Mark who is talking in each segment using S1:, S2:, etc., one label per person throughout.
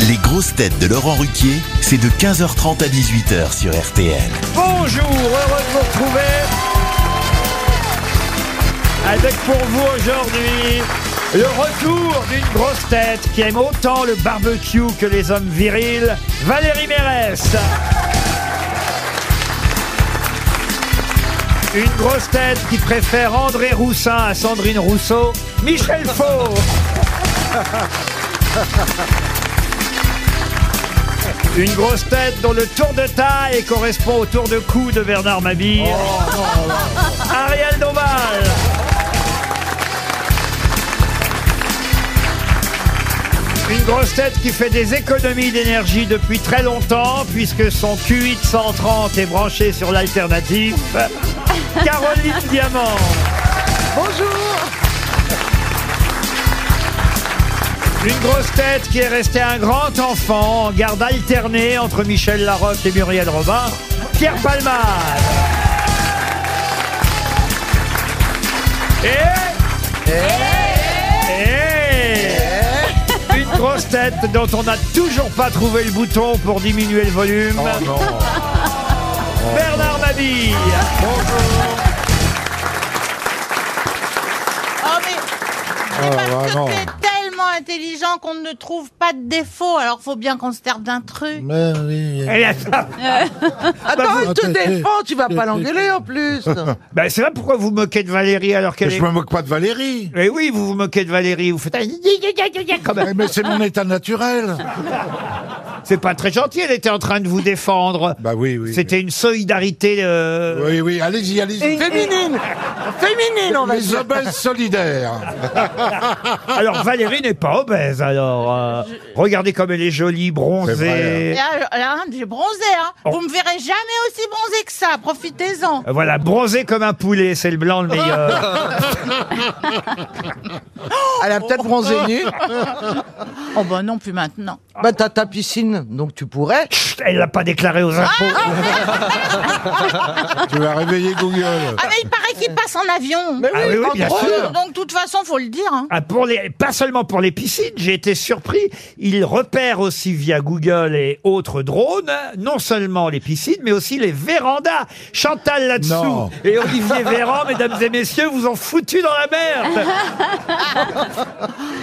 S1: Les grosses têtes de Laurent Ruquier, c'est de 15h30 à 18h sur RTL.
S2: Bonjour, heureux de vous retrouver. Avec pour vous aujourd'hui le retour d'une grosse tête qui aime autant le barbecue que les hommes virils, Valérie Mérès. Une grosse tête qui préfère André Roussin à Sandrine Rousseau, Michel Faux. Une grosse tête dont le tour de taille correspond au tour de cou de Bernard Mabille.
S3: Oh,
S2: Ariel Dombal. Une grosse tête qui fait des économies d'énergie depuis très longtemps, puisque son Q8 130 est branché sur l'alternatif. Caroline Diamant. Une grosse tête qui est restée un grand enfant en garde alternée entre Michel Larocque et Muriel Robin, Pierre Palmade. Et... Et... Une grosse tête dont on n'a toujours pas trouvé le bouton pour diminuer le volume. Oh,
S3: Oh
S2: Bernard Mabille.
S4: Oh, mais, mais
S5: bah,
S4: parce que c'est tellement intelligent qu'on ne trouve pas de défaut, alors faut bien qu'on se serve d'un truc. Euh,
S5: Mais oui.
S2: Et la-
S6: Attends, il te
S5: Attends,
S6: défend, tu vas
S5: t'es-
S6: pas
S5: t'es-
S6: l'engueuler Ah, bah, en plus.
S2: Ben, c'est vrai pourquoi vous vous moquez de Valérie alors qu'elle est...
S5: Je me moque pas de Valérie.
S2: Mais oui, vous vous moquez de Valérie, vous faites... Quand même.
S5: Eh, Mais c'est mon état naturel.
S2: C'est pas très gentil, elle était en train de vous défendre.
S5: Bah oui, oui.
S2: C'était une solidarité. euh,
S5: Oui, oui, allez-y, allez-y.
S6: Féminine Féminine, on va
S5: Les
S6: dire.
S5: obèses solidaires.
S2: Alors Valérie n'est pas obèse, alors. euh, Regardez comme elle est jolie,
S5: C'est
S2: bronzée.
S5: vrai, hein.
S2: Euh,
S4: Là, là, j'ai bronzé, hein.
S6: Oh.
S4: Vous me verrez jamais aussi bronzé que ça, profitez-en.
S2: Voilà, bronzée comme un poulet, c'est le blanc le meilleur.
S6: Elle a peut-être bronzé nue.
S4: Oh bah non, plus maintenant.
S6: Bah t'as ta piscine, donc tu pourrais.
S2: Chut, elle l'a pas
S6: Ah,
S2: déclaré aux impôts.
S4: Ah,
S5: Tu vas réveiller Google.
S4: Ah mais il paraît qu'il passe en avion.
S2: Ah oui, oui, bien
S6: entre
S2: sûr.
S6: autres.
S4: Donc de toute façon, faut le dire. Hein.
S2: Ah, pour les, pas seulement pour les piscines, j'ai été surpris. Il repère aussi via Google et autres drones, non seulement les piscines, mais aussi les vérandas. Chantal là-dessous
S5: Non.
S2: et Olivier Véran, mesdames et messieurs, vous ont foutu dans la merde.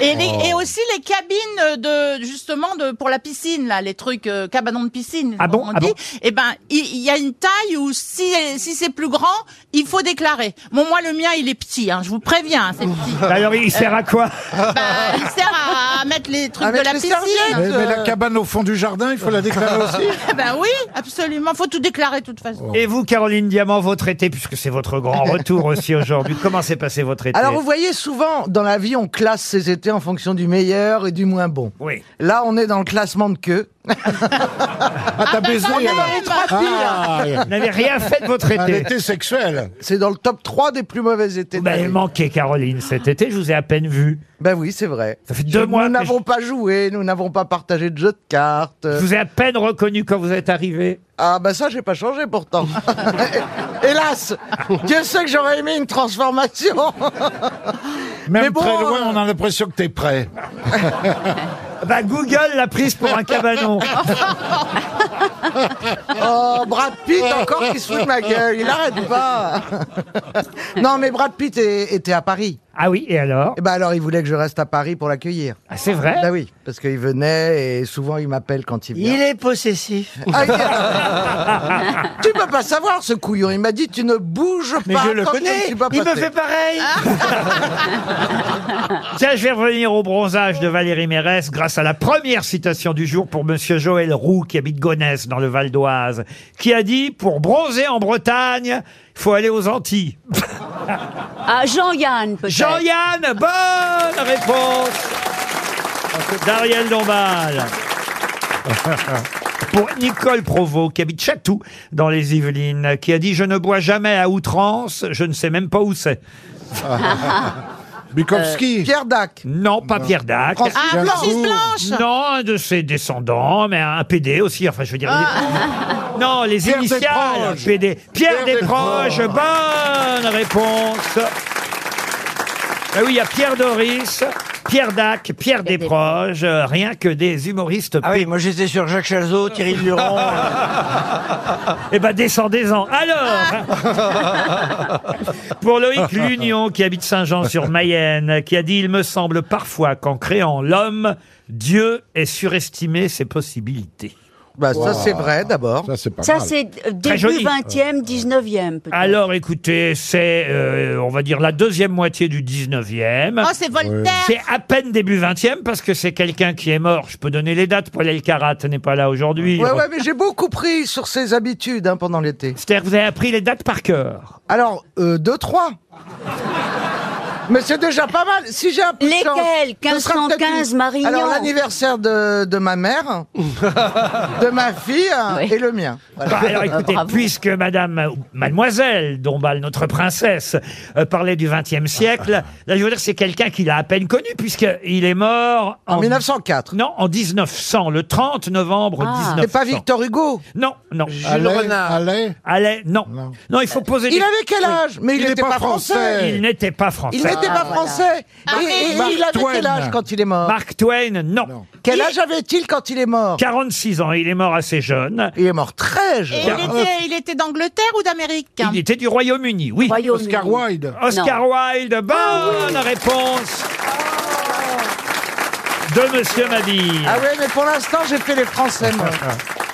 S4: Et, les- et aussi les cabines de justement de pour la piscine là, les trucs euh, cabanons de piscine.
S2: Ah bon,
S4: comme on
S2: ah
S4: dit.
S2: bon.
S4: Eh ben, il il y, a une taille où si si c'est plus grand, il faut déclarer. Bon moi le mien il est petit, hein, je vous préviens, hein, c'est petit.
S2: Alors il sert à quoi
S4: Bah, il sert à, à mettre les trucs
S6: Avec
S4: de la
S6: les
S4: piscine.
S6: serviettes. euh.
S5: Mais, mais la cabane au fond du jardin, il faut la déclarer aussi.
S4: Ah bah oui, absolument. Faut tout déclarer de toute façon.
S2: Et vous, Caroline Diamant, votre été, puisque c'est votre grand retour aussi aujourd'hui, comment s'est passé votre été
S6: Alors vous voyez, souvent, dans la vie, on classe ses étés en fonction du meilleur et du moins bon.
S2: Oui.
S6: Là, on est dans le classement de queue.
S5: Ah, t'as baisé
S4: on est
S5: alors.
S4: dans les trois
S5: Ah,
S2: Vous n'avez rien fait de votre
S5: un
S2: été.
S5: été sexuel.
S6: C'est dans le top 3 des plus mauvais étés.
S2: Vous
S6: de ma
S2: m'avez
S6: vie.
S2: manqué, Caroline, cet été, je vous ai à peine vu.
S6: Ben oui, c'est vrai.
S2: Ça fait deux mois
S6: Nous
S2: que
S6: n'avons pas joué, nous n'avons pas partagé de jeu de cartes.
S2: Je vous ai à peine reconnu quand vous êtes arrivé.
S6: Ah bah ça, j'ai pas changé pourtant. Hélas Dieu sait que j'aurais aimé une transformation
S5: Même
S6: Mais bon,
S5: très loin,
S6: euh,
S5: on a l'impression que t'es prêt.
S2: Bah, Google l'a prise pour un cabanon.
S6: Oh, Brad Pitt encore qui se fout de ma gueule, il arrête pas Non mais Brad Pitt est- était à Paris.
S2: Ah oui, et alors
S6: Et ben alors, il voulait que je reste à Paris pour l'accueillir.
S2: Ah, C'est vrai
S6: Bah oui, parce qu'il venait et souvent il m'appelle quand il vient.
S7: Il est possessif.
S6: Ah, il- tu peux pas savoir ce couillon. Il m'a dit tu ne bouges pas.
S5: Bah,
S6: tant que ne suis pas
S7: Il me
S6: passé.
S7: fait pareil.
S2: Tiens, je vais revenir au bronzage de Valérie Mérès grâce à la première citation du jour pour Monsieur Joël Roux, qui habite Gonesse, dans le Val d'Oise, qui a dit « Pour bronzer en Bretagne, il faut aller aux Antilles ».
S8: Ah, Jean-Yann, peut-être.
S2: Jean-Yann, bonne réponse d'Ariel Dombal. Pour Nicole Provost, qui habite Chatou, dans les Yvelines, qui a dit « Je ne bois jamais à outrance, je ne sais même pas où c'est
S7: Euh,
S5: Bukowski.
S6: Pierre Dac. ».
S2: Non, pas Pierre Dac.
S6: Francis
S4: Ah,
S5: Gainsbourg.
S4: Francis Blanche
S2: Non, un de ses descendants, mais un PD aussi, enfin je veux dire... les- Non, les
S5: Pierre
S2: initiales,
S5: Desproges.
S2: PD. Pierre,
S5: Pierre
S2: Desproges,
S5: Desproges.
S2: Ah bonne réponse. Ben oui, il y a Pierre Doris, Pierre Dac, Pierre Desproges, euh, rien que des humoristes.
S7: Ah oui, moi j'étais sur Jacques Chazot, Thierry Luron.
S2: Eh ben, descendez-en. Alors Pour Loïc Lunion, qui habite Saint-Jean-sur-Mayenne, qui a dit Il me semble parfois qu'en créant l'homme, Dieu est surestimé ses possibilités.
S6: Bah, Ça, c'est vrai, d'abord.
S5: Ça, c'est pas
S8: Ça,
S5: mal.
S8: c'est euh,
S2: joli.
S8: début 20e, 19e. peut-être.
S2: Alors écoutez, c'est, euh, on va dire, la deuxième moitié du 19e.
S4: Oh, c'est Voltaire.
S2: C'est à peine début 20e parce que c'est quelqu'un qui est mort. Je peux donner les dates. Paul Elkarat n'est pas là aujourd'hui.
S6: Ouais, ouais, mais j'ai beaucoup pris sur ses habitudes hein, pendant l'été.
S2: C'est-à-dire que vous avez appris les dates par cœur.
S6: Alors, euh, deux, trois. Mais c'est déjà pas mal. Si j'ai un peu de chance,
S8: Lesquels
S6: ce sera peut-être
S8: 1515
S6: une-
S8: Marignan.
S6: Alors, l'anniversaire de, de ma mère, de ma fille hein,
S8: Oui.
S6: et le mien. Voilà.
S2: Bah, alors écoutez,
S8: Bravo.
S2: puisque madame, ou mademoiselle Dombal, notre princesse, euh, parlait du 20e siècle,
S5: Ah.
S2: là je veux dire c'est quelqu'un qu'il a à peine connu puisqu'il est mort
S6: En 1904.
S2: Non, en 1900, le 30 novembre
S8: Ah.
S2: 1900.
S6: C'est pas Victor Hugo.
S2: Non, non.
S5: Allez, allez.
S2: Allez, non. non.
S5: Non.
S2: il faut poser des-
S6: Euh, Il avait quel âge Mais il
S5: Il est
S6: n'était pas,
S5: pas
S6: français.
S5: français.
S2: Il n'était pas français.
S6: Il n'était pas français.
S4: Ah,
S6: Et,
S4: mais
S6: et
S4: Mark
S6: il avait quel
S5: Twain.
S6: âge quand il est mort
S2: Mark Twain, non.
S6: Quel âge avait-il quand il est mort
S2: 46 ans, il est mort assez jeune.
S6: Il est mort très
S4: Et
S6: jeune.
S4: il était, il était d'angleterre ou d'Amérique hein
S2: Il était du Royaume-Uni, oui.
S8: Royaume-Uni.
S5: Oscar Wilde.
S2: Oscar Wilde, bonne réponse de Monsieur Mabille.
S6: Ah ouais, mais pour l'instant, j'ai fait les Français, moi.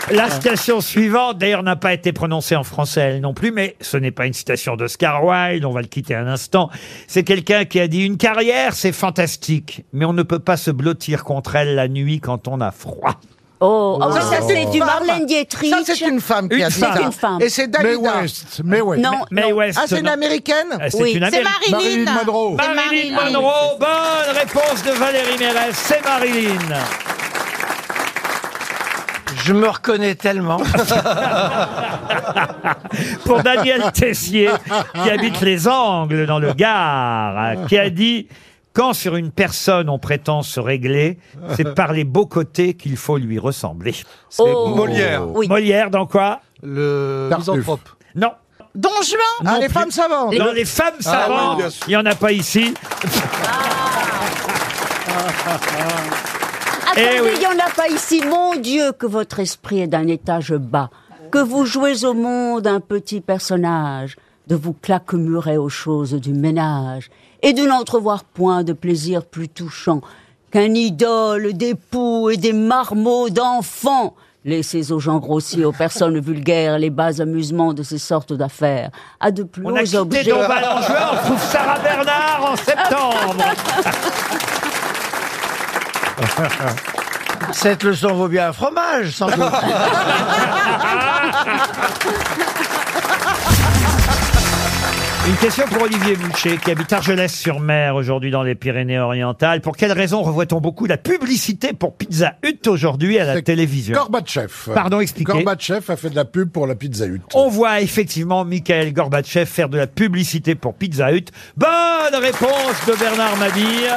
S2: La citation suivante, d'ailleurs, n'a pas été prononcée en français, elle non plus, mais ce n'est pas une citation d'Oscar Wilde, on va le quitter un instant. C'est quelqu'un qui a dit « Une carrière, c'est fantastique, mais on ne peut pas se blottir contre elle la nuit quand on a froid.
S8: Oh, ah oui,
S6: Ça,
S8: ça,
S6: c'est
S8: c'est
S6: une
S8: du
S6: femme.
S8: Marlène Dietrich.
S6: Ça, c'est une femme qui
S2: Une
S6: a dit
S2: femme.
S6: ça.
S8: Une femme.
S6: Et c'est
S5: May
S6: Dalida.
S5: West. May West.
S8: Non,
S2: Mae
S8: non.
S2: West,
S6: Ah, c'est une
S2: non.
S6: américaine
S2: Ah, c'est
S8: Oui.
S2: une
S4: C'est
S2: Américaine.
S4: Marilyn.
S5: Marilyn Monroe.
S4: C'est
S2: Marilyn
S4: Marilyn.
S2: Monroe, bonne réponse de Valérie Mérès, c'est Marilyn.
S7: Je me reconnais tellement.
S2: Pour Daniel Tessier, qui habite les Angles dans le Gard, hein, qui a dit Quand sur une personne on prétend se régler, c'est par les beaux côtés qu'il faut lui ressembler.
S8: Oh.
S9: Molière.
S8: Oui.
S2: Molière, dans quoi
S9: Le
S5: Tartuffe.
S9: misanthrope.
S2: Non.
S4: Don Juan.
S6: Ah,
S2: non
S6: les
S2: plus.
S6: femmes savantes.
S2: Dans les femmes savantes,
S9: Ah, oui, bien sûr.
S2: il n'y en a pas ici.
S8: Attendez,
S2: Eh oui.
S8: il n'y en a pas ici. Mon Dieu, que votre esprit est d'un étage bas. Que vous jouez au monde un petit personnage. De vous claquemurer aux choses du ménage. Et de n'entrevoir point de plaisir plus touchant qu'un idole d'époux et des marmots d'enfants. Laissez aux gens grossiers, aux personnes vulgaires, les bas amusements de ces sortes d'affaires. À de plus
S2: On a
S8: hauts
S2: quitté
S8: objets.
S2: Dombal en juin, on trouve Sarah Bernard en septembre.
S7: Cette leçon vaut bien un fromage, sans doute.
S6: Ah,
S2: Une question pour Olivier Boucher, qui habite Argelès-sur-Mer, aujourd'hui dans les Pyrénées-Orientales. Pour quelle raison revoit-on beaucoup la publicité pour Pizza Hut aujourd'hui à la
S5: C'est
S2: télévision
S5: Gorbatchev.
S2: Pardon, expliquez.
S5: Gorbatchev a fait de la pub pour la Pizza Hut.
S2: On voit effectivement Mikhail Gorbatchev faire de la publicité pour Pizza Hut. Bonne réponse de Bernard Mabille.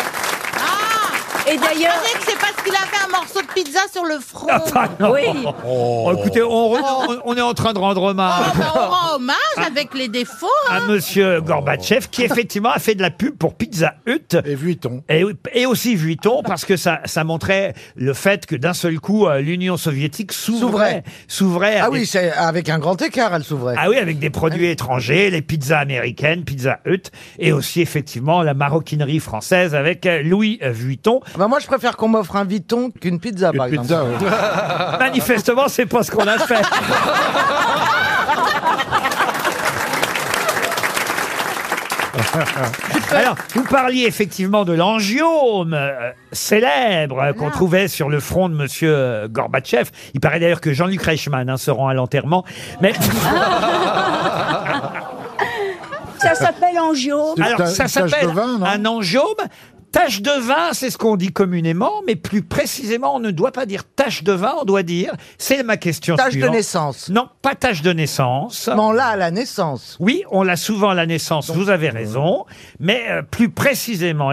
S8: Et
S4: Je
S8: d'ailleurs,
S4: sais que c'est parce qu'il avait un morceau de pizza sur le front.
S2: Ah, bah non.
S8: Oui.
S2: Oh, écoutez, on, re- on- on est en train de rendre
S4: Oh. Ah,
S2: hommage
S4: bah, on rend hommage
S2: Ah.
S4: avec les défauts. hein.
S2: à monsieur Gorbatchev qui effectivement a fait de la pub pour Pizza Hut.
S5: Et Vuitton.
S2: Et, oui, et aussi Vuitton, parce que ça, ça montrait le fait que d'un seul coup, euh, l'Union soviétique s'ouvrait.
S6: S'ouvrait.
S2: S'ouvrait. à
S6: Ah
S2: des-
S6: oui, c'est avec un grand écart, elle s'ouvrait.
S2: Ah oui, avec des produits étrangers, les pizzas américaines, Pizza Hut, et aussi effectivement la maroquinerie française avec euh, Louis Vuitton.
S6: Bah, moi, je préfère qu'on m'offre un Viton qu'une pizza, par
S5: Une
S6: exemple.
S5: pizza. ouais.
S2: Manifestement, c'est pas ce qu'on a fait. Alors, vous parliez effectivement de l'angiome euh, célèbre euh, qu'on trouvait sur le front de Monsieur euh, Gorbatchev. Il paraît d'ailleurs que Jean-Luc Reichmann hein, se rend à l'enterrement. Mais
S8: ça s'appelle Angio.
S5: Une
S2: alors,
S5: ta-
S2: ça
S5: une tache de
S2: s'appelle
S5: vin, non
S2: un angiome. Tache de vin, c'est ce qu'on dit communément, mais plus précisément, on ne doit pas dire tache de vin, on doit dire. C'est ma question
S6: Tâche de
S2: suivante.
S6: naissance.
S2: Non, pas tache de naissance.
S6: Non, là, à la naissance.
S2: Oui, on l'a souvent à la naissance, vous avez raison. Mais euh, plus précisément,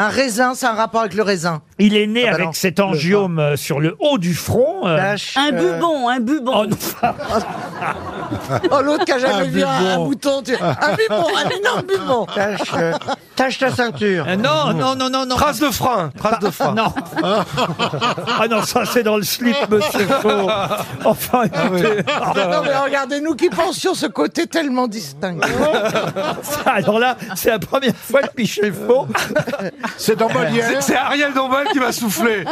S6: Un raisin, c'est un rapport avec le raisin.
S2: il est né
S6: ah bah
S2: avec
S6: non,
S2: cet angiome euh, sur le haut du front. euh,
S8: Un bubon, un bubon.
S2: en-
S6: Oh, l'autre qui a
S5: Un
S6: jamais vu un, un
S5: bubon.
S6: bouton. tu- Un bubon, un énorme bubon.
S7: Tache, euh, Tâche ta ceinture.
S2: Euh, Non, non, non, non, non.
S9: Trace de frein, trace de frein.
S2: Non. ah non, ça c'est dans le slip, monsieur Faux. Enfin, écoutez.
S6: Non, mais regardez, nous qui pensions ce côté tellement distinct.
S2: Alors là, c'est la première fois que Michel Faux
S5: C'est dans Molière.
S9: C'est Ariel Dombal qui va souffler.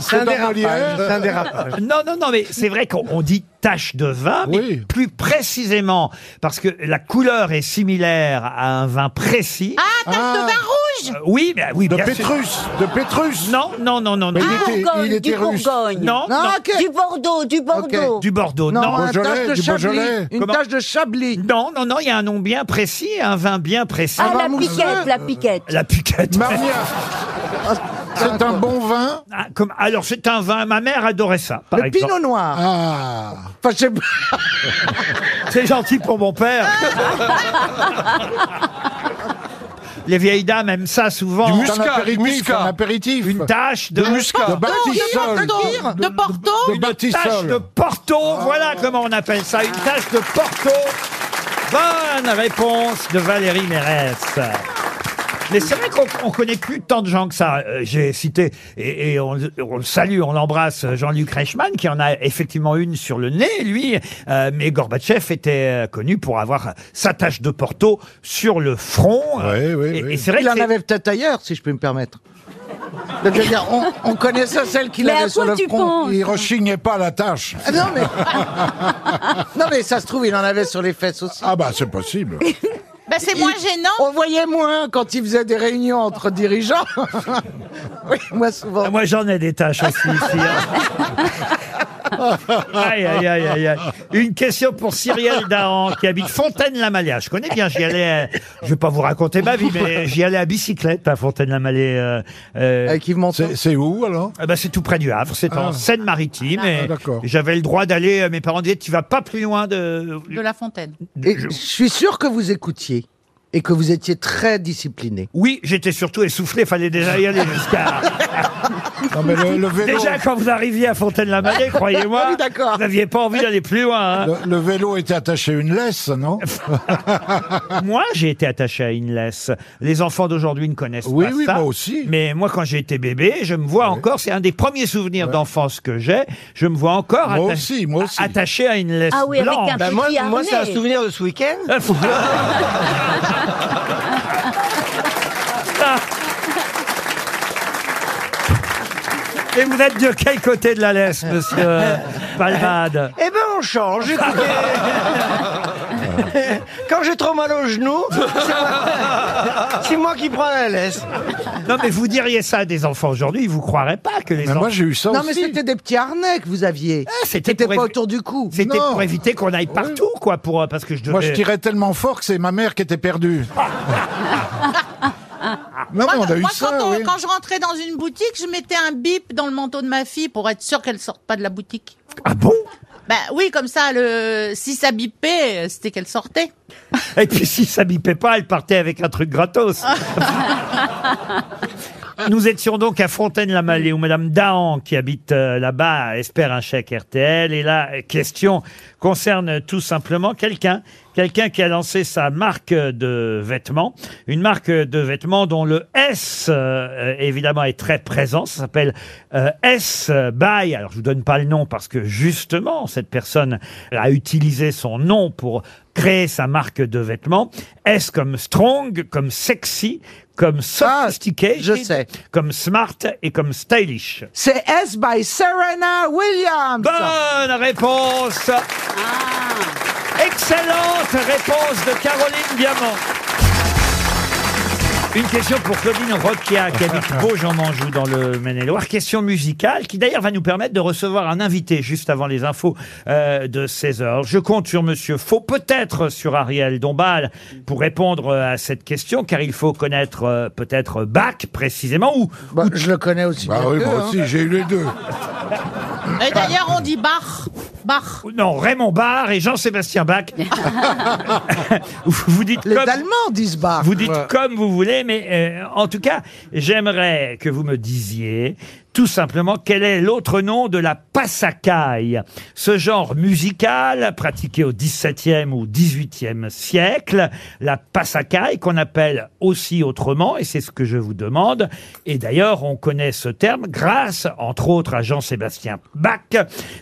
S7: C'est un
S5: dans
S7: dérapage.
S5: Molière.
S7: C'est un dérapage.
S2: Non, non, non, mais c'est vrai qu'on on dit tache de vin, mais
S5: Oui.
S2: plus précisément, parce que la couleur est similaire à un vin précis.
S4: Ah, tache de vin rouge
S2: Euh, oui, mais oui,
S5: De
S2: bien sûr.
S5: Pétrus. De Pétrus.
S2: Non, non, non, non,
S5: Mais
S2: non.
S5: il
S8: Ah, Du
S5: était,
S8: Bourgogne,
S5: il était
S8: du
S5: russe.
S8: Bourgogne.
S2: non,
S6: Non,
S2: non,
S6: ok.
S8: Du Bordeaux, du Bordeaux.
S2: du Bordeaux,
S6: Non,
S2: non.
S6: un
S5: Beaujolais,
S6: tache de
S5: du
S6: Chablis.
S5: Beaujolais.
S6: Une
S2: Comment
S6: tache de Chablis.
S2: Non, non, non, il y a un nom bien précis, un vin bien précis.
S8: Ah, la
S6: Mousseux.
S8: piquette, la piquette.
S2: La piquette.
S5: Marnia. C'est un bon vin.
S2: Ah, comme, alors, c'est un vin, ma mère adorait ça, par
S6: le
S2: exemple.
S6: pinot noir.
S5: Ah.
S6: Enfin, je sais pas.
S2: C'est gentil pour mon père. Les vieilles dames aiment ça souvent.
S9: Du
S5: C'est
S9: muscat,
S5: un apéritif.
S9: muscat.
S5: Un apéritif.
S2: Ah, Une tache de,
S9: De muscat.
S5: Ah, De
S4: de
S5: Batisol.
S4: Porto, de Porto
S5: De
S2: tache de
S5: Batisol.
S2: Porto.
S6: Ah.
S2: Voilà comment on appelle ça, une tache de Porto. Bonne réponse de Valérie Mérès. Mais c'est vrai qu'on on connaît plus tant de gens que ça. Euh, J'ai cité, et, et on, on le salue, on l'embrasse, Jean-Luc Reichmann, qui en a effectivement une sur le nez, lui. Euh, mais Gorbatchev était euh, connu pour avoir sa tache de Porto sur le front.
S5: Ouais, ouais,
S2: et
S5: ouais.
S2: et c'est vrai
S6: Il
S2: que
S6: en
S2: c'est-
S6: avait peut-être ailleurs, si je peux me permettre. Je veux dire, on, on connaissait celle qu'il
S8: Mais à
S6: avait sur
S8: quoi
S6: le
S8: tu
S6: front.
S8: penses
S5: Il rechignait pas la tâche.
S6: Ah, Non mais... non mais ça se trouve, il en avait sur les fesses aussi.
S5: Ah bah c'est possible.
S4: Bah, c'est moins
S6: Il-
S4: gênant.
S6: On voyait moins quand il faisait des réunions entre dirigeants. oui, moi souvent.
S2: Ah, Moi, j'en ai des tâches aussi ici. hein. aïe, aïe, aïe, aïe, aïe. Une question pour Cyrielle Dahan, qui habite Fontaine-la-Mallée. Ah, Je connais bien, j'y allais. euh, je vais pas vous raconter ma vie, mais j'y allais à bicyclette à Fontaine-la-Mallée. euh, euh,
S6: Avec Yves Montand.
S5: C'est c'est où alors Ah.
S2: ah bah, c'est tout près du Havre, c'est en Seine-Maritime. et
S5: d'accord.
S2: J'avais le droit d'aller, euh, mes parents disaient, tu vas pas plus loin de.
S4: De la fontaine.
S6: Et je suis sûr que vous écoutiez et que vous étiez très discipliné.
S2: Oui, j'étais surtout essoufflé, fallait déjà y aller jusqu'à.
S5: Non mais le, le vélo.
S2: déjà, quand vous arriviez à Fontaine-la-Mallée, croyez-moi,
S6: Ah oui, d'accord.
S2: vous n'aviez pas envie d'aller plus loin. hein.
S5: Le, le vélo était attaché à une laisse, non
S2: Moi, j'ai été attaché à Inless. Les enfants d'aujourd'hui ne connaissent
S5: Oui,
S2: pas
S5: oui,
S2: ça.
S5: moi aussi.
S2: Mais moi, quand j'ai été bébé, je me vois encore. C'est un des premiers souvenirs d'enfance que j'ai. Je me vois encore
S5: Moi
S2: atta-
S5: aussi, moi aussi.
S2: attaché à Inless
S8: Ah oui, avec
S2: blanche.
S8: un
S7: Bah, moi,
S8: petit
S7: moi, c'est un
S8: harnais.
S7: souvenir de ce week-end.
S2: Ah, Et vous êtes de quel côté de la laisse, monsieur Palmade
S7: Eh ben, on change. Écoutez. Quand j'ai trop mal au genou, c'est moi- c'est moi qui prends la laisse.
S2: Non, mais vous diriez ça à des enfants aujourd'hui, ils vous croiraient pas que les
S5: Mais
S2: enfants...
S5: moi j'ai eu ça
S6: Non mais
S5: aussi.
S6: c'était des petits harnais que vous aviez.
S4: Ah,
S2: c'était
S6: C'était
S2: Eh, pour
S6: pas
S2: évi-
S6: autour du cou.
S2: C'était
S5: Non.
S2: pour éviter qu'on aille partout, quoi, pour, euh, parce que je devais...
S5: Moi je tirais tellement fort que c'est ma mère qui était perdue. non mais on a eu
S4: moi,
S5: ça,
S4: quand, on-
S5: oui.
S4: quand je rentrais dans une boutique, je mettais un bip dans le manteau de ma fille pour être sûre qu'elle sorte pas de la boutique.
S2: Ah bon
S4: Bah oui, comme ça, le... si ça bipait, euh, c'était qu'elle sortait.
S2: Et puis si ça bipait pas, elle partait avec un truc gratos. Nous étions donc à Fontaine-la-Mallée où Madame Dahan, qui habite euh, là-bas, espère un chèque RTL. Et la question concerne tout simplement quelqu'un, quelqu'un qui a lancé sa marque de vêtements, une marque de vêtements dont le S euh, euh, évidemment est très présent. Ça s'appelle euh, S by. Alors je vous donne pas le nom parce que justement cette personne a utilisé son nom pour créer sa marque de vêtements. S comme strong, comme sexy, comme sophisticated,
S6: Ah, je sais.
S2: comme smart et comme stylish.
S6: C'est S by Serena Williams.
S2: Bonne réponse. Excellente réponse de Caroline Diamant. Une question pour Claudine Roquia, qui habite Beaujean-Manjou dans le Maine-et-Loire. Question musicale qui d'ailleurs va nous permettre de recevoir un invité juste avant les infos euh, de 16h. Je compte sur Monsieur Faux, peut-être sur Ariel Dombal, pour répondre euh, à cette question, car il faut connaître euh, peut-être Bach précisément, ou
S6: Bah, je le connais aussi.
S5: Bah
S6: bien
S5: oui,
S6: que,
S5: moi
S6: hein.
S5: aussi, j'ai eu les deux.
S4: Et d'ailleurs, on dit bar, bar.
S2: Non, Raymond Barre et Jean-Sébastien Bach. vous vous dites
S6: Les
S2: comme...
S6: Allemands disent bar.
S2: Vous dites comme vous voulez, mais euh, en tout cas, j'aimerais que vous me disiez tout simplement quel est l'autre nom de la passacaille. Ce genre musical, pratiqué au XVIIe ou XVIIIe siècle, la passacaille qu'on appelle aussi autrement, et c'est ce que je vous demande, et d'ailleurs on connaît ce terme grâce entre autres à Jean-Sébastien Bach,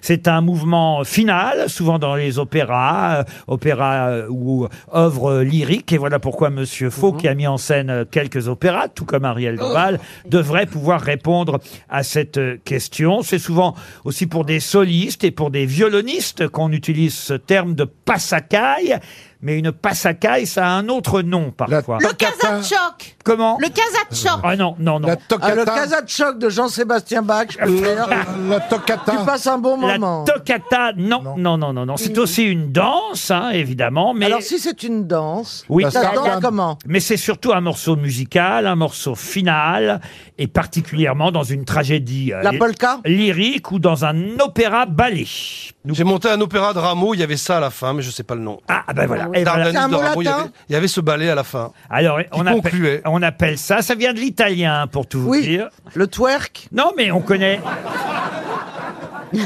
S2: c'est un mouvement final, souvent dans les opéras, euh, opéras euh, ou œuvres lyriques, et voilà pourquoi Monsieur
S6: Mhm.
S2: Faux, qui a mis en scène euh, quelques opéras, tout comme Ariel Dombal,
S6: Oh.
S2: devrait pouvoir répondre à cette euh, question. C'est souvent aussi pour des solistes et pour des violonistes qu'on utilise ce terme de passacaille, mais une passacaille, ça a un autre nom parfois.
S4: Le casa de choc
S2: Comment
S4: Le casa de choc
S5: Euh,
S2: Ah non, non, non.
S5: La
S6: Ah, le
S5: toccata.
S6: casa de choc de Jean-Sébastien Bach, je peux te dire.
S5: Euh, La
S6: Tu
S5: toccata.
S6: passes un bon
S2: La
S6: moment.
S2: toccata, non, non, non, non, non. C'est aussi une danse, hein, évidemment, mais
S6: Alors si c'est une danse,
S2: Oui.
S6: ça
S5: La
S6: se danse
S5: toccata.
S6: comment
S2: mais c'est surtout un morceau musical, un morceau final, et particulièrement dans une tragédie euh,
S6: La polka
S2: lyrique ou dans un opéra ballet.
S9: J'ai monté un opéra de Rameau, il y avait ça à la fin, mais je sais pas le nom.
S2: Ah, ah ben voilà. Et voilà.
S9: Dardanus
S6: C'est un
S9: de
S6: mot
S9: Rameau, il y
S6: latin
S9: avait- il y avait ce ballet à la fin.
S2: Alors on appelle,
S9: concluait.
S2: on appelle ça, ça vient de l'italien pour tout vous
S6: Oui,
S2: dire.
S6: le twerk.
S2: Non, mais on connaît.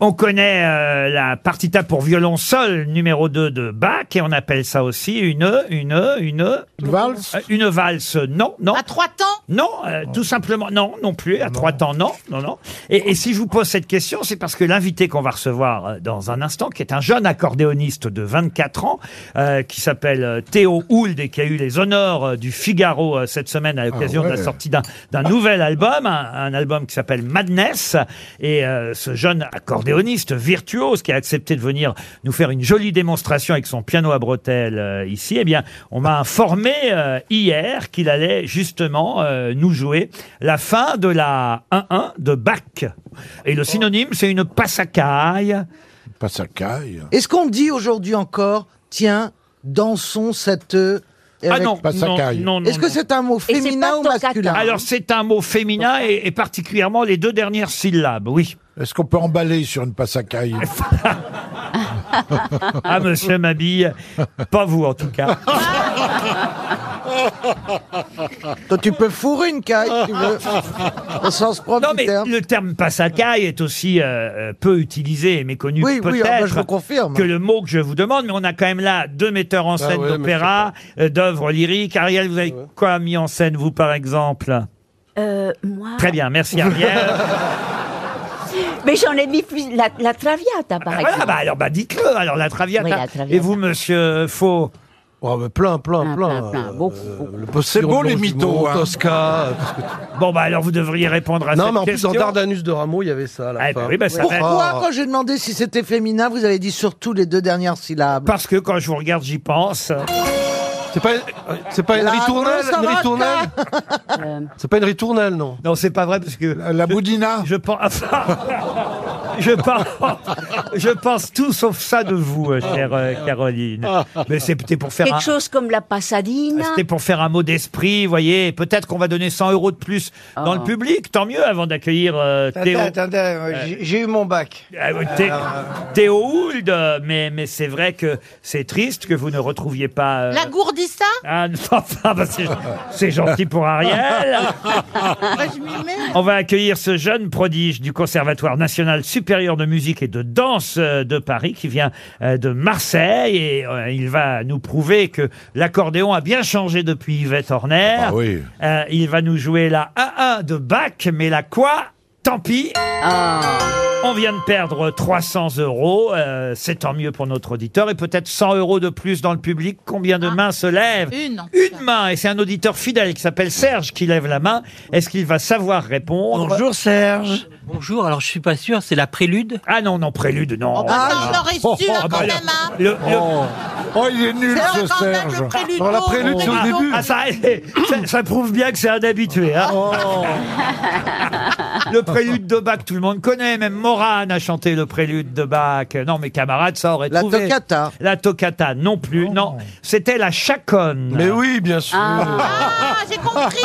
S2: On connaît euh, la partita pour violon seul numéro 2 de Bach et on appelle ça aussi une une une
S5: Une valse
S2: euh, une valse. Non, non.
S4: À trois temps
S2: Non, euh, tout simplement, non, non plus, à trois temps, non, non, non. Et, et si je vous pose cette question, c'est parce que l'invité qu'on va recevoir euh, dans un instant, qui est un jeune accordéoniste de 24 ans, euh, qui s'appelle euh, Théo Hould et qui a eu les honneurs euh, du Figaro euh, cette semaine à l'occasion de la
S5: Ah ouais.
S2: sortie d'un d'un nouvel album, un, un album qui s'appelle Madness. Et euh, ce jeune accordéoniste virtuose qui a accepté de venir nous faire une jolie démonstration avec son piano à bretelles euh, ici, eh bien, on m'a informé euh, hier qu'il allait justement euh, nous jouer la fin de la 1-1 de Bach. Et le synonyme, c'est une passacaille.
S5: Passacaille.
S6: Est-ce qu'on dit aujourd'hui encore, tiens, dansons cette... euh,
S2: Ah
S6: avec-
S2: non,
S5: passacaille.
S2: non, non, non,
S6: Est-ce que
S2: non.
S6: c'est un mot
S8: c'est
S6: féminin
S8: pas
S6: ou
S8: toccata.
S6: masculin
S2: Alors, c'est un mot féminin et- et particulièrement les deux dernières syllabes, oui.
S5: Est-ce qu'on peut emballer sur une passacaille
S2: Ah, monsieur Mabille, pas vous en tout cas.
S6: Toi, tu peux fourrer une caille, si tu veux, au sens propre
S2: Non,
S6: du
S2: mais
S6: terme.
S2: le terme passacaille est aussi euh, euh, peu utilisé et méconnu
S6: Oui, oui, ah bah, je
S2: peut-être
S6: vous confirme.
S2: que le mot que je vous demande, mais on a quand même là deux metteurs en scène
S9: Ah ouais, mais
S2: d'opéra, euh, d'œuvres lyriques. Ariel, vous avez
S9: Ah
S2: quoi mis en scène, vous, par exemple
S8: Euh, moi.
S2: Très bien, merci Ariel.
S8: Mais j'en ai mis plus. La, la Traviata,
S6: Ah,
S8: par
S2: voilà,
S8: exemple.
S2: bah, alors bah, dites-le, alors la Traviata.
S8: Oui, la Traviata.
S2: Et vous, monsieur Faux
S9: Oh, mais plein, plein,
S8: Plein,
S9: plein.
S8: plein, plein.
S9: euh,
S8: Beaucoup, beaucoup.
S9: le postillon
S5: C'est beau,
S9: de
S5: les mythos,
S9: Longjumeau,
S5: hein.
S9: Tosca. euh, parce que-
S2: Bon, bah alors vous devriez répondre à
S9: Non,
S2: cette
S9: mais en plus,
S2: question.
S9: dans Dardanus de Rameau, il y avait ça à la
S2: Eh ben
S9: fin.
S2: oui, bah, ça va être-
S6: Pourquoi,
S9: Ah.
S6: quand j'ai demandé si c'était féminin, vous avez dit surtout les deux dernières syllabes
S2: Parce que quand je vous regarde, j'y pense.
S9: C'est pas, c'est pas une
S6: La
S9: ritournelle, une
S6: Rosamata.
S9: ritournelle Ah. C'est pas une ritournelle, non
S2: Non, c'est pas vrai, parce que...
S5: La boudina
S2: Je pense, enfin, je pense, je pense tout sauf ça de vous, euh, chère euh, Caroline.
S5: Ah.
S2: Mais c'était pour faire un,
S8: Quelque chose comme la Pasadena.
S6: Ah,
S2: c'était pour faire un mot d'esprit, vous voyez. Peut-être qu'on va donner 100 euros de plus dans le public, tant mieux, avant d'accueillir euh,
S7: Attendez,
S2: Théo,
S7: attendez, euh, j'ai- j'ai eu mon bac.
S2: Ah oui, Thé- Théo Hould. euh, Mais, mais c'est vrai que c'est triste que vous ne retrouviez pas. euh,
S4: La gourdissa
S2: ah, non, enfin, bah, c'est- c'est gentil pour Ariel.
S4: Moi, je m'y mets.
S2: On va accueillir ce jeune prodige du Conservatoire national supérieur de musique et de danse euh, de Paris qui vient euh, de Marseille et euh, il va nous prouver que l'accordéon a bien changé depuis Yvette Horner.
S5: Ah oui.
S2: Euh, il va nous jouer la A1 de Bach, mais la quoi Tant pis.
S4: Ah.
S2: On vient de perdre 300 euros, euh, c'est tant mieux pour notre auditeur et peut-être 100 euros de plus dans le public. Combien de mains se lèvent
S4: Ah. Une.
S2: Une main et c'est un auditeur fidèle qui s'appelle Serge qui lève la main. Est-ce qu'il va savoir répondre
S7: Bonjour Serge.
S10: Bonjour, alors je suis pas sûr, c'est la prélude
S2: Ah non, non, prélude, non.
S4: Ah, on l'aurait su,
S2: Ah,
S4: hein,
S2: bah,
S4: quand
S2: le-
S4: même, hein.
S2: le- le-
S5: Oh, il est nul,
S4: Ah,
S5: ce
S4: quand même,
S5: Serge
S4: le prélude.
S9: Dans la
S4: pauvre.
S9: prélude, c'est au
S2: ah,
S9: début.
S2: ah, ça, ça- ça prouve bien que c'est un habitué. hein.
S9: Oh.
S2: Le prélude de Bach, tout le monde connaît. Même Morane a chanté le prélude de Bach. Non, mes camarades, ça aurait
S6: La
S2: trouvé.
S6: toccata.
S2: La toccata, non plus. Non, c'était la chaconne.
S9: Oh. Mais oui, bien sûr.
S4: Ah, j'ai compris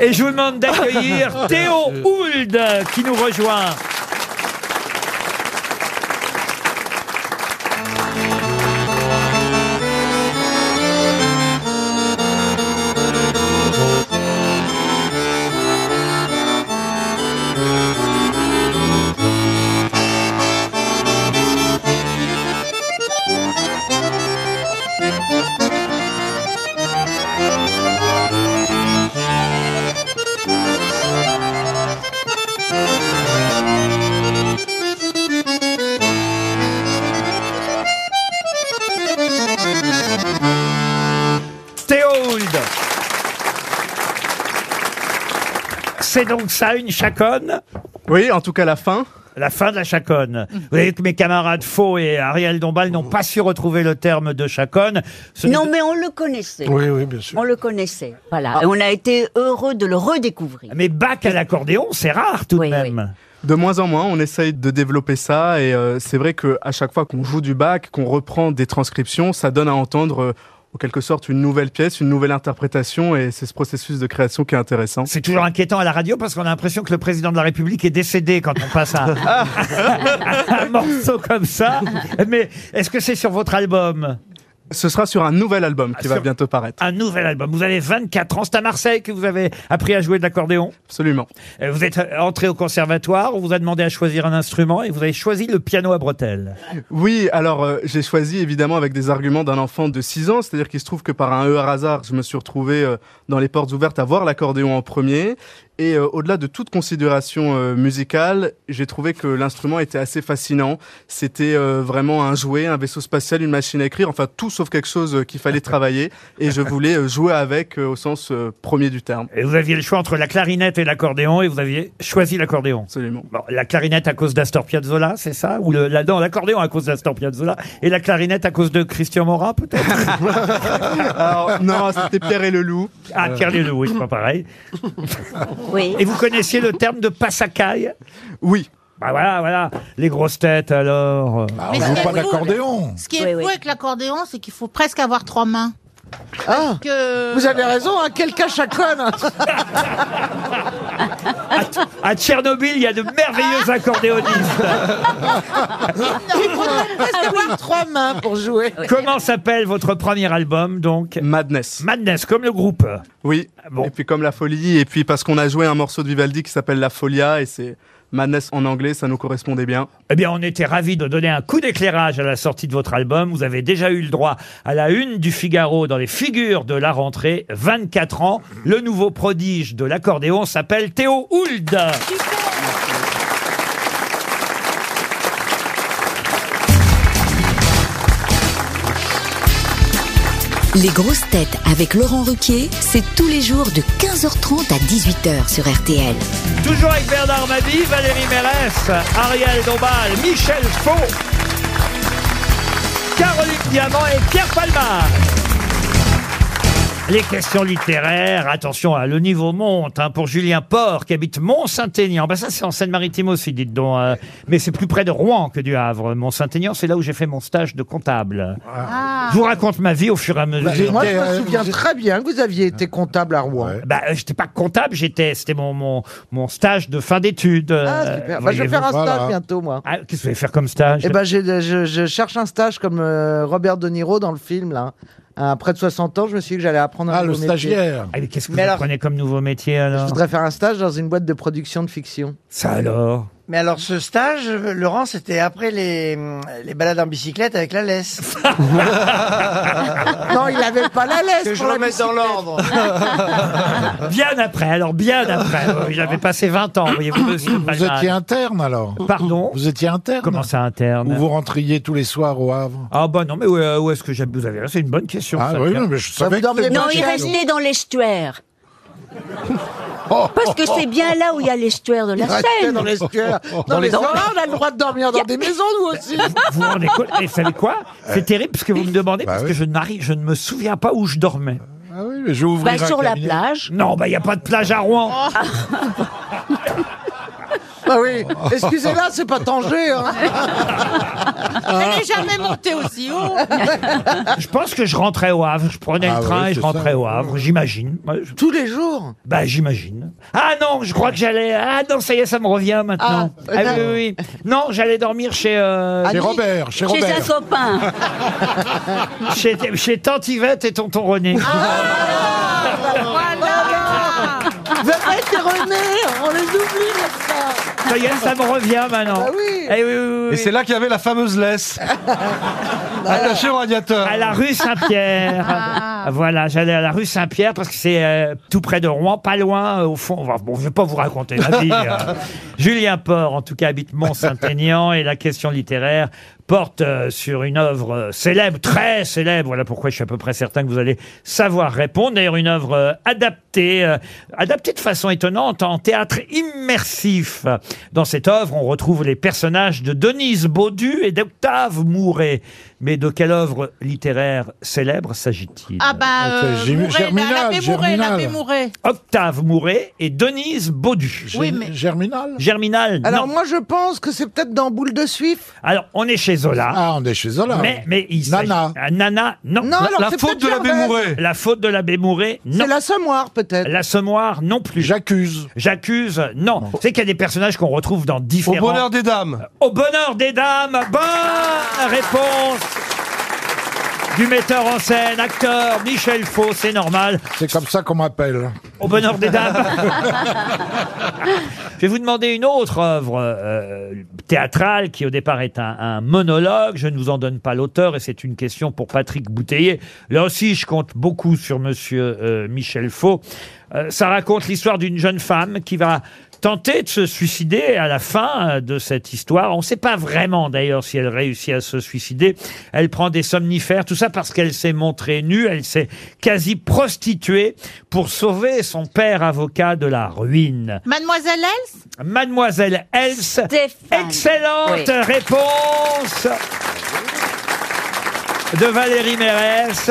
S2: Et je vous demande
S9: Ah.
S2: d'accueillir Théo Hould qui nous rejoint. C'est donc ça une chaconne
S7: Oui, en tout cas la fin.
S2: La fin de la chaconne. Vous voyez que mes camarades Faux et Ariel Dombal n'ont pas su retrouver le terme de chaconne. Ce
S8: Non,
S2: n'est-
S8: mais on le connaissait.
S5: Oui, oui, bien sûr.
S8: On le connaissait. Voilà. Et on a été heureux de le redécouvrir.
S2: Mais bac à l'accordéon, c'est rare tout
S8: Oui,
S2: de même.
S7: De moins en moins, on essaye de développer ça et euh, c'est vrai que à chaque fois qu'on joue du bac, qu'on reprend des transcriptions, ça donne à entendre euh, en quelque sorte une nouvelle pièce, une nouvelle interprétation et c'est ce processus de création qui est intéressant.
S2: C'est toujours inquiétant à la radio parce qu'on a l'impression que le président de la République est décédé quand on passe un, un morceau comme ça. Mais est-ce que c'est sur votre album
S7: Ce sera sur un nouvel album qui
S2: Ah,
S7: va
S2: sur-
S7: bientôt paraître.
S2: Un nouvel album. Vous avez 24 ans. C'est à Marseille que vous avez appris à jouer de l'accordéon.
S7: Absolument.
S2: Euh, Vous êtes entré au conservatoire. On vous a demandé à choisir un instrument et vous avez choisi le piano à bretelles.
S7: Oui, alors euh, j'ai choisi évidemment avec des arguments d'un enfant de 6 ans, c'est-à-dire qu'il se trouve que par un heureux hasard, je me suis retrouvé euh, dans les portes ouvertes à voir l'accordéon en premier. Et euh, au-delà de toute considération euh, musicale, j'ai trouvé que l'instrument était assez fascinant. C'était euh, vraiment un jouet, un vaisseau spatial, une machine à écrire, enfin tout sauf quelque chose euh, qu'il fallait travailler. Et je voulais euh, jouer avec euh, au sens euh, premier du terme.
S2: Et vous aviez le choix entre la clarinette et l'accordéon et vous aviez choisi l'accordéon.
S7: Absolument.
S2: Bon, la clarinette à cause d'Astor Piazzolla, c'est ça Ou le, la, non, l'accordéon à cause d'Astor Piazzolla et la clarinette à cause de Christian Morin, peut-être
S7: Alors, non, c'était Pierre et le loup. Euh.
S2: Ah, Pierre Leloup, oui, c'est pas pareil.
S8: Oui.
S2: Et vous connaissiez le terme de passacaille
S7: Oui,
S2: Bah voilà, voilà. Les grosses têtes, alors. euh.
S6: Ah,
S5: Bah,
S4: Mais
S5: on
S4: c'est
S5: joue pas
S4: la-
S5: d'accordéon.
S4: Ce qui est
S8: Oui,
S4: fou
S8: oui.
S4: avec l'accordéon, c'est qu'il faut presque avoir trois mains.
S6: Ah,
S4: Que...
S6: vous avez raison, hein, quel cachacone
S2: À Tchernobyl, il y a de merveilleux accordéonistes.
S8: Ah
S6: Il faudrait presque avoir trois mains pour jouer.
S2: Comment s'appelle votre premier album, donc
S7: Madness.
S2: Madness, comme le groupe. Ah
S7: Oui,
S2: bon.
S7: et puis comme La Folie, et puis parce qu'on a joué un morceau de Vivaldi qui s'appelle La Folia, et c'est Madness en anglais, ça nous correspondait bien.
S2: Eh bien, on était ravis de donner un coup d'éclairage à la sortie de votre album. Vous avez déjà eu le droit à la une du Figaro dans les figures de la rentrée. 24 ans, le nouveau prodige de l'accordéon s'appelle Théo Hould.
S11: Les grosses têtes avec Laurent Ruquier, c'est tous les jours de 15h30 à 18h sur RTL.
S2: Toujours avec Bernard Mabie, Valérie Mérès, Ariel Dombal, Michel Faux, Caroline Diamant et Pierre Palmar. Les questions littéraires, attention, hein, le niveau monte hein, pour Julien Port qui habite Mont-Saint-Aignan. Bah ça c'est en Seine-Maritime aussi, dites donc. euh, mais c'est plus près de Rouen que du Havre. Mont-Saint-Aignan, c'est là où j'ai fait mon stage de comptable. Je vous raconte ma vie au fur et à mesure.
S5: J'étais,
S6: Ah. Bah, Moi, je me
S5: euh,
S6: souviens
S5: j'étais-
S6: très bien que vous aviez été comptable à Rouen.
S5: Ouais.
S2: Bah, euh, j'étais pas comptable, j'étais, c'était mon, mon, mon stage de fin d'études.
S6: Ah,
S2: euh,
S6: super. Bah, je vais
S2: voyez-vous.
S6: faire un stage
S5: Voilà.
S6: bientôt, moi.
S2: Ah, qu'est-ce que vous allez faire comme stage
S6: Eh ben, j'ai- je, je cherche un stage comme euh, Robert De Niro dans le film, là. Après de 60 ans, je me suis dit que j'allais apprendre un
S5: Ah, le
S6: nouveau métier.
S5: stagiaire.
S2: Ah, mais qu'est-ce que
S6: Mais
S2: vous
S6: alors-
S2: prenez comme nouveau métier
S6: Je
S2: alors
S6: voudrais faire un stage dans une boîte de production de fiction.
S2: Ça alors
S7: Mais alors ce stage, Laurent, c'était après les, les balades en bicyclette avec la laisse.
S6: Non, il n'avait pas la laisse
S7: Que je
S6: pour la
S7: remette dans l'ordre.
S2: Bien après, alors bien après. Oui, J'avais passé 20 ans, voyez-vous, monsieur
S5: Vous
S2: Palmade.
S5: étiez interne alors
S2: Pardon
S5: Vous étiez interne
S2: Comment ça
S5: Ou
S2: interne
S5: vous rentriez tous les soirs au Havre
S2: Ah bah non, mais où, euh, où est-ce que j'habite Vous avez raison, c'est une bonne question.
S5: Ah
S2: ça,
S5: oui,
S2: Pierre.
S5: non, mais je savais
S6: vous dormez
S5: que
S8: Non,
S6: Moi,
S8: il
S6: j'ai-
S8: restait dans l'estuaire. Parce que c'est bien là où il y a l'estuaire de la
S6: Restez
S8: Seine.
S6: dans l'estuaire. Non, mais ça va, on a le droit de dormir dans des maisons, nous aussi.
S2: Vous vous rendez compte Et vous savez quoi C'est terrible ce que vous me demandez
S5: Eh. Bah
S2: parce que
S5: oui.
S2: je n'arrive, je ne me souviens pas où je dormais.
S5: Ah oui, mais je vais ouvrir
S8: Bah,
S5: un
S8: sur la
S5: cabinet.
S8: plage.
S2: Non, bah il n'y a pas de plage à Rouen.
S6: Ah oui. Excusez-la, c'est pas Tanger. Hein.
S4: Elle
S3: Ah,
S4: n'est jamais montée aussi haut.
S2: Je pense que je rentrais au Havre. Je prenais
S5: Ah
S2: le train
S5: oui,
S2: et je
S5: c'est
S2: rentrais
S5: ça.
S2: au Havre, j'imagine. Ouais, je-
S6: Tous les jours.
S2: Bah j'imagine. Ah non, je crois que j'allais. Ah non, ça y est, ça me revient maintenant.
S5: Eh
S6: Ah, euh,
S2: oui,
S6: non.
S2: oui, oui. Non, j'allais dormir chez euh,
S5: Chez Robert, ben. chez
S8: Chez un
S5: Robert.
S8: copain.
S2: chez, chez Tante Yvette et Tonton René.
S5: Ah,
S4: Voilà.
S6: Verrette et René, on les oublie, comme ça.
S2: Ça y est, ça me revient maintenant.
S3: Bah
S6: Ah oui.
S2: Eh oui, oui, Ah. oui,
S9: Et
S2: oui.
S9: c'est là qu'il y avait la fameuse laisse.
S5: bah,
S9: Attachée au radiateur.
S2: À la rue Saint-Pierre. Ah, Voilà, j'allais à la rue Saint-Pierre parce que c'est euh, tout près de Rouen, pas loin, euh, au fond. Enfin, bon, je vais pas vous raconter hein. la vie. euh. Julien Port, en tout cas, habite Mont-Saint-Aignan et la question littéraire porte euh, sur une œuvre euh, célèbre, très célèbre. Voilà pourquoi je suis à peu près certain que vous allez savoir répondre. D'ailleurs, une œuvre euh, adaptée, euh, adaptée de façon étonnante en théâtre immersif. Dans cette œuvre, on retrouve les personnages de Denise Baudu et d'Octave Mouret. Mais de quelle œuvre littéraire célèbre s'agit-il
S4: Ah bah, euh,
S5: Ok, j'ai-
S4: Mouret,
S5: Germinal,
S4: l'abbé Mouret,
S5: Germinal.
S4: l'abbé Mouret.
S2: Octave Mouret et Denise Baudu.
S4: Oui, mais-
S5: Germinal
S2: Germinal,
S6: Alors
S2: non.
S6: moi je pense que c'est peut-être dans Boule de Suif.
S2: Alors, on est chez Zola.
S5: Ah, on est chez Zola.
S2: Mais, mais il s'agit-
S5: Nana.
S2: Ah, Nana, non.
S6: Non, alors
S9: la
S6: c'est
S9: faute
S6: peut-être
S9: de l'abbé
S6: Gervaise.
S9: Mouret.
S2: La faute de l'abbé Mouret, non.
S6: C'est l'assommoir peut-être.
S2: L'assommoir, non plus.
S5: J'accuse.
S2: J'accuse, non. C'est qu'il y a des personnages qu'on retrouve dans
S9: Au
S2: différents...
S9: bonheur des dames.
S2: Au bonheur des dames Bonne réponse du metteur en scène, acteur Michel Faux, c'est normal.
S5: C'est comme ça qu'on m'appelle.
S2: Au bonheur des dames. Je vais vous demander une autre œuvre euh, théâtrale qui au départ est un, un monologue. Je ne vous en donne pas l'auteur et c'est une question pour Patrick Bouteiller. Là aussi, je compte beaucoup sur Monsieur euh, Michel Faux. Euh, ça raconte l'histoire d'une jeune femme qui va tenter de se suicider à la fin euh, de cette histoire. On ne sait pas vraiment d'ailleurs si elle réussit à se suicider. Elle prend des somnifères, tout ça parce qu'elle s'est montrée nue, elle s'est quasi prostituée pour sauver son père avocat de la ruine.
S4: Mademoiselle Else
S2: Mademoiselle Else.
S8: Stéphane.
S2: Excellente
S8: Oui.
S2: réponse de Valérie Mérès.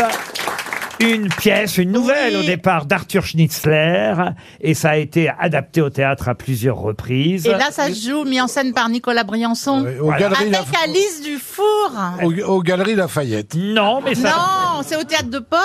S2: Une pièce, une nouvelle
S4: Oui.
S2: au départ d'Arthur Schnitzler, et ça a été adapté au théâtre à plusieurs reprises.
S4: Et là, ça se joue, mis en scène par Nicolas Briançon.
S5: Oui, aux,
S2: Voilà.
S5: galeries
S4: Avec
S5: Laf-
S4: Alice Dufour.
S5: aux- aux Galeries Lafayette.
S2: Non, mais ça. Eh,
S4: Non, c'est au théâtre de poche.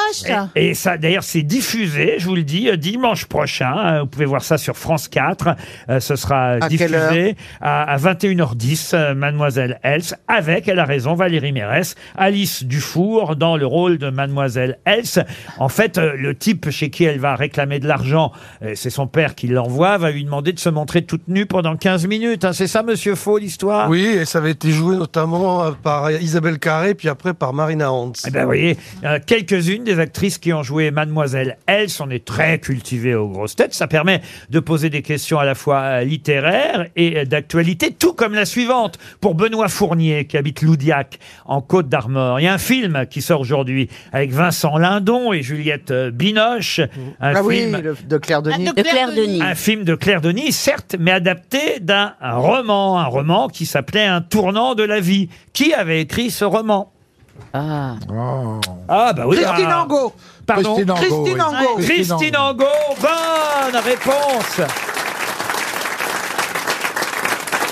S2: Et, et ça, d'ailleurs, c'est diffusé, je vous le dis, euh, dimanche prochain. Euh, Vous pouvez voir ça sur France 4. Euh, ce sera euh,
S6: À quelle
S2: diffusé à, à 21h10, euh, Mademoiselle Else, avec, elle a raison, Valérie Mérès, Alice Dufour, dans le rôle de Mademoiselle Else. En fait, euh, le type chez qui elle va réclamer de l'argent, euh, c'est son père qui l'envoie, va lui demander de se montrer toute nue pendant 15 minutes. hein. C'est ça, monsieur Faux, l'histoire
S9: Oui, et ça avait été joué notamment euh, par Isabelle Carré, puis après par Marina Hans.
S2: Eh ben, vous voyez, euh, quelques-unes des actrices qui ont joué Mademoiselle Else, on est très cultivé aux grosses têtes. Ça permet de poser des questions à la fois euh, littéraires et euh, d'actualité, tout comme la suivante pour Benoît Fournier, qui habite Loudiac, en Côte d'Armor. Il y a un film qui sort aujourd'hui avec Vincent Lindon et Juliette euh, Binoche. Un
S6: Ah oui,
S2: film
S6: le- de Claire Denis.
S8: De Claire Denis.
S2: un film de Claire Denis, certes, mais adapté d'un un roman, un roman qui s'appelait Un tournant de la vie. Qui avait écrit ce roman
S5: Oh.
S2: Ah bah oui.
S6: Christine
S2: ah,
S6: Angot.
S2: Pardon.
S5: Christine Angot.
S6: Christine
S5: oui.
S6: Angot.
S2: Christine Angot, bonne réponse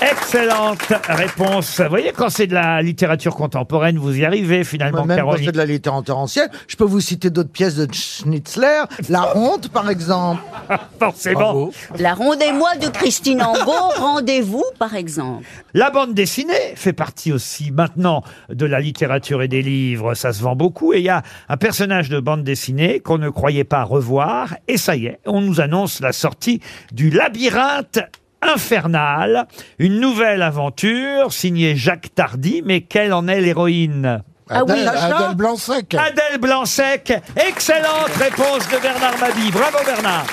S2: Excellente réponse. Vous voyez, quand c'est de la littérature contemporaine, vous y arrivez finalement,
S6: Même quand c'est
S2: Caroline.
S6: de la littérature ancienne, je peux vous citer d'autres pièces de Schnitzler, La Ronde par exemple.
S2: Forcément.
S5: Bravo.
S8: La Rendez-moi de Christine Angot, rendez-vous par exemple.
S2: La bande dessinée fait partie aussi maintenant de la littérature et des livres. Ça se vend beaucoup. Et il y a un personnage de bande dessinée qu'on ne croyait pas revoir. Et ça y est, on nous annonce la sortie du labyrinthe infernal. Une nouvelle aventure signée Jacques Tardy. Mais quelle en est l'héroïne
S8: Ah oui.
S5: Adèle,
S8: L'achat
S5: Adèle Blanc-Sec.
S2: Adèle Blanc-Sec. Excellente réponse de Bernard Mabi. Bravo Bernard.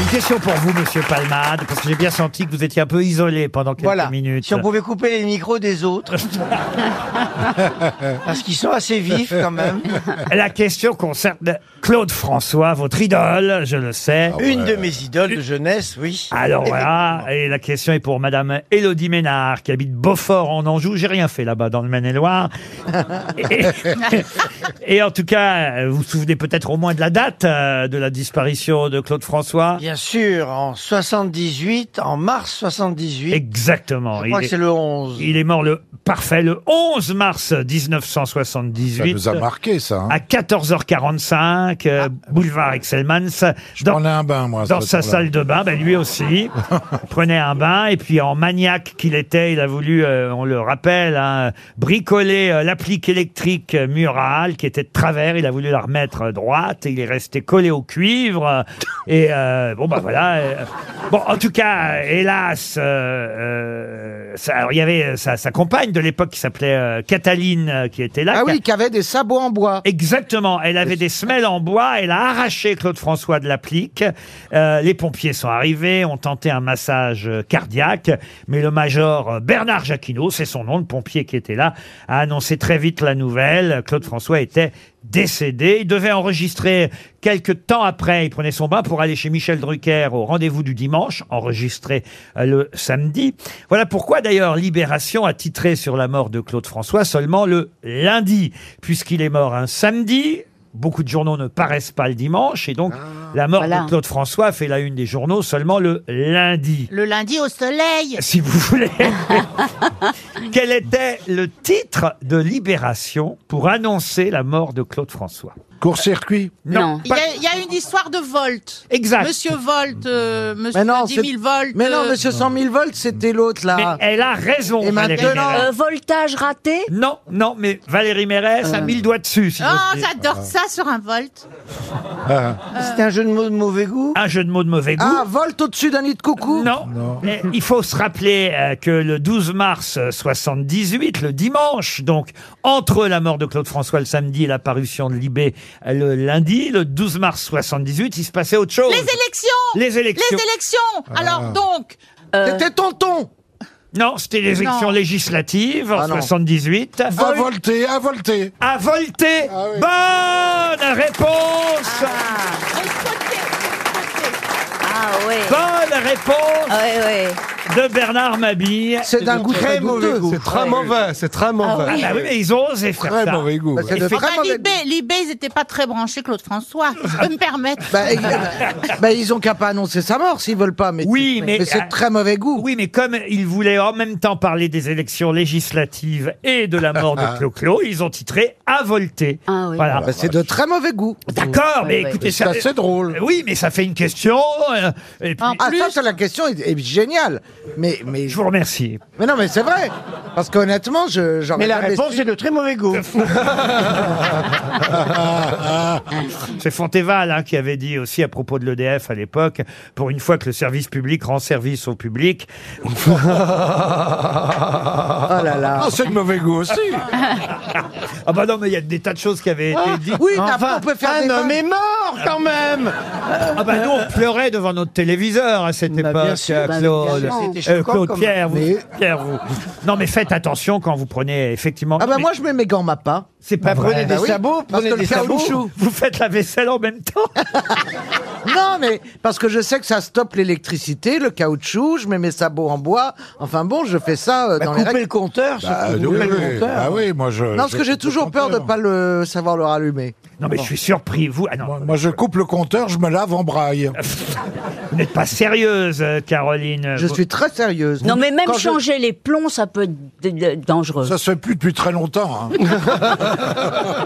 S2: Une question pour vous, Monsieur Palmade, parce que j'ai bien senti que vous étiez un peu isolé pendant quelques
S12: Voilà.
S2: minutes.
S12: Si on pouvait couper les micros des autres. Parce qu'ils sont assez vifs quand même.
S2: La question concerne Claude François, votre idole, je le
S6: Ah
S2: sais.
S12: Une de mes idoles de jeunesse, oui.
S2: Ah Alors
S6: Eh
S2: voilà, et la question est pour Madame Élodie Ménard, qui habite Beaufort en Anjou. J'ai rien fait là-bas, dans le Maine-et-Loire. Et, et en tout cas, vous vous souvenez peut-être au moins de la date euh, de la disparition de Claude François.
S12: Bien sûr, en 78, en mars 78,
S2: Exactement.
S12: je crois
S2: il,
S12: que
S2: est,
S12: c'est le 11.
S2: il est mort le parfait le 11 mars
S5: Ça
S2: 1978.
S5: nous a marqué, ça. hein.
S2: à 14h45, euh,
S12: Ah,
S2: boulevard Excelmans,
S5: Je
S2: dans,
S5: prenais un bain, moi.
S2: dans
S5: ce
S2: sa
S5: temps-là.
S2: salle de bain, ben lui aussi Il prenait un bain et puis en maniaque qu'il était, il a voulu, euh, on le rappelle, hein, bricoler euh, l'applique électrique euh, murale qui était de travers, il a voulu la remettre euh, droite, et il est resté collé au cuivre euh, et euh, bon, bah voilà. euh, bon, en tout cas, hélas, euh, euh, ça- alors, il y avait euh, sa, sa compagne de l'époque qui s'appelait euh, Cataline, euh, qui était là.
S6: Ah
S2: qui a-
S6: oui, qui avait des sabots en bois.
S2: Exactement. Elle avait des semelles en bois. Elle a arraché Claude François de l'applique. Euh, les pompiers sont arrivés, ont tenté un massage euh, cardiaque, mais le major euh, Bernard Jacquinot, c'est son nom, le pompier qui était là, a annoncé très vite la nouvelle. Claude François était décédé. Il devait enregistrer quelques temps après. Il prenait son bain pour aller chez Michel Drucker au rendez-vous du dimanche, enregistré euh, le samedi. Voilà pourquoi d'ailleurs Libération a titré sur la mort de Claude François seulement le lundi, puisqu'il est mort un samedi. Beaucoup de journaux ne paraissent pas le dimanche et donc la mort
S4: voilà.
S2: de Claude François fait la une des journaux seulement le lundi.
S4: Le lundi au soleil.
S2: Si vous voulez. Quel était le titre de Libération pour annoncer la mort de Claude François Court-circuit Non.
S4: Il y,
S2: pas-
S4: a, il y a une histoire de Volt.
S2: Exact.
S4: Monsieur Volt, euh, monsieur
S6: Mais non,
S4: 10
S6: c'est-
S4: 000 volts.
S6: Mais non,
S4: euh,
S6: monsieur 100 000 volts, c'était l'autre là.
S2: Mais elle a raison.
S6: Et
S2: Valérie
S6: maintenant,
S2: Mérès.
S6: Euh,
S8: voltage raté
S2: Non, non, mais Valérie Mérès
S6: Euh.
S2: a mis le doigt dessus. si
S4: Oh,
S2: j'ose dire.
S6: Ah.
S4: j'adore ça sur un Volt.
S6: euh,
S2: C'était un jeu de mots de mauvais goût Un jeu de mots de mauvais goût.
S6: Ah, volte au-dessus d'un nid de coucou
S2: Non. Mais il faut se rappeler euh, que le 12 mars 78, le dimanche, donc entre la mort de Claude François le samedi et la parution de Libé euh, le lundi, le 12 mars 78, il se passait autre chose.
S4: Les élections
S2: Les élections.
S4: Les élections
S2: Ah.
S4: Alors donc. euh,
S6: C'était tonton
S2: Non, c'était les élections
S4: Non.
S2: législatives en
S5: Ah non.
S2: 78.
S5: À volter, à Ah volter.
S2: À volter. Bonne réponse.
S8: Ah ouais.
S2: Bonne réponse de Bernard Mabille.
S6: C'est d'un goût très mauvais goût. Ah
S9: C'est très mauvais, c'est très mauvais.
S2: Ah bah oui, mais ils ont osé faire ça.
S6: Bah, c'est de
S4: Enfin,
S6: très mauvais
S4: Libé, Libé, ils n'étaient pas très branchés, Claude François. Je peux me permettre.
S6: Bah, et- bah, ils ont qu'à pas annoncer sa mort s'ils veulent pas. Mais
S2: Oui, mais, euh,
S6: c'est très mauvais goût.
S2: Oui, mais comme ils voulaient en même temps parler des élections législatives et de la mort de Clo-Clo, ils ont titré à volter.
S8: Ah oui.
S2: Voilà.
S6: Ah. Bah, c'est de très mauvais goût.
S2: D'accord, mais
S6: Ouais, ouais.
S2: écoutez,
S6: C'est
S2: ça- Euh,
S6: assez drôle.
S2: Oui, mais ça fait une question. euh, et puis-
S6: Ah, ça, c'est la question est, est géniale. Mais, mais...
S2: Je vous remercie.
S6: Mais non, mais c'est vrai. Parce qu'honnêtement, je, j'aurais
S12: Mais la
S6: jamais
S12: réponse
S6: su-
S12: est de très mauvais goût.
S3: Ah.
S2: C'est Fonteval hein, qui avait dit aussi à propos de l'EDF à l'époque, pour une fois que le service public rend service au public.
S6: Oh là là.
S5: Ah, c'est de mauvais goût aussi.
S2: Ah bah non, mais il y a des tas de choses qui avaient été dites.
S6: Oui, enfin, on peut faire
S12: un
S6: des
S12: homme
S6: vannes.
S12: est mort quand même.
S2: Ah bah nous, on pleurait devant notre téléviseur à cette époque,
S12: bien sûr,
S2: euh,
S12: bah,
S2: Claude.
S12: bien sûr. C'était
S2: Euh,
S12: choquant
S2: Claude
S12: comme-
S2: Pierre, vous, Pierre, vous. Non mais faites attention quand vous prenez effectivement...
S6: Ah bah
S2: mais
S6: moi, je mets mes gants mappa.
S2: C'est pas
S6: Bah,
S2: vrai.
S6: prenez des
S2: Bah oui,
S6: sabots,
S2: parce
S6: prenez
S2: que le
S6: des sabots.
S2: caoutchouc, Vous faites la vaisselle en même temps.
S6: Non, mais parce que je sais que ça stoppe l'électricité, le caoutchouc, je mets mes sabots en bois. Enfin bon, je fais ça euh, dans les règles.
S12: Bah, compteur,
S5: Bah, oui, oui. Bah oui, moi je.
S6: Non, parce que j'ai toujours peur de pas le savoir le rallumer.
S2: Non mais je suis surpris, vous... Ah non,
S5: Moi, je coupe le compteur, je me lave en braille.
S2: vous n'êtes pas sérieuse, euh, Caroline.
S6: Je
S2: Vous-
S6: suis très sérieuse.
S8: Non, mais même
S6: Quand je-
S8: changer les plombs, ça peut être d- d- dangereux.
S5: Ça se fait plus depuis très longtemps. hein.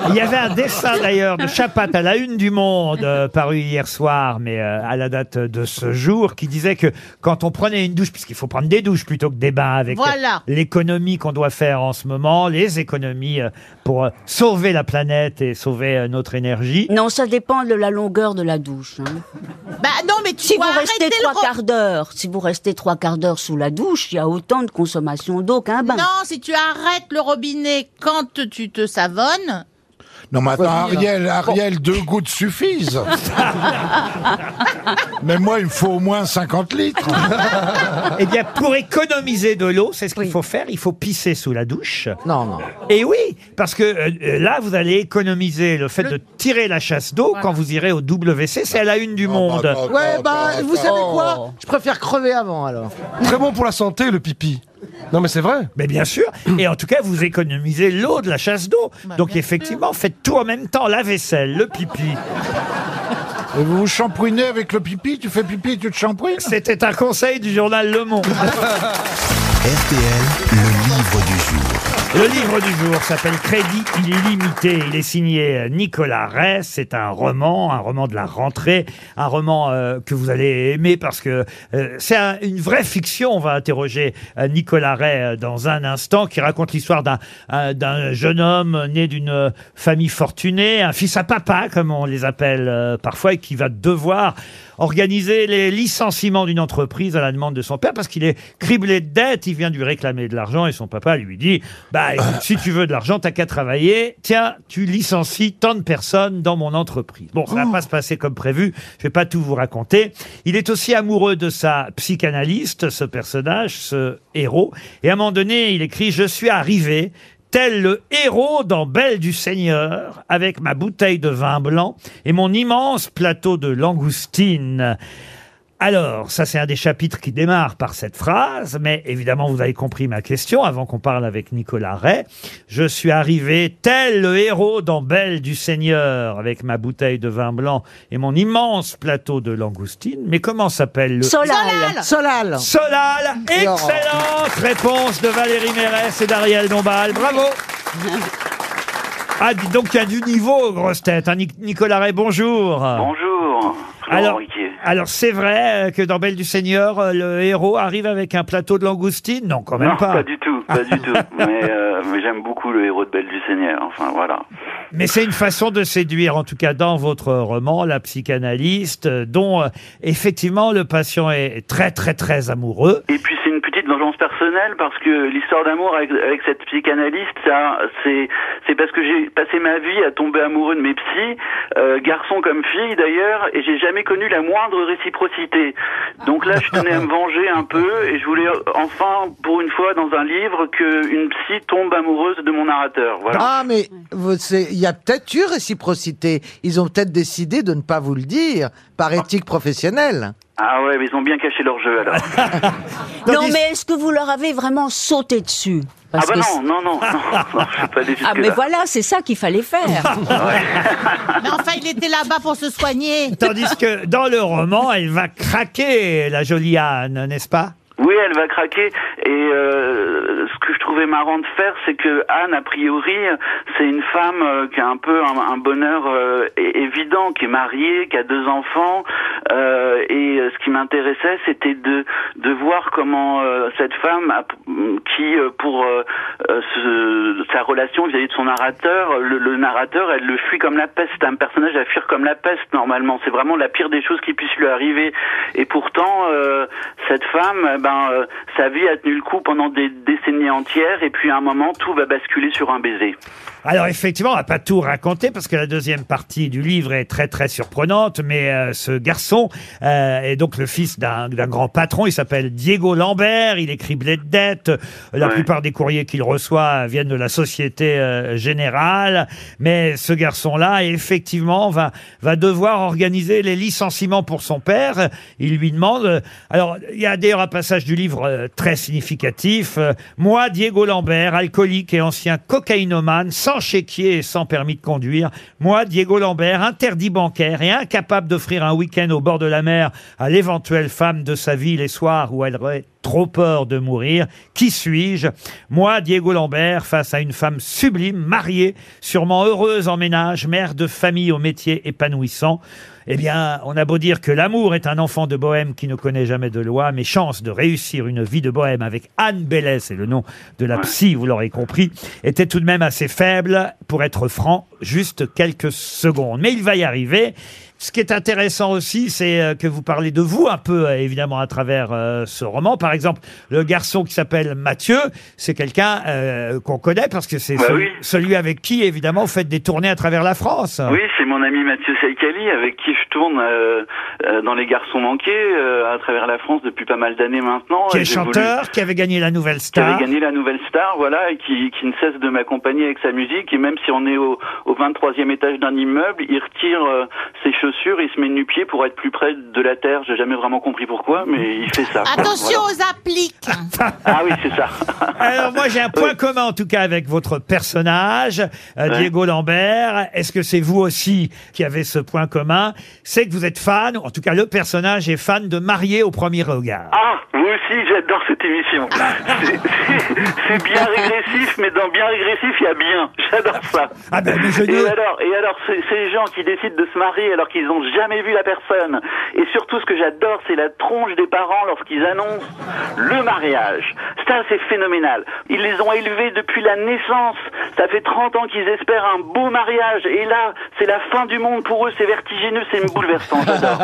S2: Il y avait un dessin d'ailleurs de Chapat à la une du monde, euh, paru hier soir, mais euh, à la date de ce jour, qui disait que quand on prenait une douche, puisqu'il faut prendre des douches plutôt que des bains avec
S4: Voilà.
S2: euh, l'économie qu'on doit faire en ce moment, les économies euh, pour euh, sauver la planète et sauver euh, notre énergie.
S8: Non, ça dépend de la longueur de la douche. hein.
S4: Bah non, mais tu
S8: Si vous
S4: vois,
S8: restez
S4: arrêtez
S8: trois
S4: le... re-
S8: quarts d'heure, si vous restez trois quarts d'heure sous la douche, il y a autant de consommation d'eau qu'un bain.
S4: Non, si tu arrêtes le robinet quand te- tu te savonnes,
S5: Non, mais attends, Ariel, Ariel, deux gouttes suffisent. mais moi, il me faut au moins 50 litres.
S2: Eh bien, pour économiser de l'eau, c'est ce qu'il faut faire. Il faut pisser sous la douche.
S6: Non, non.
S2: Et oui, parce que euh, euh, là, vous allez économiser le fait de tirer la chasse d'eau quand vous irez au WC. C'est à la une du monde.
S6: Ouais, bah, vous savez
S8: Oh.
S6: quoi Je préfère crever avant, alors.
S9: Très bon pour la santé, le pipi. Non, mais c'est vrai.
S2: Mais bien sûr. Et en tout cas, vous économisez l'eau de la chasse d'eau. Donc effectivement, faites tout en même temps. La vaisselle, le pipi.
S5: Et vous vous shampouinez avec le pipi Tu fais pipi, tu te shampouines
S2: C'était un conseil du journal Le Monde.
S1: RTL, le livre du jour.
S2: Le livre du jour s'appelle Crédit illimité. Il est signé euh, Nicolas Rey. C'est un roman, un roman de la rentrée, un roman euh, que vous allez aimer parce que euh, c'est un- une vraie fiction. On va interroger euh, Nicolas Rey euh, dans un instant qui raconte l'histoire d'un un- d'un jeune homme né d'une euh, famille fortunée, un fils à papa comme on les appelle euh, parfois et qui va devoir organiser les licenciements d'une entreprise à la demande de son père parce qu'il est criblé de dettes, il vient de lui réclamer de l'argent et son papa lui dit bah écoute, si tu veux de l'argent, t'as qu'à travailler. Tiens, tu licencies tant de personnes dans mon entreprise. Bon, ça va pas se passer comme prévu, je vais pas tout vous raconter. Il est aussi amoureux de sa psychanalyste ce personnage, ce héros et à un moment donné, il écrit je suis arrivé tel le héros dans Belle du Seigneur, avec ma bouteille de vin blanc et mon immense plateau de langoustines. Alors, ça c'est un des chapitres qui démarre par cette phrase, mais évidemment vous avez compris ma question avant qu'on parle avec Nicolas Ray. Je suis arrivé tel le héros dans Belle du Seigneur, avec ma bouteille de vin blanc et mon immense plateau de langoustines. Mais comment s'appelle le...
S6: Solal. Solal.
S2: Solal,
S6: Et Orange.
S2: excellente réponse de Valérie Mérès et d'Ariel Dombal. Bravo. Ah, dites donc, il y a du niveau, grosse tête. hein. Nic- Nicolas Ray, bonjour.
S13: Bonjour.
S2: Alors, alors c'est vrai euh, que dans Belle du Seigneur, euh, le héros arrive avec un plateau de langoustines Non, quand même
S13: non,
S2: pas.
S13: du tout, pas du tout. Mais, euh, mais j'aime beaucoup le héros de Belle du Seigneur. Enfin voilà.
S2: Mais c'est une façon de séduire, en tout cas dans votre roman, la psychanalyste, euh, dont euh, effectivement le patient est très très très amoureux.
S13: Et puis c'est une petite vengeance personnelle parce que l'histoire d'amour avec, avec cette psychanalyste, ça, c'est c'est parce que j'ai passé ma vie à tomber amoureux de mes psys, euh, garçons comme filles d'ailleurs, et j'ai jamais connu la moindre réciprocité. Donc là, je tenais à me venger un peu et je voulais enfin, pour une fois, dans un livre, que une psy tombe amoureuse de mon narrateur. Voilà.
S6: Ah, mais vous- c'est- il y a peut-être eu réciprocité. Ils ont peut-être décidé de ne pas vous le dire,
S2: Ah.
S6: par éthique professionnelle.
S13: Ah ouais, mais ils ont bien caché leur jeu alors.
S8: Non, mais est-ce que vous leur avez vraiment sauté dessus Parce
S2: ben
S13: ah bah
S8: que
S13: non, non, non, non, non, je suis pas allé
S8: c'est- Ah, mais
S13: jusque-là.
S8: voilà, c'est ça qu'il fallait faire.
S4: Mais enfin, il était là-bas pour se soigner.
S2: Tandis que dans le roman, elle va craquer, la jolie Anne, n'est-ce pas
S13: Oui, elle va craquer. Et euh, ce que je trouvais marrant de faire, c'est que Anne, a priori, c'est une femme euh, qui a un peu un, un bonheur euh, é- évident, qui est mariée, qui a deux enfants. Euh, et euh, ce qui m'intéressait, c'était de de voir comment euh, cette femme, a- qui euh, pour euh, euh, ce- sa relation vis-à-vis de son narrateur, le, le narrateur, elle le fuit comme la peste. C'est un personnage à fuir comme la peste normalement. C'est vraiment la pire des choses qui puisse lui arriver. Et pourtant, euh, cette femme, eh ben, euh, sa vie a tenu le coup pendant des décennies entières. Et puis à un moment, tout va basculer sur un baiser.
S2: Alors effectivement, on va pas tout raconter parce que la deuxième partie du livre est très très surprenante. Mais euh, ce garçon euh, est donc le fils d'un d'un grand patron. Il s'appelle Diego Lambert. Il est criblé de dettes. La plupart des courriers qu'il reçoit viennent de la Société euh, Générale. Mais ce garçon-là, effectivement, va va devoir organiser les licenciements pour son père. Il lui demande. euh, Alors il y a d'ailleurs un passage du livre euh, très significatif. Euh, Moi, Diego Lambert, alcoolique et ancien cocaïnomane, sans chéquier et sans permis de conduire. Moi, Diego Lambert, interdit bancaire et incapable d'offrir un week-end au bord de la mer à l'éventuelle femme de sa vie les soirs où elle aurait trop peur de mourir. Qui suis-je Moi, Diego Lambert, face à une femme sublime, mariée, sûrement heureuse en ménage, mère de famille au métier épanouissant. Eh bien, on a beau dire que l'amour est un enfant de bohème qui ne connaît jamais de loi, mes chances de réussir une vie de bohème avec Anne Bellet, c'est le nom de la psy, vous l'aurez compris, étaient tout de même assez faibles, pour être franc, juste quelques secondes. Mais il va y arriver. Ce qui est intéressant aussi, c'est euh, que vous parlez de vous un peu, euh, évidemment, à travers euh, ce roman. Par exemple, le garçon qui s'appelle Mathieu, c'est quelqu'un euh, qu'on connaît parce que c'est
S13: Bah
S2: celui,
S13: oui.
S2: celui avec qui, évidemment, vous faites des tournées à travers la France.
S13: Oui, c'est mon ami Mathieu Saïkali avec qui je tourne euh, euh, dans Les Garçons Manqués euh, à travers la France depuis pas mal d'années maintenant.
S2: qui
S13: Et
S2: est
S13: j'ai voulu-
S2: chanteur, qui avait gagné la Nouvelle
S13: qui
S2: Star.
S13: avait gagné la nouvelle star, voilà, et qui, qui ne cesse de m'accompagner avec sa musique. Et même si on est au, au 23e étage d'un immeuble, il retire euh, ses chaussures, il se met nu-pied pour être plus près de la terre. J'ai jamais vraiment compris pourquoi, mais il fait ça.
S4: Attention
S13: Voilà.
S4: aux appliques.
S13: Ah oui, c'est ça.
S2: Alors moi j'ai un point commun en tout cas avec votre personnage, euh,
S13: Ouais.
S2: Diego Lambert. Est-ce que c'est vous aussi qui avez ce point commun C'est que vous êtes fan, en tout cas le personnage est fan de Marié au premier regard.
S13: Ah, vous aussi, j'adore cette cette émission. C'est- c'est- C'est bien régressif, mais dans bien régressif, il y a bien. J'adore ça. et alors, et alors ces, ces gens qui décident de se marier alors qu'ils n'ont jamais vu la personne. Et surtout, ce que j'adore, c'est la tronche des parents lorsqu'ils annoncent le mariage. Ça, c'est phénoménal. Ils les ont élevés depuis la naissance. Ça fait 30 ans qu'ils espèrent un beau mariage. Et là, c'est la fin du monde pour eux. C'est vertigineux, c'est bouleversant. J'adore.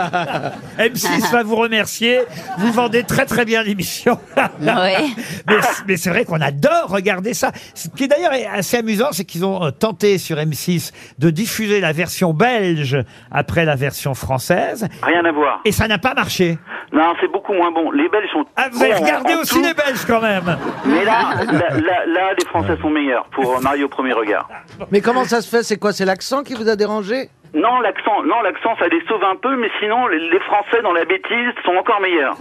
S2: M6 va vous remercier. Vous vendez très très bien l'émission.
S13: Ouais.
S2: mais mais c'est vrai qu'on adore regarder ça. Ce qui d'ailleurs est assez amusant, c'est qu'ils ont euh, tenté sur M6 de diffuser la version belge après la version française.
S13: Rien à voir.
S2: Et ça n'a pas marché.
S13: Non, c'est beaucoup moins bon. Les Belges sont.
S2: Ah, vous avez
S13: cons en-
S2: regardé
S13: en
S2: aussi
S13: tout.
S2: les Belges quand même.
S13: Mais là, là, là, là, les Français sont meilleurs pour euh, Mario Premier Regard.
S6: Mais comment ça se fait C'est quoi C'est l'accent qui vous a dérangé
S13: Non, l'accent, non, l'accent, ça les sauve un peu, mais sinon, les, les Français dans la bêtise sont encore meilleurs.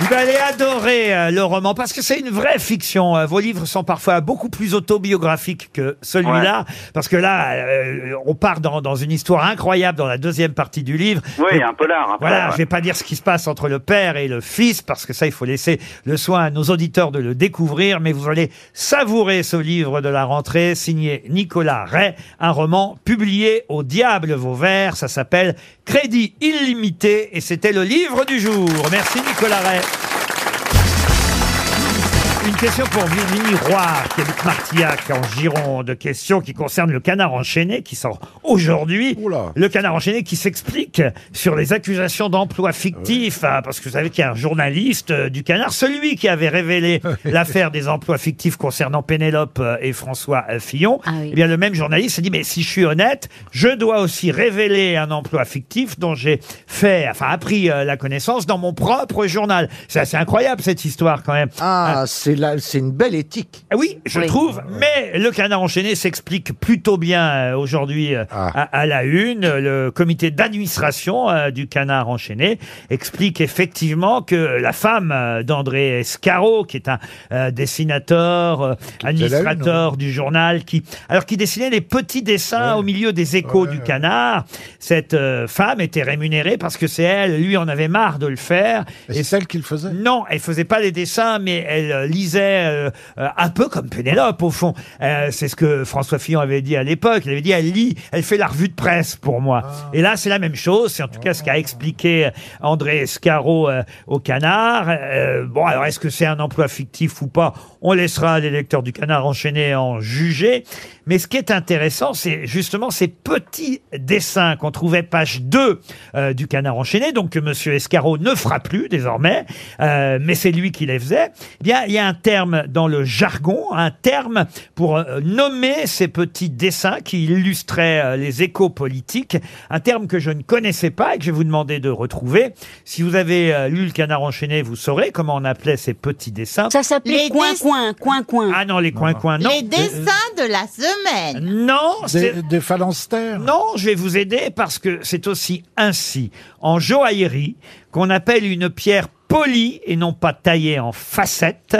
S2: Vous allez adorer euh, le roman parce que c'est une vraie fiction. Euh, Vos livres sont parfois beaucoup plus autobiographiques que celui-là parce que là, euh, on part dans, dans une histoire incroyable dans la deuxième partie du livre.
S13: Oui,
S2: Et-
S13: un polar. Un
S2: Voilà,
S13: polar,
S2: je vais pas dire ce qui se passe entre le père et le fils parce que ça, il faut laisser le soin à nos auditeurs de le découvrir. Mais vous allez savourer ce livre de la rentrée signé Nicolas Ray, un roman publié au diable vos vers. Ça s'appelle Crédit illimité et c'était le livre du jour. Merci Nicolas Ray. Une question pour Virginie Roy, qui habite Martillac, en Gironde. Question qui concerne le canard enchaîné, qui sort aujourd'hui. Le canard enchaîné qui s'explique sur les accusations d'emploi fictif. hein, parce que vous savez qu'il y a un journaliste euh, du canard, celui qui avait révélé l'affaire des emplois fictifs concernant Pénélope euh, et François euh, Fillon. Eh bien, le même journaliste s'est dit, mais si je suis honnête, je dois aussi révéler un emploi fictif dont j'ai fait, enfin, appris euh, la connaissance dans mon propre journal. C'est assez incroyable, cette histoire, quand même. Hein Ah
S6: Ah, c'est là, c'est une belle éthique.
S2: Oui, je trouve. Mais le canard enchaîné s'explique plutôt bien euh, aujourd'hui euh,
S6: Ah.
S2: à, à la une. Le comité d'administration euh, du canard enchaîné explique effectivement que la femme euh, d'André Escaro, qui est un euh, dessinateur, euh, administrateur du journal, qui alors qui dessinait les petits dessins au milieu des échos du canard, cette euh, femme était rémunérée parce que c'est elle, lui en avait marre de le faire. Et
S5: celle qu'il faisait
S2: Non, elle faisait pas les dessins, mais elle euh, lisait euh, euh, un peu comme Pénélope au fond. Euh, c'est ce que François Fillon avait dit à l'époque. Il avait dit elle lit, elle fait la revue de presse pour moi. Et là, c'est la même chose. C'est en tout cas ce qu'a expliqué euh, André Escaro euh, au Canard. Euh, bon, alors est-ce que c'est un emploi fictif ou pas On laissera les lecteurs du Canard enchaîner en juger. Mais ce qui est intéressant, c'est justement ces petits dessins qu'on trouvait page 2 euh, du Canard enchaîné, donc que Monsieur Escaro ne fera plus désormais, euh, mais c'est lui qui les faisait. Eh bien, il y a un terme dans le jargon, un terme pour euh, nommer ces petits dessins qui illustraient euh, les échos politiques, un terme que je ne connaissais pas et que je vais vous demander de retrouver. Si vous avez euh, lu le Canard enchaîné, vous saurez comment on appelait ces petits dessins.
S8: Ça s'appelait
S2: Les
S8: coin-coin, coin-coin.
S2: Ah non, les coins-coins, non.
S4: Les dessins de la semaine.
S2: Non,
S5: Des,
S2: c'est-
S5: des phalanstères
S2: Non, je vais vous aider parce que c'est aussi ainsi, en joaillerie, qu'on appelle une pierre polie et non pas taillée en facettes,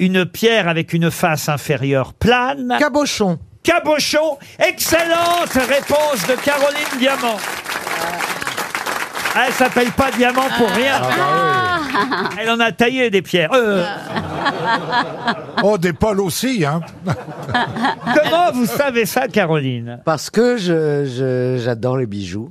S2: une pierre avec une face inférieure plane.
S6: Cabochon.
S2: Cabochon. Excellente réponse de Caroline Diamant. Ah, Elle s'appelle pas Diamant pour rien. Elle en a taillé des pierres. Euh,
S5: Oh, des pôles aussi, hein
S2: comment vous savez ça, Caroline
S6: Parce que je, je- j'adore les bijoux.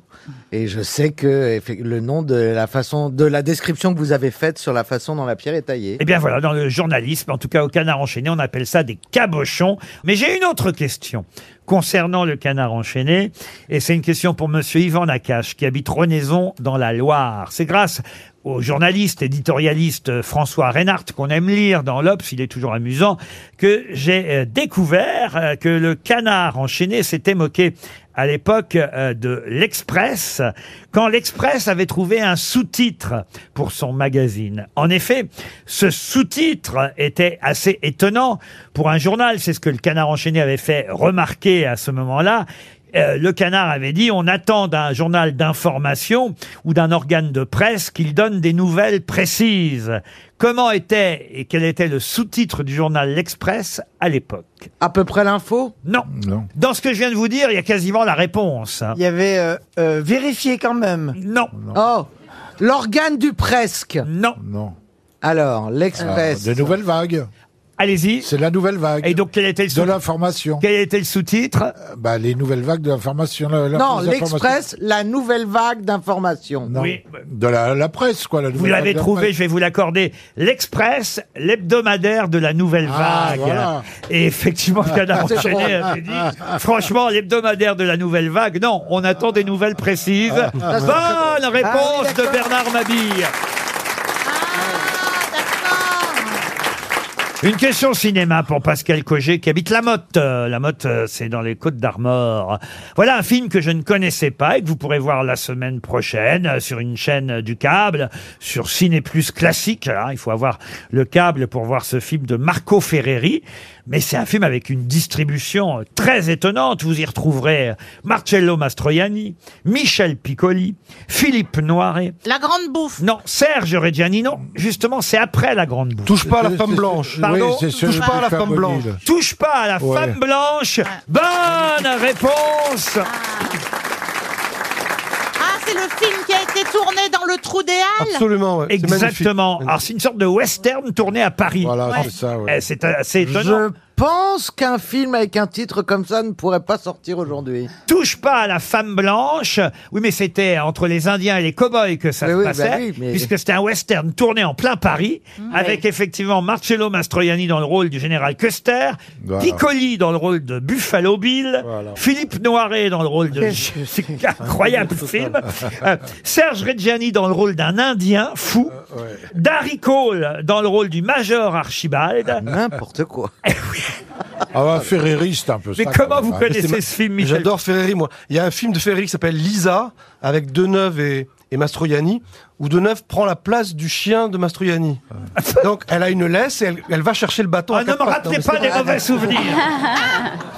S6: Et je sais que effe- le nom de la façon, de la description que vous avez faite sur la façon dont la pierre est taillée.
S2: Eh bien voilà, dans le journalisme, en tout cas au canard enchaîné, on appelle ça des cabochons. Mais j'ai une autre question concernant le canard enchaîné, et c'est une question pour Monsieur Yvan Nakache, qui habite Renaison dans la Loire. C'est grâce au journaliste, éditorialiste euh, François Reinhardt, qu'on aime lire dans l'Obs, il est toujours amusant, que j'ai euh, découvert euh, que le canard enchaîné s'était moqué à l'époque euh, de l'Express, quand l'Express avait trouvé un sous-titre pour son magazine. En effet, ce sous-titre était assez étonnant pour un journal, c'est ce que le Canard enchaîné avait fait remarquer à ce moment-là. euh, le canard avait dit on attend d'un journal d'information ou d'un organe de presse qu'il donne des nouvelles précises. Comment était et quel était le sous-titre du journal L'Express à l'époque
S6: À peu près l'info
S2: Non. Dans ce que je viens de vous dire, il y a quasiment la réponse. hein.
S12: Il y avait euh, euh, vérifié quand même.
S2: Non.
S6: Oh, l'organe du presque.
S2: Non.
S5: Non.
S6: Alors, l'Express.
S5: de nouvelles vagues.
S2: Allez-y.
S5: C'est la nouvelle vague.
S2: Et donc, quel était le
S5: De l'information.
S2: Quel était le sous-titre
S5: bah, Les nouvelles vagues de l'information. la- la-
S6: Non,
S5: des informations.
S6: l'Express, la nouvelle vague d'informations.
S5: Non. De la, la presse, quoi. La
S2: Vous
S5: nouvelle
S2: l'avez
S5: vague de la
S2: trouvé,
S5: presse.
S2: je vais vous l'accorder, l'Express, l'hebdomadaire de la nouvelle
S5: Ah,
S2: vague.
S5: voilà.
S2: Et effectivement, le Canard
S5: C'est
S2: enchaîné
S5: drôle.
S2: avait dit, franchement, l'hebdomadaire de la nouvelle vague, non, on attend des nouvelles précises.
S5: Ah.
S2: Bonne
S12: Ah
S2: réponse
S12: oui,
S2: de
S12: d'accord.
S2: Bernard Mabille. Une question cinéma pour Pascal Cogé qui habite La Motte. Euh, La Motte, euh, c'est dans les Côtes d'Armor. Voilà un film que je ne connaissais pas et que vous pourrez voir la semaine prochaine euh, sur une chaîne euh, du câble, sur Ciné Plus classique. hein. il faut avoir le câble pour voir ce film de Marco Ferreri. Mais c'est un film avec une distribution euh, très étonnante. Vous y retrouverez euh, Marcello Mastroianni, Michel Piccoli, Philippe Noiret.
S4: La grande bouffe.
S2: Non, Serge Reggiani, non. Justement, c'est après La Grande Bouffe.
S9: Touche pas à la femme blanche.
S2: Pardon
S5: Oui, c'est celui
S9: Touche pas à la
S5: du
S9: femme blanche.
S5: Fabonil.
S2: Touche pas à la
S5: Ouais.
S2: femme blanche. Bonne réponse.
S4: Ah, c'est le film qui a été tourné dans le trou des Halles.
S9: Absolument, ouais. C'est
S2: Exactement. Alors c'est une sorte de western tourné à Paris.
S5: Voilà,
S4: Ouais.
S5: c'est ça, ouais.
S2: Eh, C'est assez étonnant.
S6: Je pense qu'un film avec un titre comme ça ne pourrait pas sortir aujourd'hui.
S2: Touche pas à la femme blanche. Oui, mais c'était entre les Indiens et les cow-boys que ça
S6: Mais
S2: se
S6: oui, bah
S2: passait,
S6: oui, mais-
S2: puisque c'était un western tourné en plein Paris, avec effectivement Marcello Mastroianni dans le rôle du général Custer,
S5: Voilà.
S2: Piccoli dans le rôle de Buffalo Bill,
S5: Voilà.
S2: Philippe Noiret dans le rôle de... C'est incroyable film. Euh, Serge Reggiani dans le rôle d'un Indien fou.
S6: Euh,
S5: Ouais.
S2: Darry Cole dans le rôle du major Archibald.
S6: N'importe quoi.
S5: Ah, bah, Ferreri, c'est un peu
S2: Mais
S5: ça.
S2: comment
S5: quand
S2: vous
S9: Ah,
S5: même, hein.
S2: connaissez ce film, Michel
S9: J'adore Ferreri, moi. Il y a un film de Ferreri qui s'appelle Lisa, avec Deneuve et, et Mastroianni, où Deneuve prend la place du chien de Mastroianni. Donc, elle a une laisse et elle, elle va chercher le bâton. à
S2: Ah, ne
S9: quatre
S2: me
S9: pattes.
S2: rappelez
S9: Non, mais
S2: pas des
S9: c'est-
S2: mauvais souvenirs.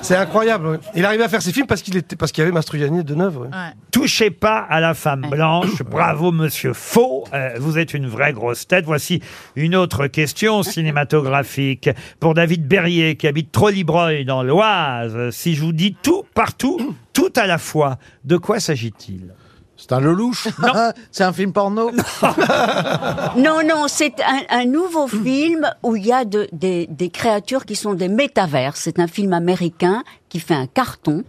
S9: C'est incroyable. ouais. Il arrivait à faire ses films parce qu'il était, parce qu'il y avait Mastroianni et Deneuve. ouais.
S4: Ouais.
S2: Touchez pas à la femme blanche. Bravo, monsieur Faux. Euh, vous êtes une vraie grosse tête. Voici une autre question cinématographique pour David Berrier qui habite Trollibroy dans l'Oise. Si je vous dis tout, partout, tout à la fois, de quoi s'agit-il
S5: C'est un Lelouch.
S6: C'est un film porno
S8: Non, non, c'est un, un nouveau
S2: Mm.
S8: film où il y a de- des, des créatures qui sont des métaverses. C'est un film américain qui fait un carton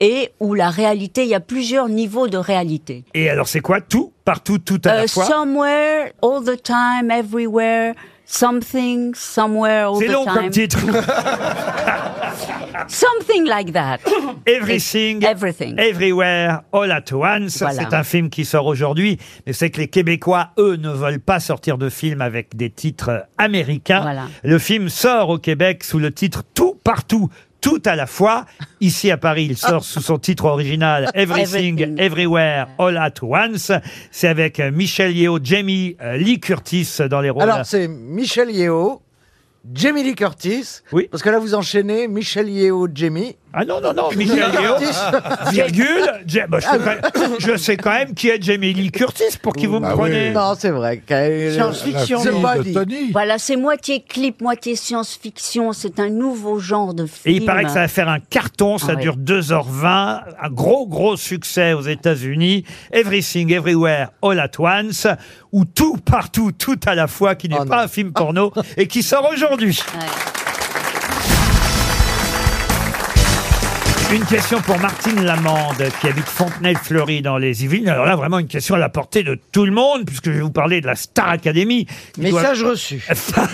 S8: et où la réalité, il y a plusieurs niveaux de réalité.
S2: Et alors, c'est quoi tout, partout, tout à
S8: Euh,
S2: la fois
S8: somewhere, all the time, everywhere, something, somewhere, all
S2: C'est
S8: the
S2: long
S8: time.
S2: comme titre.
S8: Something like that.
S2: Everything,
S8: Everything.
S2: Everywhere, All at Once.
S8: Voilà.
S2: C'est un film qui sort aujourd'hui, mais c'est que les Québécois, eux, ne veulent pas sortir de films avec des titres américains.
S8: Voilà.
S2: Le film sort au Québec sous le titre Tout partout. Tout à la fois. Ici à Paris, il sort sous son titre original Everything,
S8: Everything.
S2: Everywhere, All at Once. C'est avec euh, Michel Yeo, Jamie euh, Lee Curtis dans les rôles.
S6: Alors, c'est Michel Yeo, Jamie Lee Curtis.
S2: Oui.
S6: Parce que là, vous enchaînez Michel Yeo, Jamie.
S2: Ah non, non, non, Michel Yeo, virgule, Ja- bah, je,
S6: Ah
S2: sais quand même, je sais quand même qui est Jamie Lee Curtis, pour qui vous me
S6: Ah
S5: Bah oui.
S2: prenez.
S6: Non, c'est vrai.
S5: La fille
S6: Science-fiction.
S5: de Tony.
S8: Voilà, c'est moitié clip, moitié science-fiction. C'est un nouveau genre de
S2: Et
S8: film.
S2: il paraît que ça va faire un carton, ça
S8: Ah ouais.
S2: dure 2h20, un gros gros succès aux États-Unis, Everything Everywhere All at Once ou tout partout tout à la fois qui n'est
S6: Oh
S2: pas
S6: non.
S2: un film porno et qui sort aujourd'hui. Une question pour Martine Lamande, qui habite Fontenay-Fleury dans les Yvelines. Alors là, vraiment une question à la portée de tout le monde, puisque je vais vous parler de la Star Academy. qui doit-
S12: Message reçu.
S6: Moi,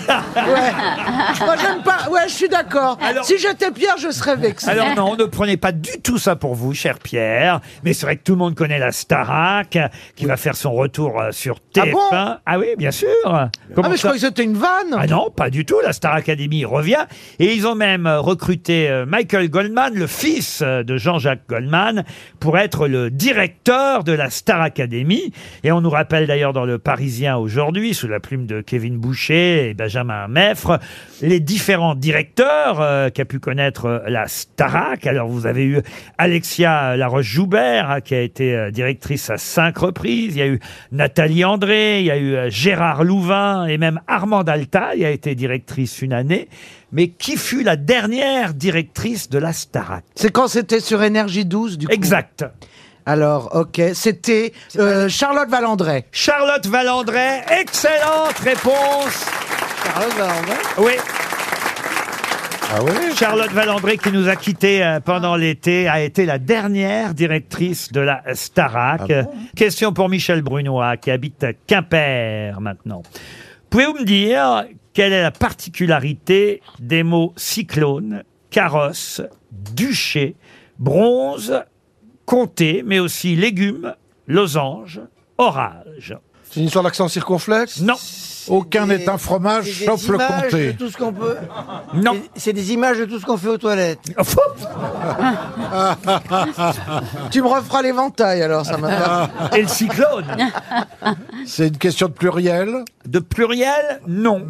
S6: j'aime pas. Ouais, je suis d'accord.
S2: Alors-
S6: Si j'étais Pierre, je serais vexé.
S2: Alors non, ne prenez pas du tout ça pour vous, cher Pierre. Mais c'est vrai que tout le monde connaît la Starac, euh, qui va faire son retour euh, sur
S6: Ah
S2: TF1.
S6: bon
S2: Ah oui, bien sûr.
S6: ah,
S2: Comment
S6: mais je
S2: ça
S6: croyais que c'était une vanne.
S2: Ah non, pas du tout. La Star Academy revient. Et ils ont même euh, recruté euh, Michael Goldman, le fils fils euh, de Jean-Jacques Goldman, pour être le directeur de la Star Academy. Et on nous rappelle d'ailleurs dans Le Parisien aujourd'hui, sous la plume de Kevin Boucher et Benjamin Meffre, les différents directeurs euh, qu'a pu connaître euh, la Starac. Alors vous avez eu Alexia Laroche-Joubert, hein, qui a été euh, directrice à cinq reprises. Il y a eu Nathalie André, il y a eu euh, Gérard Louvain et même Armande Altaï a été directrice une année. Mais qui fut la dernière directrice de la Starac
S6: C'est quand c'était sur Énergie 12, du coup
S2: Exact.
S6: Alors, ok, c'était euh, Charlotte Valandret.
S2: Charlotte Valandret, excellente réponse.
S6: Charlotte Valandret
S2: Oui.
S6: Ah
S2: Charlotte Valandré, qui nous a quittés euh, pendant l'été, a été la dernière directrice de la Starac.
S14: Ah bon
S2: Question pour Michel Brunois, qui habite à Quimper maintenant. Pouvez-vous me dire quelle est la particularité des mots cyclone, carrosse, duché, bronze, comté, mais aussi légumes, losange, orage
S9: C'est une histoire d'accent circonflexe
S2: Non.
S5: Aucun n'est un fromage,
S12: C'est des
S5: sauf le
S12: images
S5: comté.
S12: de tout ce qu'on peut.
S2: Non.
S12: C'est des images de tout ce qu'on fait aux toilettes.
S6: tu me referas l'éventail alors, ça m'intéresse.
S2: Ah. Et le cyclone
S5: C'est une question de pluriel
S2: De pluriel, non.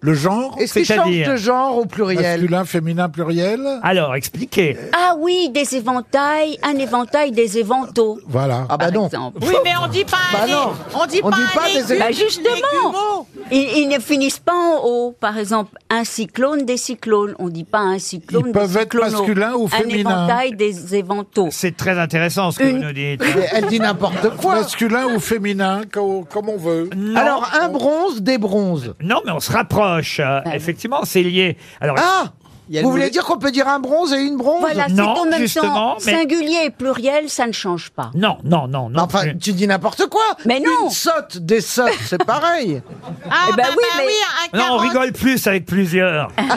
S5: Le genre
S6: Est-ce qu'il change de genre au pluriel
S5: Masculin, féminin, pluriel
S2: Alors, expliquez.
S8: Ah oui, des éventails, un éventail, des éventaux.
S5: Voilà.
S6: Ah bah non.
S4: Oui, mais on dit pas.
S8: Bah
S4: les-
S8: non.
S4: On dit
S8: On
S4: pas,
S8: dit pas
S4: les
S8: des é-
S4: gu-
S8: Bah justement.
S4: les
S8: Ils, ils ne finissent pas en haut. Par exemple, un cyclone, des cyclones. On dit pas un cyclone, des
S5: Ils peuvent être
S8: cyclones.
S5: masculins ou féminins.
S8: Un éventail, des éventaux.
S2: C'est très intéressant ce que vous nous dites.
S6: Elle dit n'importe quoi.
S5: Masculin ou féminin, co- comme on veut.
S6: Alors, un bronze, des bronzes.
S2: Non, mais on se rapproche. euh, effectivement, c'est lié. Alors,
S6: Ah
S12: y a
S6: Vous
S12: le
S6: voulez
S12: boulet-
S6: dire qu'on peut dire un bronze et une bronze
S8: Voilà, c'est
S2: Non,
S8: en même
S2: justement,
S8: temps
S2: mais-
S8: singulier et pluriel, ça ne change pas.
S2: non, non, non, non.
S6: Enfin,
S2: plus.
S6: tu dis n'importe quoi
S8: Mais non.
S6: Une sotte, des sottes, c'est pareil
S4: Ah,
S8: Eh ben
S4: bah,
S8: oui,
S4: bah
S8: mais-
S4: oui, un
S2: Non, on
S4: carotte,
S2: rigole plus avec plusieurs.
S6: Ah.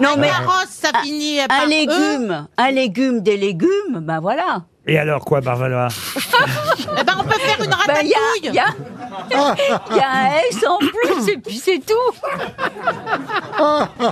S8: Non mais Ah,
S4: carotte, ça finit par
S8: un
S4: E.
S8: légume, un légume, des légumes, ben voilà.
S2: Et alors quoi, Barvalois
S4: Eh ben, on peut faire une
S8: Ben il
S4: ratatouille.
S8: y a, il y a- il y a un S en plus et puis c'est tout.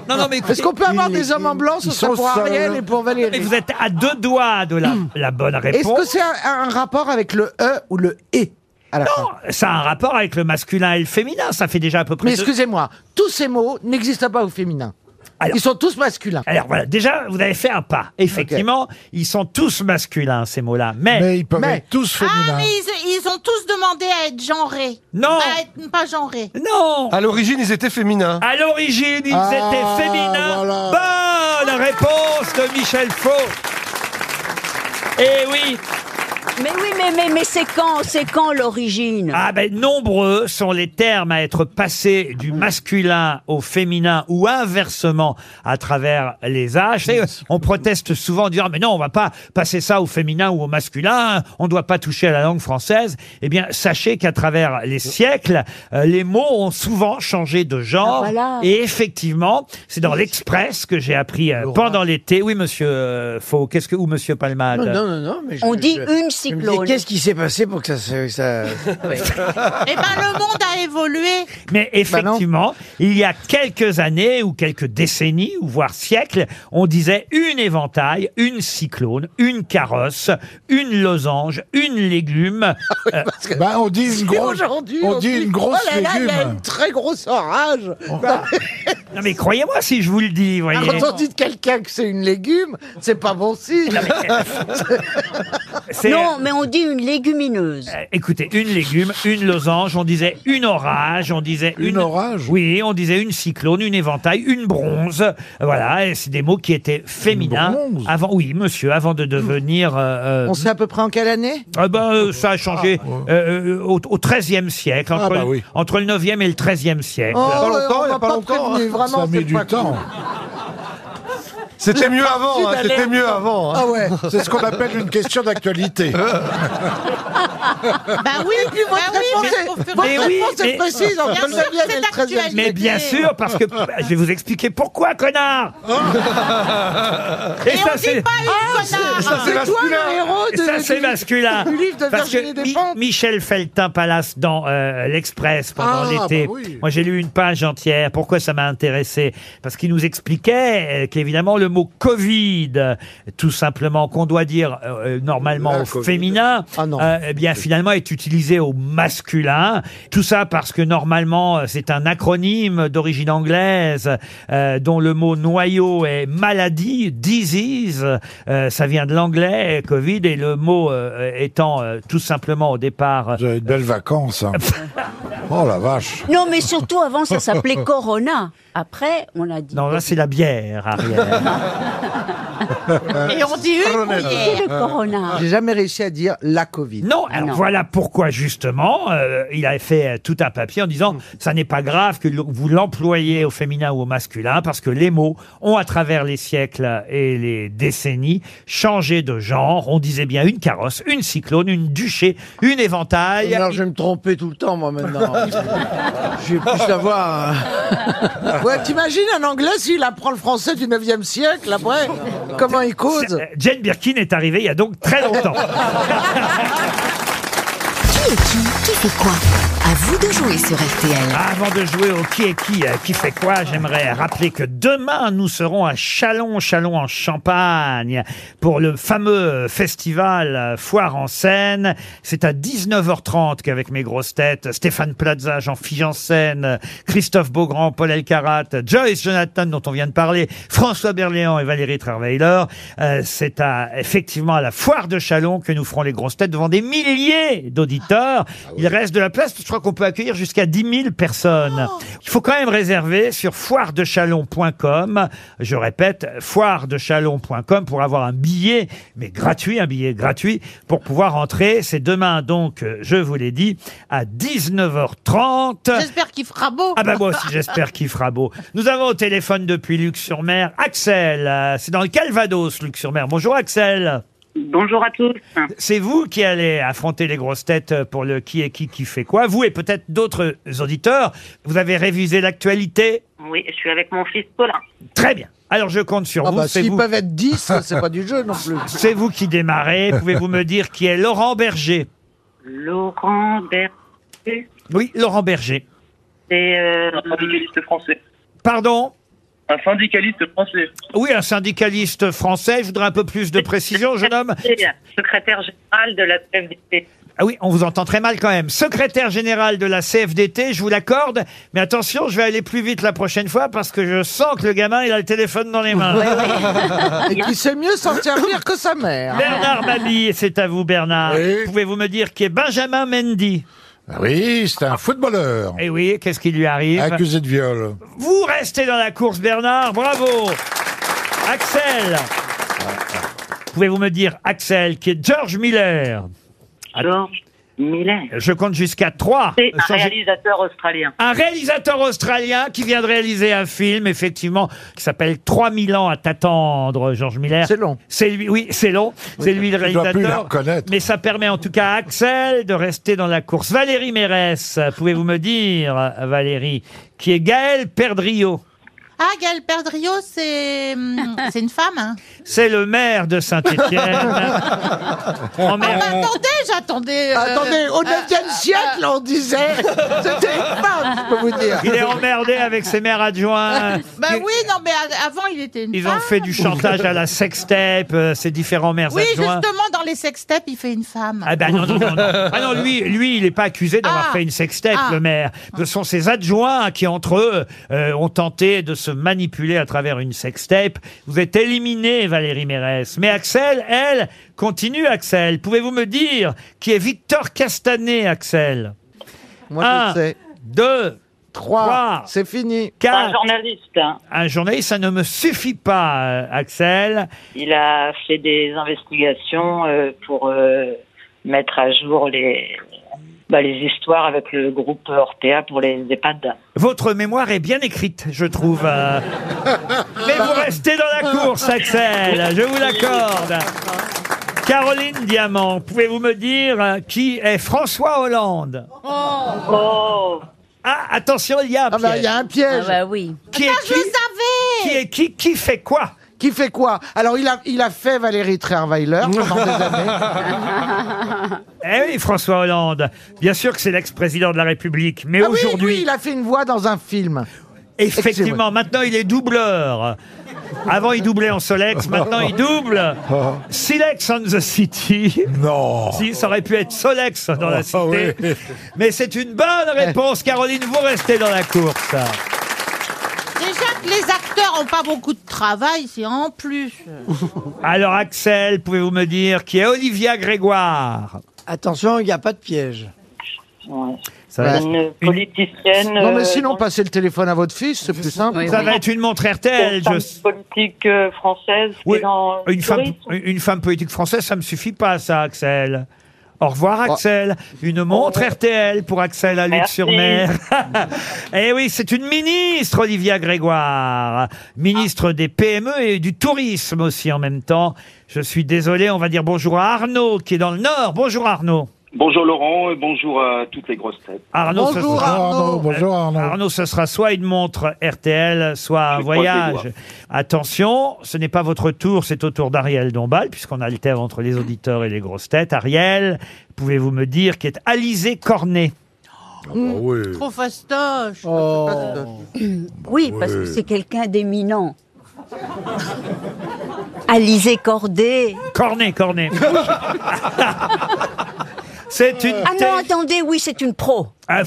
S2: Non, non, mais
S6: Est-ce qu'on peut avoir des hommes en blanc Ce
S5: Ils
S6: serait
S5: sont
S6: pour Ariel
S5: seuls.
S6: et pour
S2: mais
S6: Valérie. Hmm.
S2: vous êtes à deux doigts de la, la bonne
S6: Est-ce que
S2: réponse.
S6: c'est un, un rapport avec le E ou le E à la fin
S2: Ça a un rapport avec le masculin et le féminin. Ça fait déjà à peu près.
S6: Mais
S2: deux-
S6: excusez-moi, tous ces mots n'existent pas au féminin.
S2: Alors-
S6: Ils sont tous masculins.
S2: Alors voilà, déjà, vous avez fait un pas. Effectivement, ils sont tous masculins, ces mots-là. Mais,
S5: Mais ils peuvent
S6: Mais-
S5: être tous
S4: Ah,
S5: féminins.
S4: mais ils, ils ont tous demandé à être genrés.
S2: Non.
S4: À être pas genrés.
S2: non
S9: À l'origine, ils étaient féminins.
S2: À l'origine, ils
S5: Ah,
S2: étaient féminins. Bonne réponse de Michel Faux. Eh oui
S8: Mais oui, mais mais mais c'est quand, c'est quand l'origine
S2: Ah ben nombreux sont les termes à être passés du masculin au féminin ou inversement à travers les âges. Et on proteste souvent en disant mais non on va pas passer ça au féminin ou au masculin, on doit pas toucher à la langue française. Eh bien sachez qu'à travers les siècles, euh, les mots ont souvent changé de genre.
S8: Ah, voilà.
S2: Et effectivement, c'est dans l'Express que j'ai appris euh, pendant l'été. Oui monsieur euh, Faux, qu'est-ce que ou monsieur Palmade
S12: Non, non, non, non, mais je-
S8: On dit
S12: je-
S8: une
S12: je me disais,
S8: cyclone.
S12: Qu'est-ce qui s'est passé pour que ça. se- ça...
S4: Eh ben, le monde a évolué.
S2: Mais
S12: Bah
S6: non.
S2: effectivement, il y a quelques années ou quelques décennies ou voire siècles, on disait une éventail, une cyclone, une carrosse, une losange, une légume.
S12: Ah
S2: Euh,
S5: Bah, on dit une grosse,
S6: Aujourd'hui,
S5: on dit une grosse
S6: oh là là, il y a
S5: légume.
S6: une très grosse orage. Bah,
S2: non mais croyez-moi si je vous le dis,
S12: Ah,
S2: voyez.
S6: Quand on dit de quelqu'un que c'est une légume, c'est pas bon signe.
S2: C'est-
S8: Non, mais on dit une légumineuse.
S2: euh, Écoutez, une légume, une losange, on disait une orage, on disait une,
S5: Une orage
S2: Oui, on disait une cyclone, une éventail, une bronze. Voilà, et c'est des mots qui étaient féminins
S5: bronze
S2: avant. Oui, monsieur, avant de devenir. euh, euh,
S6: On sait à peu près en quelle année
S2: Ah ben, euh, ça a changé euh, euh, au, au XIIIe siècle, entre,
S5: Ah bah
S2: le-
S5: oui.
S2: entre le IXe et le XIIIe siècle.
S9: pas
S6: Oh,
S9: longtemps,
S6: on
S9: il y a
S6: m'a
S9: pas longtemps,
S6: prévenu,
S5: Ça
S6: vraiment,
S5: met
S6: c'est
S5: du
S6: pas
S5: temps.
S6: cool.
S9: C'était mieux avant, hein, c'était mieux avant. hein.
S6: Ah ouais.
S5: C'est ce qu'on appelle une question d'actualité.
S4: Bah oui,
S6: Puis votre
S4: bah oui, mais au
S6: réponse,
S4: fur
S6: est,
S4: et
S6: votre
S4: à mesure-
S2: oui,
S6: réponse est
S2: mais-
S6: précise entre
S4: Bien
S6: le
S4: sûr,
S6: 9e et le
S4: c'est
S6: 13e.
S4: actuel.
S2: Mais bien sûr, parce que bah, je vais vous expliquer pourquoi, connard
S6: Oh.
S4: Et on dit pas une
S9: ça,
S4: connard.
S9: c'est
S6: Ah, C'est toi
S9: masculin.
S6: le héros
S2: Et
S6: de,
S2: ça,
S6: du-
S2: c'est masculin.
S6: du livre de
S2: Parce
S6: Virginie
S2: que Mi-
S6: Despentes.
S2: Michel Feltin Palace dans euh, l'Express pendant
S5: Ah,
S2: l'été.
S5: bah oui.
S2: Moi, j'ai lu une page entière. Pourquoi ça m'a intéressé Parce qu'il nous expliquait euh, qu'évidemment, le le mot Covid, tout simplement, qu'on doit dire euh, normalement
S6: La
S2: au
S6: Covid.
S2: féminin, euh, eh bien finalement est utilisé au masculin. Tout ça parce que normalement, euh, c'est un acronyme d'origine anglaise euh, dont le mot noyau est maladie, disease. Euh, ça vient de l'anglais, euh, Covid, et le mot euh, étant euh, tout simplement au départ... Vous avez de belles vacances. hein. oh la vache
S8: Non, mais surtout avant, ça s'appelait Corona. Après, on a dit.
S2: Non, là c'est la bière, Ariel.
S8: Et on dit une le Corona.
S6: J'ai jamais réussi à dire la Covid.
S2: Non, alors voilà pourquoi justement euh, il a fait euh, tout un papier en disant ça n'est pas grave que l'o- vous l'employez au féminin ou au masculin parce que les mots ont à travers les siècles et les décennies changé de genre. On disait bien une carrosse, une cyclone, une duchée, une éventail. Alors je vais me tromper tout le temps moi maintenant.
S12: Je vais plus savoir.
S6: Ouais, t'imagines un Anglais s'il apprend le français du 9e siècle, après Comment il cause
S2: euh, Jane Birkin est arrivée il y a donc très longtemps.
S11: Qui est qui Qui fait quoi À vous de jouer sur RTL.
S2: Avant de jouer au qui est qui, euh, qui fait quoi, j'aimerais rappeler que demain nous serons à Chalon, Chalon en Champagne pour le fameux festival euh, Foire en scène. C'est à 19h30 qu'avec mes grosses têtes, Stéphane Plaza, Jean Figensen, euh, Christophe Beaugrand, Paul Elkarat, Joyce Jonathan dont on vient de parler, François Berléand et Valérie Travailer. euh, C'est à, effectivement à la Foire de Chalon que nous ferons les grosses têtes devant des milliers d'auditeurs. Il reste de la place, je crois qu'on peut accueillir jusqu'à 10 000 personnes. Il faut quand même réserver sur foiredechalon.com. Je répète, foiredechalon.com pour avoir un billet, mais gratuit, un billet gratuit pour pouvoir entrer. C'est demain donc, euh, je vous l'ai dit, à 19h30.
S4: J'espère qu'il fera beau.
S2: Ah bah moi aussi j'espère qu'il fera beau. Nous avons au téléphone depuis Luc-sur-Mer Axel. euh, C'est dans le Calvados, Luc-sur-Mer. Bonjour Axel.
S14: Bonjour à tous.
S2: C'est vous qui allez affronter les grosses têtes euh, pour le qui est qui qui fait quoi. Vous et peut-être d'autres auditeurs. Vous avez révisé l'actualité.
S14: Oui, je suis avec mon fils Colin.
S2: Très bien. Alors je compte sur
S6: Ah
S2: vous.
S6: bah,
S2: C'est
S6: s'ils
S2: vous.
S6: peuvent être 10, c'est pas du jeu non plus.
S2: C'est vous qui démarrez. Pouvez-vous me dire qui est Laurent Berger
S14: Laurent Berger,
S2: Oui, Laurent Berger.
S14: c'est... euh, Un syndicaliste français.
S2: Pardon
S14: Un syndicaliste français.
S2: Oui, un syndicaliste français. Je voudrais un peu plus de précision, jeune homme.
S14: Secrétaire général de la CFDT.
S2: Ah oui, on vous entend très mal quand même. Secrétaire général de la CFDT, je vous l'accorde. Mais attention, je vais aller plus vite la prochaine fois parce que je sens que le gamin, il a le téléphone dans les mains.
S6: Et qui sait mieux s'en servir que sa mère.
S2: Hein. Bernard Mabille, c'est à vous, Bernard. Pouvez-vous me dire qui est Benjamin Mendy
S5: Ah Oui, c'est un footballeur.
S2: Eh oui, qu'est-ce qui lui arrive
S5: Accusé de viol.
S2: Vous restez dans la course, Bernard. Bravo. Axel. Pouvez-vous me dire, Axel, qui est George Miller
S14: George Miller.
S2: Je compte jusqu'à 3.
S14: C'est un réalisateur australien.
S2: Un réalisateur australien qui vient de réaliser un film, effectivement, qui s'appelle 3000 ans à t'attendre, Georges Miller. C'est long. C'est lui, oui, c'est long. C'est lui le
S5: Tu dois
S2: réalisateur.
S5: plus la
S2: Mais ça permet en tout cas à Axel de rester dans la course. Valérie Mérès, pouvez-vous me dire, Valérie, qui est Gaël Perdriau
S4: Ah, Gaël Perdrio, c'est hum, c'est une femme. hein.
S2: c'est le maire de Saint-Étienne. Oh,
S4: Ah bah attendez, j'attendais. euh,
S6: Attendez, au 9e siècle, on disait. C'était une femme, je peux vous dire.
S2: Il est emmerdé avec ses maires adjoints.
S4: Bah oui, non, mais a- avant, il était une
S2: Ah. Ils
S4: femme.
S2: ont fait du chantage à la sextape, euh, ces différents maires
S4: Oui,
S2: adjoints.
S4: justement, dans les sextapes, il fait une femme.
S2: Ah ben non, non, non, non. Ah non, lui, lui, il n'est pas accusé d'avoir
S4: Ah.
S2: fait une sextape,
S4: Ah.
S2: le maire. Ce sont ses adjoints qui, entre eux, euh, ont tenté de se manipuler à travers une sextape. Vous êtes éliminé, Valérie Mérès. Mais Axel, elle, continue, Axel. Pouvez-vous me dire qui est Victor Castanet, Axel
S6: Moi, je
S2: Un,
S6: sais.
S2: deux, trois,
S6: C'est fini.
S2: quatre.
S14: Un journaliste. hein.
S2: Un journaliste, ça ne me suffit pas, euh, Axel.
S14: Il a fait des investigations euh, pour euh, mettre à jour les, bah, les histoires avec le groupe Ortea pour les EHPAD.
S2: Votre mémoire est bien écrite, je trouve. euh. Mais vous restez dans la course, Axel. Je vous l'accorde. Caroline Diamant, pouvez-vous me dire euh, qui est François Hollande
S14: Oh.
S2: Ah, attention, il y a un piège.
S8: Ah bah oui.
S2: Qui est qui Qui est qui Qui fait quoi
S6: Qui fait quoi Alors, il a, il a fait Valérie Trierweiler pendant des années.
S2: Eh oui, François Hollande. Bien sûr que c'est l'ex-président de la République, mais
S6: Ah oui,
S2: aujourd'hui,
S6: oui, il a fait une voix dans un film.
S2: Effectivement, maintenant il est doubleur. Avant il doublait en Solex, maintenant il double Silex on the City. Non. Oh, Si, ça aurait pu être Solex dans la
S5: Ah
S2: cité. Mais c'est une bonne réponse, Caroline, vous restez dans la course.
S4: Déjà que les acteurs ont pas beaucoup de travail, c'est en plus.
S2: Alors Axel, pouvez-vous me dire qui est Olivia Grégoire
S12: Attention, il n'y a pas de piège.
S2: Ça va
S12: Une
S2: être-
S14: politicienne.
S12: Non, mais
S14: euh,
S12: sinon,
S14: dans-
S6: Passez le téléphone à votre fils, c'est plus simple.
S14: Oui, Ça oui. va être
S2: une montre RTL,
S14: Femme
S2: je-
S14: politique euh, française qui est dans le
S2: Une femme,
S14: tourisme.
S2: une femme politique française, ça me suffit pas, ça, Axel. Au revoir, Axel. Une montre RTL pour Axel à
S14: Oh. Merci.
S2: Luc-sur-Mer. Eh oui, c'est une ministre, Olivia Grégoire. Ministre des PME et du tourisme aussi en même temps. Je suis désolé, on va dire bonjour à Arnaud qui est dans le Nord. Bonjour Arnaud.
S15: Bonjour Laurent et bonjour à toutes les grosses têtes.
S2: Arnaud, ce sera- Euh,
S5: Bonjour Arnaud.
S2: Arnaud, ce sera soit une montre RTL, soit un
S15: Je croise les
S2: voyage.
S15: doigts.
S2: Attention, ce n'est pas votre tour, c'est au tour d'Ariel Dombal, puisqu'on alterne entre les auditeurs et les grosses têtes. Ariel, pouvez-vous me dire qui est Alizé Cornet
S5: Ah, bah
S4: Trop fastoche.
S8: Oui, parce que c'est quelqu'un d'éminent. Alizé Cordet.
S2: Cornet, Cornet. C'est une
S8: Ah non, attendez, oui, c'est une pro.
S2: Ah,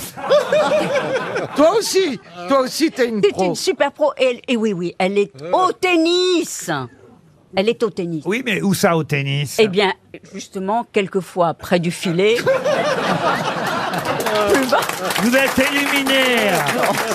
S8: toi aussi, toi aussi, t'es une
S12: pro.
S8: C'est une super pro. Euh. Et, elle- et oui, oui, elle est au tennis. Elle est au tennis.
S2: Oui, mais où ça au tennis
S8: Eh bien, justement, quelquefois près du filet.
S2: Vous êtes éliminé.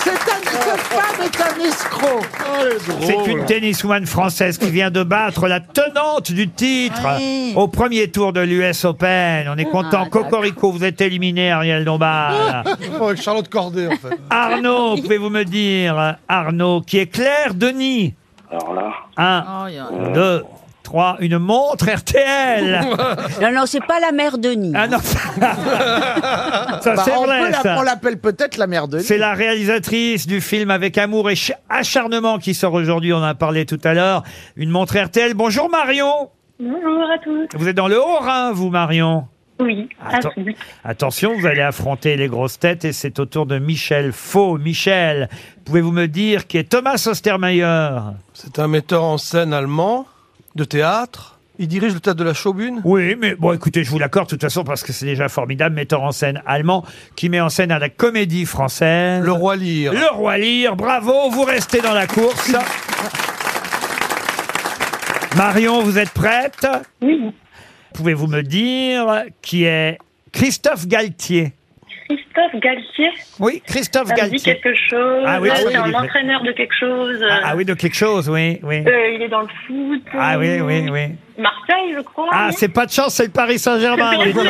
S12: cette femme est un escroc.
S3: Oh,
S2: C'est une tenniswoman française qui vient de battre la tenante du titre
S12: Oui.
S2: au premier tour de l'US Open. On est content.
S9: Ah,
S2: Cocorico, vous êtes éliminé, Ariel Dombal.
S9: Oh, avec Charlotte Corday, en fait.
S2: Arnaud, pouvez-vous me dire, Arnaud, qui est Claire Denis
S15: Alors là. Euh.
S2: Un,
S8: Oh, y a-
S2: deux, trois, une montre RTL.
S8: non, non, c'est pas la mère Denis.
S2: Ah non, ça
S6: Bah,
S2: c'est
S6: on peut
S2: vrai.
S6: la-
S2: ça.
S6: on l'appelle peut-être la mère de
S2: C'est la réalisatrice du film Avec amour et ch- acharnement qui sort aujourd'hui. On en a parlé tout à l'heure. Une montre RTL. Bonjour Marion.
S16: Bonjour à tous.
S2: Vous êtes dans le Haut-Rhin, vous Marion.
S16: Oui, Ah,
S2: Atten- Attention, vous allez affronter les grosses têtes et c'est au tour de Michel Faux. Michel, pouvez-vous me dire qui est Thomas Ostermayer
S9: C'est un metteur en scène allemand, de théâtre. Il dirige le théâtre de la Chaubune.
S2: Oui, mais bon, écoutez, je vous l'accorde de toute façon parce que c'est déjà formidable. Metteur en scène allemand qui met en scène à la comédie française. Le
S9: Roi Lear.
S2: Le Roi Lear, bravo, vous restez dans la course. Marion, vous êtes prête Oui. Pouvez-vous me dire qui est Christophe Galtier
S16: Christophe Galtier. Euh,
S2: Oui, Christophe
S16: ça me
S2: Galtier.
S16: dit quelque chose.
S2: Ah oui, ça
S16: c'est
S2: me
S16: un
S2: dit-
S16: entraîneur de quelque chose.
S2: Ah oui, de quelque chose, oui, oui.
S16: Euh, il est dans le foot.
S2: Ah oui,
S16: euh,
S2: oui, oui.
S16: Marseille, je crois.
S2: Ah,
S16: non
S2: c'est pas de chance, c'est le Paris Saint-Germain. oui. Vous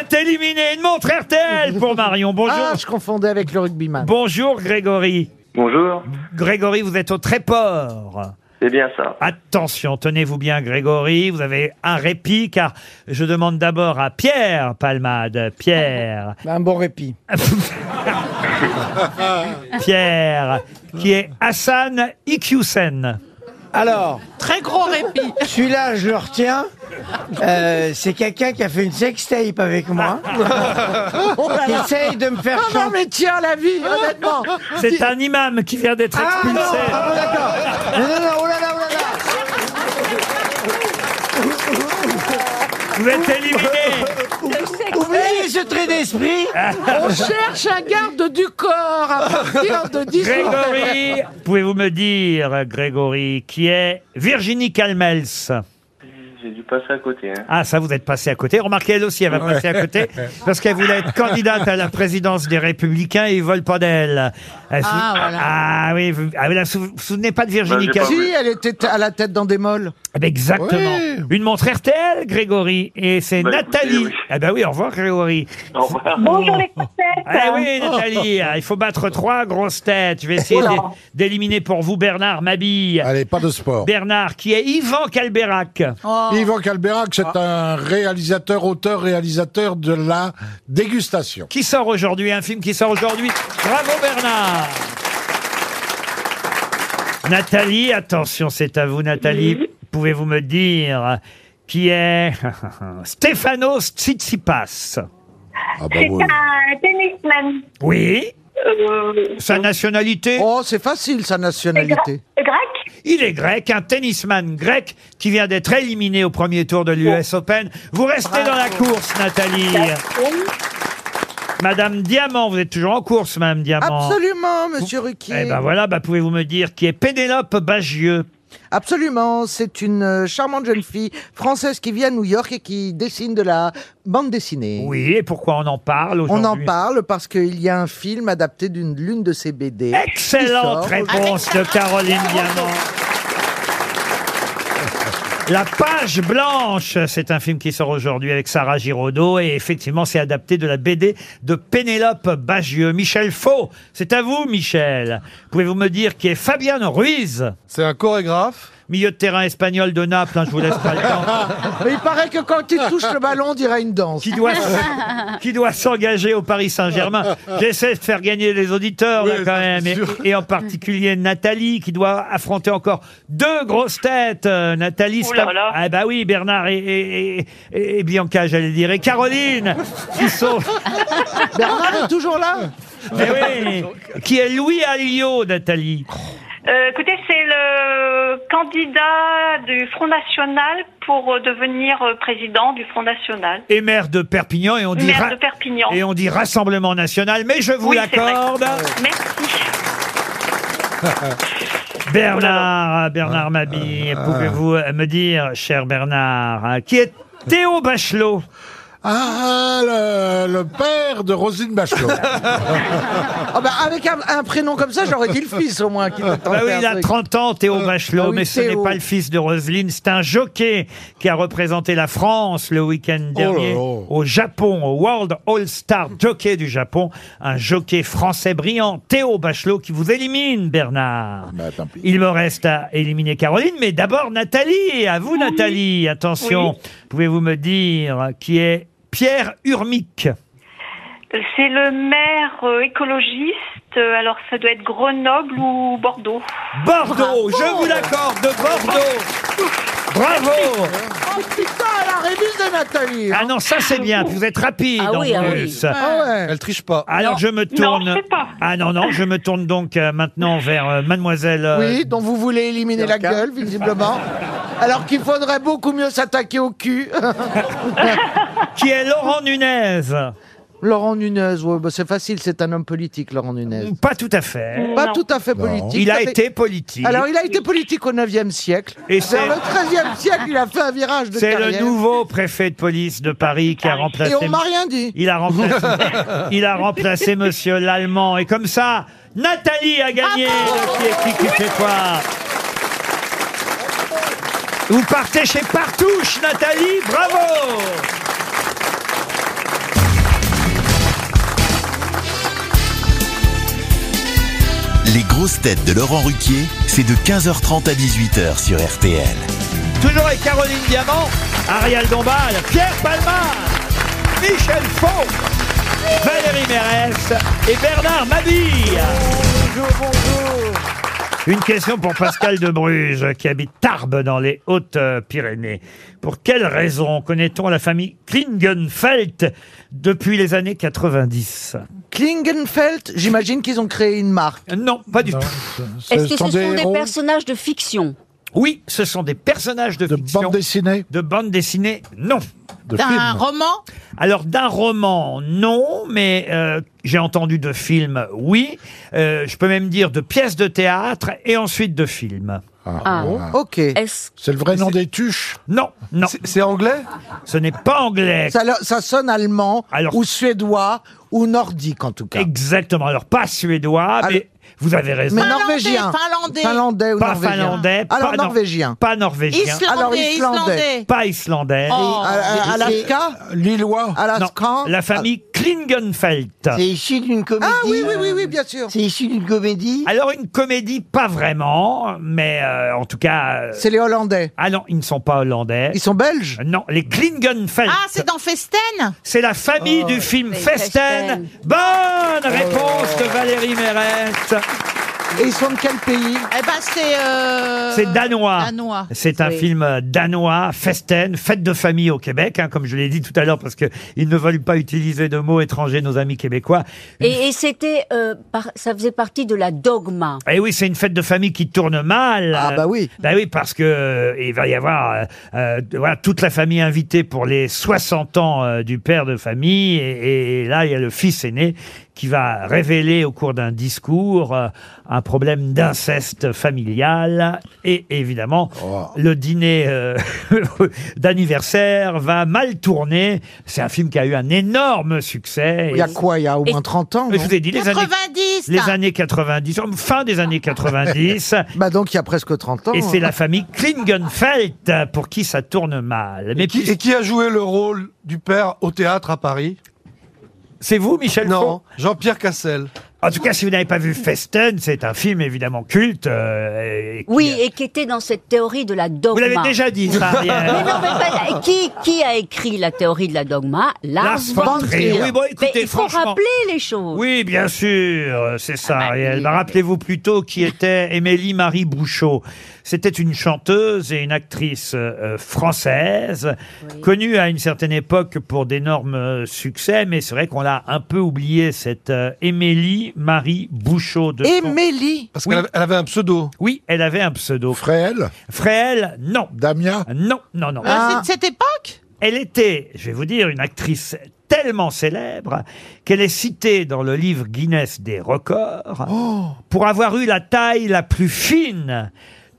S2: êtes éliminé. Une montre RTL pour Marion. Bonjour.
S6: Ah, je confondais avec le rugbyman.
S2: Bonjour Grégory.
S15: Bonjour.
S2: Grégory, vous êtes au Tréport.
S15: C'est bien ça.
S2: Attention, tenez-vous bien Grégory, vous avez un répit car je demande d'abord à Pierre Palmade. Pierre.
S12: Un bon répit.
S2: Pierre, qui est Hassan Iqiyoussen.
S12: Alors,
S4: Très gros répit.
S12: celui-là, je le retiens. Euh, c'est quelqu'un qui a fait une sextape avec moi. qui essaye de me faire
S6: Oh Ah non, mais tiens, la vie, honnêtement.
S2: C'est un imam qui vient d'être
S12: Oh,
S2: expulsé.
S12: Non, Ah non, non, oh là là, oh là là.
S2: Vous êtes éliminé.
S12: Oubliez ce trait d'esprit.
S2: On
S12: cherche un garde du corps à partir de
S2: Grégory, pouvez-vous me dire, Grégory, qui est Virginie Calmels
S15: J'ai dû passer à côté. Hein.
S2: Ah, ça, vous êtes passé à côté. Remarquez, elle aussi, elle va
S15: Ouais.
S2: passer à côté parce qu'elle voulait être candidate à la présidence des Républicains et ils veulent pas d'elle. Elle sou-
S6: Ah, voilà.
S2: Ah oui, vous ah, oui, là, vous vous souvenez Bah, pas de Virginie Calmels
S6: Si, elle était à la tête dans des molles.
S2: Ah ben exactement. Une montre RTL, Grégory. Et c'est
S6: Bah, écoutez,
S2: Nathalie.
S6: oui.
S2: Ah ben oui, au revoir, Grégory.
S15: Au revoir.
S16: Bonjour les
S2: Ah oui, Nathalie, il faut battre trois grosses têtes. Je vais essayer
S16: Oula.
S2: d'é- d'éliminer pour vous Bernard Mabille. Allez, pas de sport. Bernard, qui est Yvan Calberac.
S16: Oh.
S5: Yvan Calberac, c'est
S16: Ah.
S5: un réalisateur, auteur, réalisateur de la dégustation.
S2: Qui sort aujourd'hui, un film qui sort aujourd'hui. Bravo Bernard Nathalie, attention, c'est à vous Nathalie. Pouvez-vous me dire qui est Stéphanos Tsitsipas
S3: Ah bah
S2: bah,
S16: C'est un tennisman.
S2: Oui.
S16: Euh,
S2: Sa nationalité
S6: Hein Oh, c'est facile, sa nationalité.
S16: Grec
S2: Il est grec, un tennisman grec qui vient d'être éliminé au premier tour de l'US Open. Vous restez dans la course, Nathalie. Madame Diamant, vous êtes toujours en course, Madame Diamant.
S6: Absolument, monsieur Ruquier.
S2: Eh ben voilà, bah pouvez-vous me dire qui est Pénélope Bagieux
S6: Absolument, c'est une euh, charmante jeune fille française qui vit à New York et qui dessine de la bande dessinée.
S2: Oui, et pourquoi on en parle aujourd'hui
S6: On en parle parce qu'il y a un film adapté d'une l'une de ses BD.
S2: Excellente réponse de Caroline Diamant. La page blanche, c'est un film qui sort aujourd'hui avec Sarah Giraudot et effectivement c'est adapté de la BD de Pénélope Bagieux. Michel Faux, c'est à vous Michel. Pouvez-vous me dire qui est Fabien Ruiz C'est un chorégraphe. Milieu de terrain espagnol de Naples, hein, je vous laisse pas le temps.
S6: Mais il paraît que quand il touche le ballon, on dirait une danse.
S2: Qui doit, qui doit s'engager au Paris Saint-Germain. J'essaie de faire gagner les auditeurs là, quand même, et, et en particulier Nathalie qui doit affronter encore deux grosses têtes. Euh, Nathalie,
S16: Ouh
S2: c'est
S16: là
S2: pas-
S16: là.
S2: ah bah oui, Bernard et, et, et- et- et Bianca, j'allais dire, et Caroline, qui sont
S6: Bernard est toujours là
S2: Eh oui, qui est Louis Alliot, Nathalie.
S16: Euh, écoutez, c'est le candidat du Front National pour euh, devenir euh, président du Front National.
S2: Et maire de Perpignan, et on dit
S16: Maire
S2: ra-
S16: de Perpignan.
S2: et on dit Rassemblement National, mais je vous
S16: Oui, c'est vrai.
S2: l'accorde.
S16: Merci.
S2: Bernard, Bernard Mabille, pouvez-vous euh, me dire, cher Bernard, hein, qui est Théo Bachelot
S5: Ah, le, le père de Rosine Bachelot.
S6: Ah bah, avec un, un prénom comme ça, j'aurais dit le fils au moins. Qui
S2: Ah bah oui, il a 30 ans, Théo Bachelot,
S6: Ah oui,
S2: mais ce n'est
S6: Théo.
S2: pas le fils de Roselyne, c'est un jockey qui a représenté la France le
S6: Oh
S2: week-end dernier au Japon, au World All-Star Jockey du Japon, un jockey français brillant, Théo Bachelot, qui vous élimine,
S6: Ah
S2: Bernard.
S6: bah,
S2: Il me reste à éliminer Caroline, mais d'abord Nathalie, à vous Nathalie, attention, pouvez-vous me dire qui est Pierre Urmic
S16: C'est le maire euh, écologiste, euh, alors ça doit être Grenoble ou Bordeaux.
S2: Bordeaux, je vous l'accorde, de Bordeaux. Bravo
S6: Oh putain, elle a révisé Nathalie
S2: Ah non, ça c'est bien, vous êtes rapide
S6: Ah oui,
S2: en
S6: ah oui.
S2: plus.
S6: Ah ouais.
S2: Elle triche pas. Alors
S6: Non.
S2: je me
S6: Non,
S2: tourne.
S6: je sais pas.
S2: Ah non, non, je me tourne donc euh, maintenant vers euh, mademoiselle. euh,
S6: Oui, dont vous voulez éliminer la gueule, visiblement. Alors qu'il faudrait beaucoup mieux s'attaquer au cul.
S2: qui est Laurent Nunez.
S6: Laurent Nunez, ouais, bah, c'est facile, c'est un homme politique, Laurent Nunez.
S2: Mm, Pas tout à fait.
S6: Pas tout à fait politique.
S2: Il a
S6: Ça fait-
S2: été politique.
S6: Alors, il a été politique au 9e siècle.
S2: Et
S6: Et
S2: c'est-
S6: Vers le 13e siècle, il a fait un virage de
S2: C'est
S6: carrière.
S2: le nouveau préfet de police de Paris qui a remplacé.
S6: Et on m'a rien dit.
S2: Il a remplacé. il a remplacé Monsieur l'Allemand et comme ça, Nathalie a gagné. le qui est qui, qui fait quoi. Vous partez chez Partouche, Nathalie. Bravo.
S1: Les grosses têtes de Laurent Ruquier, c'est de 15h30 à 18h sur RTL.
S2: Toujours avec Caroline Diamant, Ariel Dombal, Pierre Palma, Michel Faux, Valérie Mérès et Bernard Mabille. Une question pour Pascal de Bruges, qui habite Tarbes dans les Hautes-Pyrénées. Pour quelle raison connaît-on la famille Klingenfeld depuis les années 90
S6: Klingenfeld, j'imagine qu'ils ont créé une marque.
S2: Non, pas du tout.
S8: Est-ce que ce sont des, personnages de fiction
S2: Oui, ce sont des personnages de, fiction. De bande dessinée De bande dessinée, non.
S4: D'un roman
S2: Alors d'un roman, non, mais euh, j'ai entendu de films, oui. Euh, je peux même dire de pièces de théâtre et ensuite de films.
S8: Ah.
S6: Ok.
S2: C'est le vrai nom des tuches Non, non. C'est anglais Ce n'est pas anglais.
S6: Ça, le- ça sonne allemand, ou suédois, ou nordique en tout cas.
S2: Exactement. Alors pas suédois, mais vous avez raison.
S6: Mais norvégien.
S4: Finlandais.
S6: Finlandais ou
S2: pas
S6: norvégien.
S2: finlandais,
S6: Alors
S2: pas nor-
S6: norvégien.
S2: Pas norvégien.
S6: Islandais, Alors, islandais. islandais.
S2: Pas islandais.
S6: Oh. Et- Alaska
S2: Lillois.
S6: Alaska
S2: la famille Klingenfeld.
S12: C'est issu d'une comédie.
S6: Ah oui, oui, oui, oui, bien sûr.
S12: C'est issu d'une comédie.
S2: Alors une comédie, pas vraiment, mais euh, en tout cas. euh,
S6: C'est les Hollandais.
S2: Ah non, ils ne sont pas hollandais.
S6: Ils sont belges
S2: Non, les Klingenfeld.
S4: Ah, c'est dans Festen
S2: C'est la
S4: Oh.
S2: famille du film
S4: c'est
S2: Festen.
S4: Festen. Euh,
S2: Bonne réponse de Valérie Mérette. Et ils sont de quel pays
S4: Eh ben, c'est. euh,
S2: C'est danois.
S4: Danois.
S2: C'est un
S4: Oui.
S2: film danois, Festen, fête de famille au Québec, hein, comme je l'ai dit tout à l'heure, parce que ils ne veulent pas utiliser de mots étrangers, nos amis québécois.
S8: Et, et c'était, euh, par- ça faisait partie de la dogma.
S2: Eh oui, c'est une fête de famille qui tourne mal. Ah bah oui. Bah oui, parce que euh, il va y avoir euh, euh, voilà, toute la famille invitée pour les 60 ans euh, du père de famille. Et, et là, il y a le fils aîné qui va révéler au cours d'un discours euh, un problème d'inceste familial. Et évidemment,
S6: Oh.
S2: le dîner euh, d'anniversaire va mal tourner. C'est un film qui a eu un énorme succès.
S6: Il y a quoi Il y a au moins 30 ans
S2: Je vous ai dit, les années...
S4: 90
S2: Les années 90, fin des années 90.
S6: Bah donc il y a presque 30 ans. hein.
S2: Et c'est la famille Klingenfeld pour qui ça tourne mal. Mais
S9: et, qui,
S2: puis-
S9: et qui a joué le rôle du père au théâtre à Paris
S2: C'est vous, Michel
S9: Non, Jean-Pierre Cassel.
S2: En tout cas, si vous n'avez pas vu Festen, c'est un film évidemment culte. euh, et-
S8: Oui, et qui était dans cette théorie de la dogma.
S2: Vous l'avez déjà dit, ça, Ariel.
S8: Mais non, mais
S2: Ah.
S8: pas- qui, qui a écrit la théorie de la dogma Lars von Trier.
S2: Oui, bon, écoutez,
S8: mais il faut
S2: franchement-
S8: rappeler les choses.
S2: Oui, bien sûr, euh, c'est ça, Ariel. Bah, Rappelez-vous plutôt qui était Émilie Marie Bouchot. C'était une chanteuse et une actrice euh, euh, française, connue à une certaine époque pour d'énormes euh, succès, mais c'est vrai qu'on l'a un peu oublié, cette euh, Émilie Marie Bouchot. De
S12: Émilie
S9: Parce qu'elle avait- elle avait un pseudo.
S2: Oui, elle avait un pseudo. Fréhel Fréhel, non.
S5: Damien
S2: Non, non, non.
S4: Euh, c'est de cette époque
S2: Elle était, je vais vous dire, une actrice tellement célèbre qu'elle est citée dans le livre Guinness des records pour avoir eu la taille la plus fine.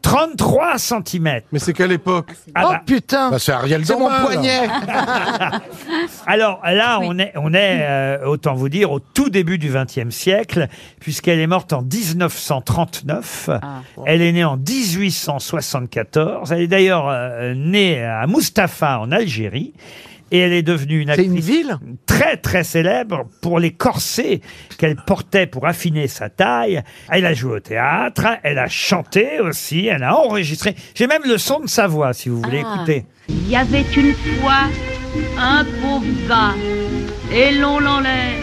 S2: 33 cm.
S9: Mais c'est quelle époque Bah,
S2: Oh putain
S5: c'est Ariel
S2: C'est mon
S5: Dombal.
S2: poignet. Alors là, on est, on est euh, autant vous dire, au tout début du XXe siècle, puisqu'elle est morte en 1939. Elle est née en 1874. Elle est d'ailleurs euh, née à Mustapha, en Algérie. Et elle est devenue une actrice très très célèbre pour les corsets qu'elle portait pour affiner sa taille. Elle a joué au théâtre, elle a chanté aussi, elle a enregistré. J'ai même le son de sa voix, si vous voulez
S3: Ah.
S2: écouter.
S3: Il y avait une fois un pauvre gars, et l'on l'enlève,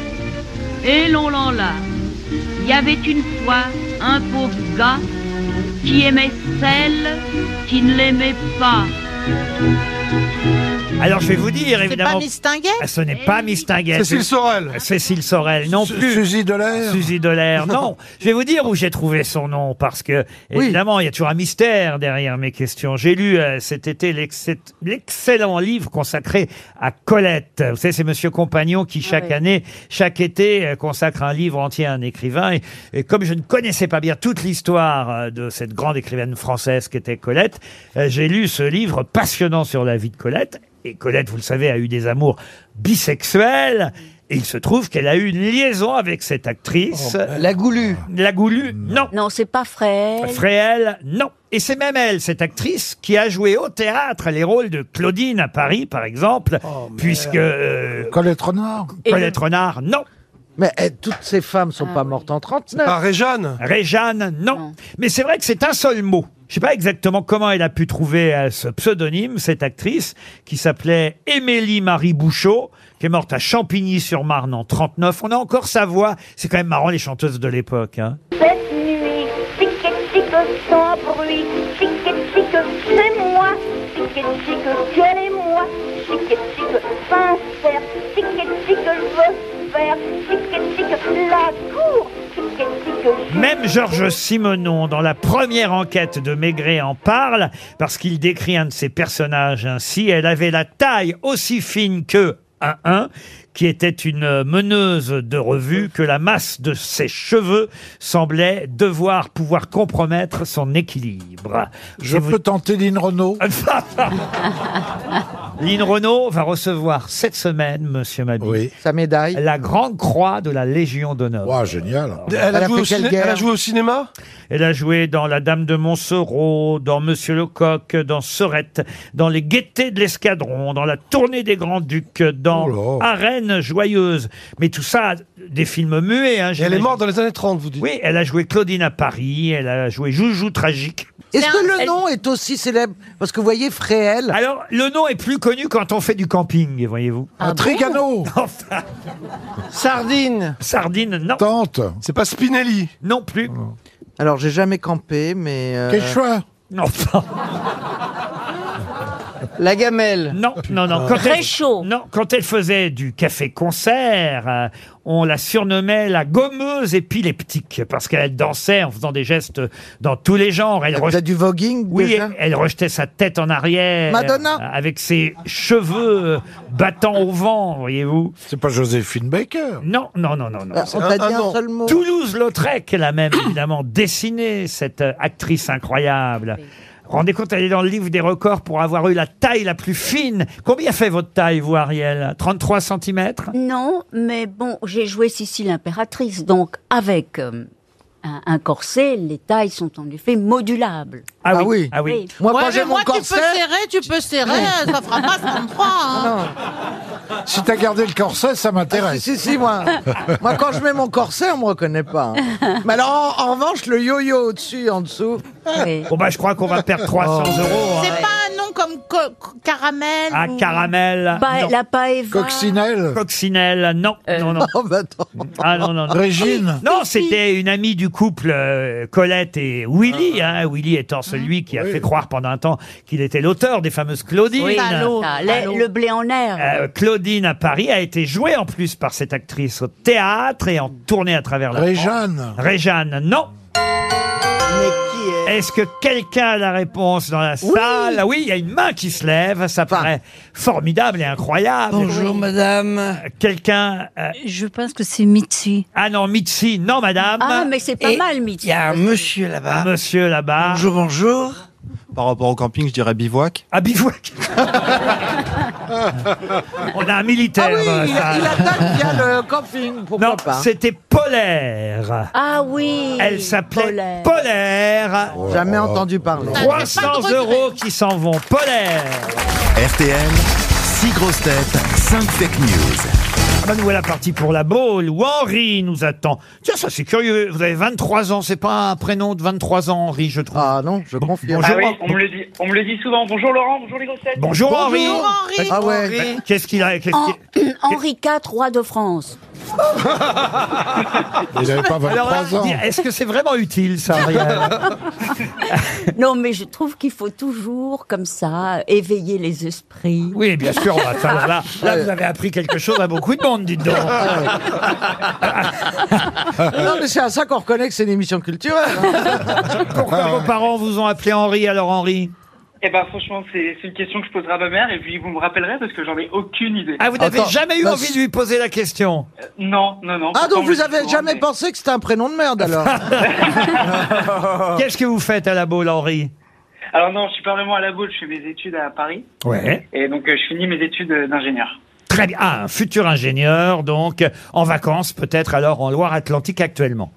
S3: et l'on l'enlave. Il y avait une fois un pauvre gars qui aimait celle qui ne l'aimait pas.
S2: Alors je vais vous dire évidemment.
S4: pas Miss Tinguet
S2: Ah, Ce n'est pas Miss Tinguet.
S9: Cécile Sorel.
S2: Cécile Sorel non plus. Suzy Delair. Suzy Delair non. je vais vous dire où j'ai trouvé son nom parce que évidemment il y a toujours un mystère derrière mes questions. J'ai lu euh, cet été l'exce- l'excellent livre consacré à Colette. Vous savez c'est Monsieur Compagnon qui chaque
S17: ouais.
S2: année, chaque été euh, consacre un livre entier à un écrivain et, et comme je ne connaissais pas bien toute l'histoire euh, de cette grande écrivaine française qu'était Colette, euh, j'ai lu ce livre passionnant sur la vie de Colette et Colette, vous le savez, a eu des amours bisexuels. Et il se trouve qu'elle a eu une liaison avec cette actrice. Oh, ben. la Goulue. La Goulue, non.
S8: Non, c'est pas Fréhel.
S2: Fréhel, non. Et c'est même elle, cette actrice, qui a joué au théâtre les rôles de Claudine à Paris, par exemple, puisque... euh,
S5: Colette Renard
S6: Et
S2: Colette Renard, non.
S6: Mais eh, toutes ces femmes sont pas mortes en 39.
S2: Ah, Réjeanne, non. Mais c'est vrai que c'est un seul mot. Je sais pas exactement comment elle a pu trouver euh, ce pseudonyme, cette actrice, qui s'appelait Émilie Marie Bouchot, qui est morte à Champigny-sur-Marne en 39. On a encore sa voix. C'est quand même marrant, les chanteuses de l'époque. hein.
S3: Cette nuit, tic et tic sans bruit, tic et tic c'est moi, tic et tic tu es moi, tic et tic sincère, tic et tic je veux faire, tic et tic la cour, tic et tic
S2: Même Georges Simenon, dans la première enquête de Maigret, en parle, parce qu'il décrit un de ses personnages ainsi. Elle avait la taille aussi fine que un 1 qui était une meneuse de revue, que la masse de ses cheveux semblait devoir pouvoir compromettre son équilibre.
S5: Je peux tenter Lynn Renault
S2: Lynn Renault va recevoir cette semaine, monsieur Mabie,
S6: sa médaille.
S2: La Grande Croix de la Légion d'honneur.
S5: Ouah, génial.
S9: Elle a, joué au ciné- elle a joué au cinéma
S2: Elle a joué dans La Dame de Montsoreau, dans Monsieur Lecoq, dans Sorette, dans Les Gaietés de l'Escadron, dans La Tournée des Grands Ducs, dans Arène Joyeuse. Mais tout ça, des films muets. Hein,
S9: Elle est
S2: j'imagine.
S9: morte dans les années 30, vous dites
S2: Oui, elle a joué Claudine à Paris, elle a joué Joujou Tragique.
S6: Est-ce que le nom est aussi célèbre Parce que vous voyez, Fréhel.
S2: Alors, le nom est plus connu quand on fait du camping, voyez-vous.
S6: Ah Un bon Trigano.
S2: Enfin. Sardine Sardine, non.
S5: Tante
S9: C'est pas Spinelli
S2: Non plus.
S6: Oh. Alors, j'ai jamais campé, mais. euh,
S2: Quechua Non,
S12: La gamelle
S2: Non, non, non. Quand
S12: Très
S2: elle, Non, quand elle faisait du café-concert, euh, on la surnommait la gommeuse épileptique parce qu'elle dansait en faisant des gestes dans tous les genres. Elle faisait
S6: du voguing
S2: Oui,
S6: déjà
S2: elle, elle rejetait sa tête en arrière.
S6: Madonna
S2: euh, Avec ses cheveux euh, battant au vent, voyez-vous.
S5: C'est pas Joséphine Baker
S2: Non, non, non, non. non.
S5: Ah, on t'a dit un seul mot.
S2: Toulouse-Lautrec, elle a même évidemment dessiné cette euh, actrice incroyable. Rendez compte, elle est dans le livre des records pour avoir eu la taille la plus fine. Combien fait votre taille, vous, Ariel 33 cm
S8: Non, mais bon, j'ai joué Sissi l'impératrice, donc avec euh, un, un corset, les tailles sont en effet modulables.
S2: Ah oui, ah oui.
S6: Moi,
S4: Ouais,
S6: quand
S4: mais
S6: j'ai mon
S4: moi,
S6: corset-
S4: tu peux serrer, tu peux serrer, euh, ça fera pas 33. Hein.
S5: Si t'as gardé le corset, ça m'intéresse.
S6: Ah, Si, si, moi. moi, quand je mets mon corset, on me reconnaît pas. hein. Mais alors, en, en revanche, le yo-yo au-dessus, en dessous. Oh.
S2: Bon, bah, je crois qu'on va perdre 300 euros.
S4: C'est
S2: hein.
S4: pas un nom comme co- co- caramel.
S2: Ah,
S4: ou-
S2: caramel.
S4: Bah,
S2: non.
S4: la paeva.
S2: Coccinelle. Coccinelle, non. Non, non. Ah, non, non, non.
S5: Régine.
S2: Non, c'était une amie du couple euh, Colette et Willy.
S5: Ah.
S2: hein, Willy étant celui qui a fait croire pendant un temps qu'il était l'auteur des fameuses Claudines.
S8: Oui, ça, le- le blé en air.
S2: Euh, Claudine à Paris a été jouée en plus par cette actrice au théâtre et en tournée à travers la
S5: Réjeanne.
S2: France. Réjeanne, non. Est-ce que quelqu'un a la réponse dans la salle Ah Oui, il y a une main qui se lève, ça paraît formidable et incroyable. Euh,
S17: Bonjour, madame.
S2: Quelqu'un euh,
S17: Je pense que c'est Mitzi.
S2: Ah non, Mitzi, non madame.
S17: Ah, mais c'est pas Et mal,
S8: Mitzi.
S17: il y a un
S2: monsieur là-bas. monsieur là-bas. Bonjour, bonjour.
S18: Par rapport au camping, je dirais bivouac.
S2: Ah, bivouac On a un militaire. dans la
S6: il,
S2: salle.
S6: il attaque bien le camping, pourquoi
S2: Non,
S6: pas
S2: c'était Polaire.
S8: Ah oui.
S2: Elle s'appelait Polaire.
S6: Jamais entendu parler.
S2: 300 euros qui s'en vont. Polaire.
S1: RTL, 6 grosses têtes, 5 fake news.
S2: Ah bah nous voilà partis pour la Baule où Henri nous attend. Tiens, ça c'est curieux. Vous avez 23 ans, c'est pas un prénom de 23 ans, Henri, je trouve. Ah
S6: non, je confirme.
S15: Ah
S2: Bonjour,
S15: oui,
S2: Henri.
S15: on me le dit, on me le dit souvent. Bonjour Laurent, bonjour les grossettes.
S2: Bonjour, Henri. Ah ouais. Bah, Qu'est-ce qu'il a
S15: Oh.
S2: qu'est-ce
S8: En-
S2: qu'il-
S8: Henri IV, roi de France.
S5: Il avait pas 23
S2: Alors là,
S5: ans.
S2: Est-ce que c'est vraiment utile ça, Ariel
S8: Non, mais je trouve qu'il faut toujours, comme ça, éveiller les esprits.
S2: Oui, bien sûr. bah, ça, alors là, là, vous avez appris quelque chose à beaucoup de monde, dites donc.
S6: Non, mais c'est à ça qu'on reconnaît que c'est une émission culturelle.
S2: Pourquoi vos parents vous ont appelé Henri alors Henri
S15: Eh ben franchement, c'est c'est une question que je poserai à ma mère et puis vous me rappellerez parce que j'en ai aucune idée. Euh,
S2: Ah, vous n'avez jamais eu envie de lui poser la question
S15: Non, non, non.
S6: Ah,
S15: pourtant, on
S6: donc
S15: me le dit
S6: vous avez
S15: souvent,
S6: jamais
S15: mais-
S6: pensé que c'était un prénom de merde, alors
S2: Qu'est-ce que vous faites à la Baule, Henri
S15: Alors non, je suis pas vraiment à la boule. Je fais mes études à Paris
S2: Ouais.
S15: et donc euh, je finis mes études euh, d'ingénieur.
S2: Très bien. Ah, un futur ingénieur, donc, en vacances, peut-être alors en Loire-Atlantique actuellement.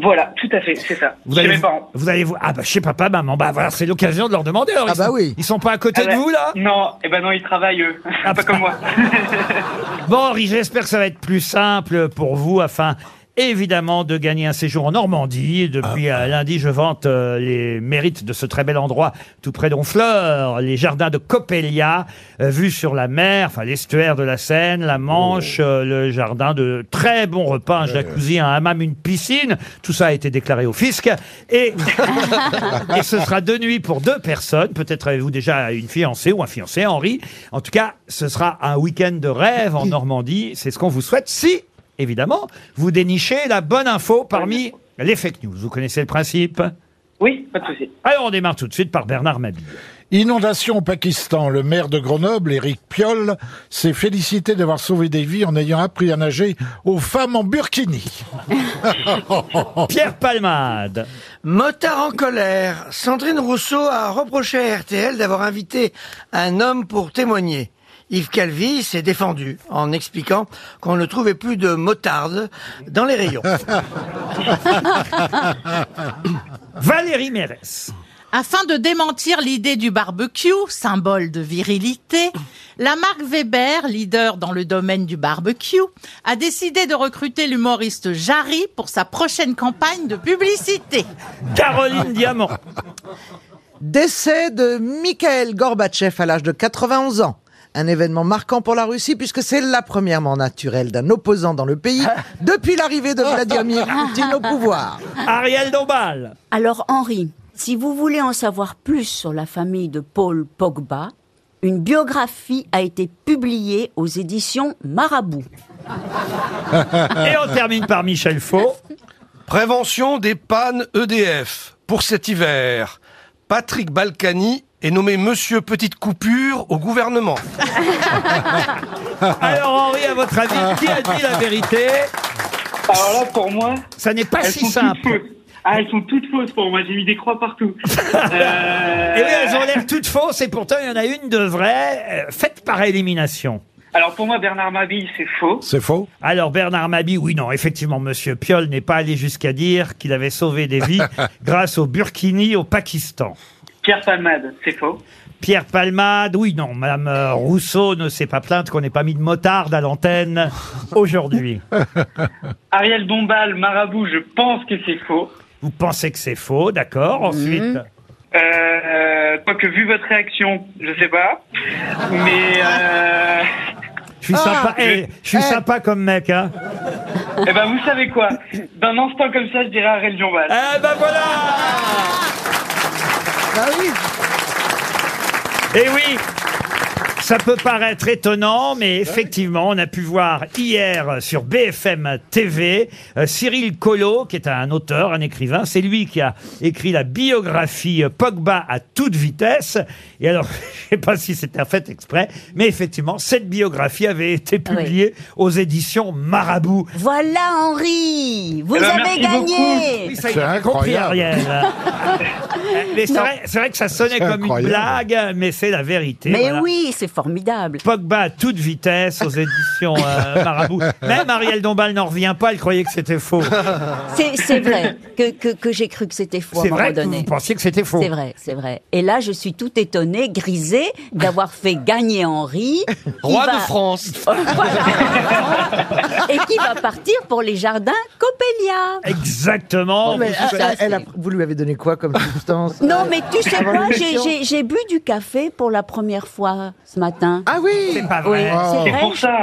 S15: Voilà, tout à fait, c'est ça.
S2: Vous
S15: Chez
S2: allez,
S15: mes parents.
S2: vous allez vous- ah bah chez papa, maman, bah voilà, c'est l'occasion de leur demander. Alors,
S15: Ah
S2: ils
S15: bah
S2: sont,
S15: oui.
S2: Ils sont pas à côté
S15: Ah
S2: de
S15: bah,
S2: vous là Ah,
S15: Non, eh ben non, ils travaillent eux, pas comme moi.
S2: Bon, Henri, j'espère que ça va être plus simple pour vous afin évidemment de gagner un séjour en Normandie. Depuis euh, lundi, je vante euh, les mérites de ce très bel endroit tout près d'Honfleur, les jardins de Coppelia, euh, vus sur la mer, enfin l'estuaire de la Seine, la Manche, euh, le jardin de très bons repas, un jacuzzi, un hammam, une piscine. Tout ça a été déclaré au fisc et et ce sera deux nuits pour deux personnes. Peut-être avez-vous déjà une fiancée ou un fiancé, Henri. En tout cas, ce sera un week-end de rêve en Normandie. C'est ce qu'on vous souhaite si, évidemment, vous dénichez la bonne info parmi les fake news. Vous connaissez le principe
S15: Oui, pas de souci.
S2: Alors, on démarre tout de suite par Bernard Mabille.
S5: Inondation au Pakistan. Le maire de Grenoble, Éric Piolle, s'est félicité d'avoir sauvé des vies en ayant appris à nager aux femmes en burkini.
S2: Pierre Palmade.
S12: Motard en colère. Sandrine Rousseau a reproché à RTL d'avoir invité un homme pour témoigner. Yves Calvi s'est défendu en expliquant qu'on ne trouvait plus de motardes dans les rayons.
S2: Valérie Mérès.
S4: Afin de démentir l'idée du barbecue, symbole de virilité, la marque Weber, leader dans le domaine du barbecue, a décidé de recruter l'humoriste Jarry pour sa prochaine campagne de publicité.
S2: Caroline Diamant.
S6: Décès de Mikhail Gorbatchev à l'âge de 91 ans. un événement marquant pour la Russie puisque c'est l'appromièrement naturel d'un opposant dans le pays depuis l'arrivée de Vladimir Poutine au pouvoir.
S2: Ariel Dombal.
S8: Ah. Alors Henri, si vous voulez en savoir plus sur la famille de Paul Pogba, une biographie a été publiée aux éditions Marabout.
S2: Et on termine par Michel Faux.
S9: Prévention des pannes EDF pour cet hiver. Patrick Balkany est nommé monsieur petite coupure au gouvernement.
S2: Alors Henri, à votre avis, qui a dit la vérité
S15: Alors là, pour moi,
S2: ça n'est pas
S15: elles
S2: si
S15: sont toutes
S2: simple.
S15: fausses. Ah, elles sont toutes fausses pour moi. J'ai mis des croix partout. Euh,
S2: Et oui, elles ont l'air toutes fausses et pourtant il y en a une de vraie, euh, faite par élimination.
S15: Alors pour moi, Bernard Mabille, c'est faux.
S2: C'est faux. Alors Bernard Mabi, oui, non, effectivement, Monsieur Piolle n'est pas allé jusqu'à dire qu'il avait sauvé des vies grâce au Burkini au Pakistan.
S15: Pierre Palmade, c'est faux.
S2: Pierre Palmade, oui, non, Madame euh, Rousseau ne s'est pas plainte qu'on n'ait pas mis de motarde à l'antenne aujourd'hui.
S15: Ariel Dombal, Marabout, je pense que c'est faux.
S2: Vous pensez que c'est faux, d'accord Ensuite,
S15: Euh, euh, quoique, vu votre réaction, je sais pas. Mais. Euh...
S2: je suis sympa, eh, je suis sympa comme mec, hein
S15: Eh ben, vous savez quoi D'un instant comme ça, je dirais Ariel Dombal.
S2: Eh ben voilà
S15: Bah oui
S2: Et Eh oui ça peut paraître étonnant, mais effectivement, on a pu voir hier sur BFM TV euh, Cyril Collot, qui est un auteur, un écrivain. C'est lui qui a écrit la biographie euh, Pogba à toute vitesse. Et alors, je sais pas si c'était fait exprès, mais effectivement, cette biographie avait été publiée aux éditions Marabout.
S8: Voilà Henri, vous
S2: Eh ben,
S8: avez
S2: merci
S8: gagné.
S2: beaucoup. Oui, ça, il a bien compris, hein. Ariel. mais c'est
S8: Non.
S2: vrai, c'est vrai que ça sonnait
S8: C'est
S2: comme une
S8: incroyable.
S2: blague, mais c'est la vérité.
S8: Mais
S2: voilà.
S8: oui, c'est formidable.
S2: Pogba à toute vitesse aux éditions euh, Marabout. Même Ariel Dombal n'en revient pas, elle croyait que c'était faux.
S8: C'est c'est vrai que, que, que j'ai cru que c'était faux à un
S2: C'est vrai
S8: moment
S2: que vous
S8: donné.
S2: pensiez que c'était faux.
S8: C'est vrai, c'est vrai. Et là, je suis tout étonnée, grisée, d'avoir fait gagner Henri. qui
S9: Roi
S8: va-
S9: de France.
S8: Et qui va partir pour les jardins Coppelia.
S2: Exactement.
S8: Mais,
S6: Vous-
S8: ah, ça,
S6: elle a-
S8: c'est-
S6: vous lui avez donné quoi comme substance
S8: Non, mais tu sais
S6: Avant
S8: quoi, j'ai-
S6: l'émission
S8: j'ai j'ai bu du café pour la première fois ce matin.
S6: Ah oui
S8: C'est
S2: pas vrai.
S8: c'est
S2: C'est
S8: vrai.
S2: pour ça.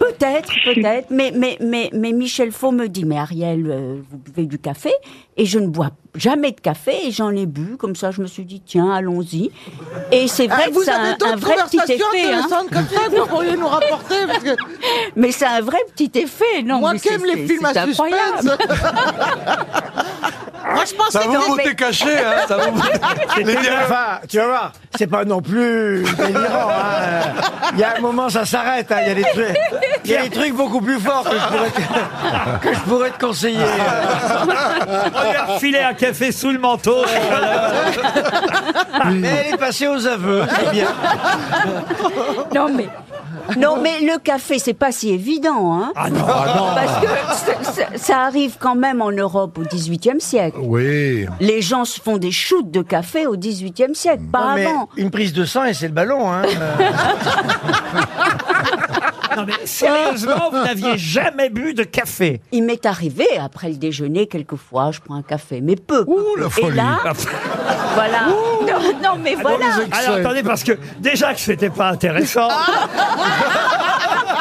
S8: Peut-être, peut-être, mais, mais, mais, mais Michel Faux me dit, mais Ariel, euh, vous buvez du café Et je ne bois jamais de café et j'en ai bu, comme ça je me suis dit, tiens, allons-y. Et c'est vrai
S3: Ah,
S8: que
S3: vous
S8: ça a
S3: avez
S8: un- un,
S3: d'autres
S8: vrai petit effet. hein.
S3: conversations intéressantes comme ça que vous pourriez nous rapporter, parce que-
S8: Mais c'est un vrai petit effet, non
S3: Moi
S8: mais
S3: qui aime
S8: c'est-
S3: les films
S8: c'est-
S3: à
S8: c'est incroyable.
S12: Moi, je pense
S9: Ça que- vaut le beauté cachée, hein, ça vaut-
S12: tu,
S9: Les liens.
S12: vas, tu vas voir, c'est pas non plus délirant. hein. Il y a un moment, ça s'arrête. hein. Il y a des trucs, il y a des trucs beaucoup plus forts que je pourrais te, que je pourrais te conseiller.
S2: On lui a refilé un café sous le manteau.
S12: Mais elle est passée aux aveux, c'est bien.
S8: Non mais. Non mais le café c'est pas si évident hein.
S2: Ah
S8: Parce que ça- ça- ça arrive quand même en Europe au XVIIIe siècle.
S5: Oui.
S8: Les gens se font des shoots de café au XVIIIe siècle, pas
S12: Mais
S8: avant.
S12: une prise de sang et c'est le ballon. Hein. Euh,
S2: Non, mais sérieusement, vous n'aviez jamais bu de café.
S8: Il m'est arrivé après le déjeuner quelquefois, je prends un café, mais peu. Ouh
S2: la
S8: Et
S2: folie.
S8: là, voilà. Non, non,
S2: Ah,
S12: Ah,
S8: mais voilà.
S2: Alors attendez, parce que déjà que c'était pas intéressant.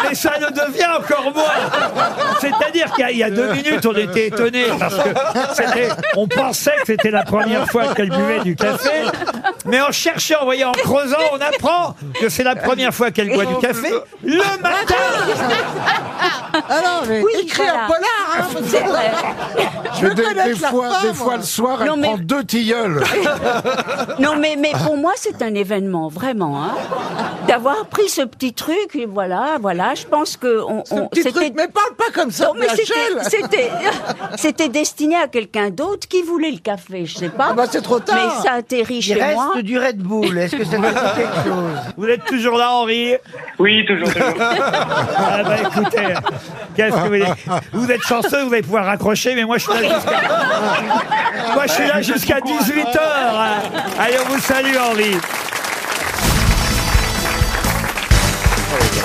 S2: Mais ça le devient encore moins. C'est-à-dire qu'il y a- il y, a deux minutes, on était étonnés parce que c'était- on pensait que c'était la première fois qu'elle buvait du café. Mais en cherchant, en voyant, en creusant, on apprend que c'est la première fois qu'elle boit du café le matin.
S12: Ah
S3: Alors,
S8: Oui,
S3: écris un
S8: voilà.
S3: polar, hein, parce
S8: C'est
S3: que-
S8: vrai.
S3: Je
S5: Je
S3: veux
S5: des,
S3: connaître
S5: des
S3: la
S5: fois,
S3: femme,
S5: des fois
S3: moi.
S5: le soir, elle
S8: Non, mais-
S5: prend deux tilleuls.
S8: Non, mais, mais pour moi, c'est un événement, vraiment. Hein, D'avoir pris ce petit truc, et voilà, voilà, je pense que... On, on-
S3: petit
S8: c'était-
S3: truc, mais parle pas comme ça,
S8: Non, mais c'était-
S3: Rachel.
S8: c'était- C'était destiné à quelqu'un d'autre qui voulait le café, je sais
S3: Ah
S8: pas.
S12: Ah bah,
S3: bah,
S12: c'est trop tard.
S8: Mais ça atterrit
S12: Il
S8: chez
S12: reste
S8: moi.
S12: du Red Bull. Est-ce que ça te dit quelque chose
S2: Vous êtes toujours là, Henri
S15: Oui, toujours, toujours.
S2: Ah bah écoutez, qu'est-ce que vous voulez Vous êtes chanceux, vous allez pouvoir raccrocher, mais moi je suis là jusqu'à... Moi je suis là jusqu'à 18h. Allez, on vous salue, Henri.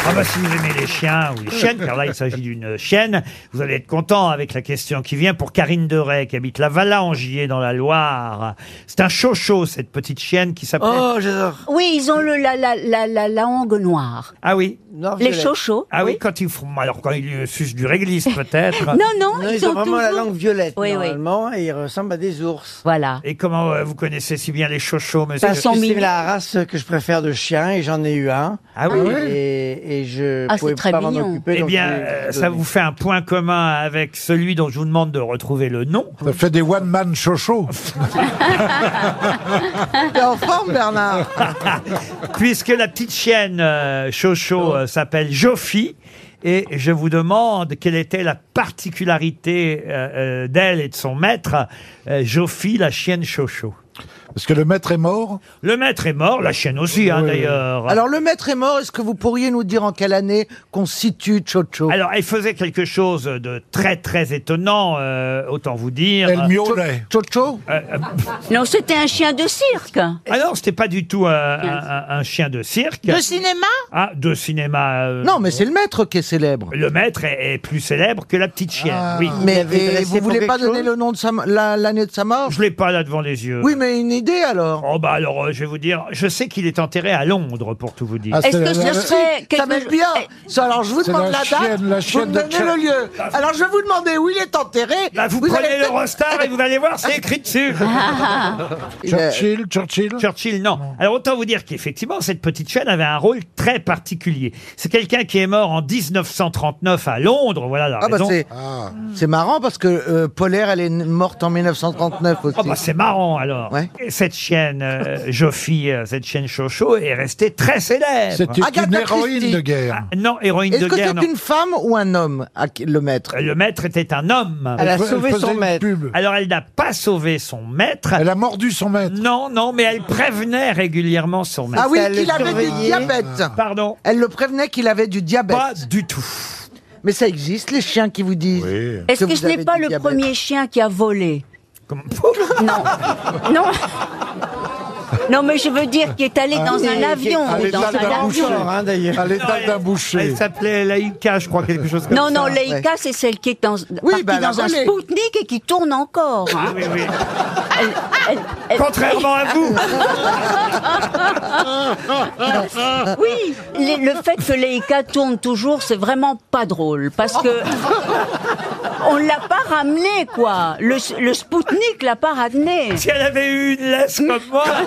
S2: Ah bah si vous aimez les chiens ou les chiennes, car là il s'agit d'une chienne, vous allez être content avec la question qui vient pour Karine Deray qui habite la Valangier dans la Loire. C'est un chocho cette petite chienne qui s'appelle.
S8: Oui, ils ont le, la, la, la, la, la langue noire.
S2: Ah oui.
S8: Les chochos.
S2: Ah oui, quand ils font, alors quand ils sucent du réglisse peut-être.
S3: ils, ont, vraiment la langue violette normalement et ils ressemblent à des ours.
S8: Voilà.
S2: Et comment euh, vous connaissez si bien les chochos, monsieur
S3: Parce que c'est
S6: Ah,
S3: la race que je préfère de chien et j'en ai eu un.
S2: Ah oui.
S3: Et, et je
S2: Ah,
S3: pouvais pas m'en occuper.
S2: Eh
S3: donc
S2: bien,
S3: je l'ai
S2: euh,
S3: donné.
S2: ça vous fait un point commun avec celui dont je vous demande de retrouver le nom.
S5: Ça fait des one-man chocho.
S3: T'es en forme, Bernard
S2: Puisque la petite chienne euh,
S3: Oh.
S2: Chocho euh, s'appelle Jofi. Et je vous demande quelle était la particularité euh, euh, d'elle et de son maître, euh, Jofi, la chienne Chocho.
S5: Parce que le maître est mort
S2: Le maître est mort, la chienne aussi, hein, d'ailleurs.
S6: Alors le maître est mort, est-ce que vous pourriez nous dire en quelle année qu'on situe Chocho
S2: Alors, elle faisait quelque chose de très, très étonnant, euh, autant vous dire.
S6: Elle miaulait.
S2: Chocho
S8: Non, c'était un chien de cirque.
S2: euh, Ah non, c'était pas du tout euh, un, un- un chien de cirque.
S8: Euh, De cinéma
S2: Ah, de cinéma. euh,
S6: Non, mais c'est le maître qui est célèbre.
S2: Le maître est, est plus célèbre que la petite chienne, Ah. oui.
S6: Ah. Mais et vous voulez pas donner le nom de sa, la- l'année de sa mort
S2: Je l'ai pas là devant les yeux.
S6: Oui, mais une idée alors.
S2: Oh bah alors, euh, je vais vous dire, je sais qu'il est enterré à Londres, pour tout vous dire.
S6: Ah, c'est Est-ce que la-
S8: Ce serait
S2: Eh,
S8: quelque-
S6: Ça m'aide bien. Ça, Alors je vous
S2: C'est
S6: demande
S2: la
S6: la,
S2: chienne, la
S6: date, vous me
S2: chienne de
S6: donnez
S2: Chuck.
S6: le lieu. Alors je vais vous demander où il est enterré.
S2: Bah, vous,
S6: allez
S2: prenez
S6: peut-être-
S2: l'Eurostar et vous allez voir, c'est écrit dessus. Euh,
S5: Churchill, Churchill
S2: Churchill, non. Alors autant vous dire qu'effectivement, cette petite chaîne avait un rôle très particulier. C'est quelqu'un qui est mort en 1939 à Londres, voilà la
S6: Ah bah
S2: raison.
S6: c'est c'est marrant parce que euh, Polaire elle est n- morte en 1939 aussi.
S2: Ah bah c'est marrant alors. Et cette chienne euh, Joffy, euh, cette chienne Chocho est restée très célèbre.
S5: C'était une héroïne de guerre.
S2: Ah, non, héroïne
S6: Est-ce
S2: de
S6: que
S2: guerre. non.
S6: c'est une femme ou un homme à qui- le maître
S2: Le maître était un homme.
S6: Elle a Elle fe- sauvé elle faisait son une maître. pub.
S2: Alors elle n'a pas sauvé son maître. Elle
S5: a mordu son maître.
S2: Non, non, mais elle prévenait régulièrement son maître.
S6: Ah oui, qu'il avait du diabète.
S2: Ah, Pardon.
S6: Elle le prévenait qu'il avait du diabète. Pas
S2: du tout.
S6: Mais ça existe les chiens qui vous disent.
S8: Est-ce que
S6: vous
S8: ce n'est
S6: avez
S8: pas
S6: du
S8: le
S6: diabète.
S8: premier chien qui a volé Non. Non. Non, mais je veux dire qu'il est allé
S5: Ah
S8: dans un avion. ou Dans un avion.
S5: À l'étal d'un boucher.
S2: Elle s'appelait Laïka, je crois, quelque chose comme
S8: Non,
S2: ça.
S8: non, Leica, c'est celle qui est dans, partie
S2: bah, elle a
S8: dans un
S2: volé.
S8: Spoutnik et qui tourne encore. hein.
S2: Ah Oui, oui. Contrairement à vous.
S8: Oui, le, le fait que Leica tourne toujours, c'est vraiment pas drôle parce que on l'a pas ramené quoi. Le, le Spoutnik l'a pas ramené.
S2: Si elle avait eu une laisse comme moi.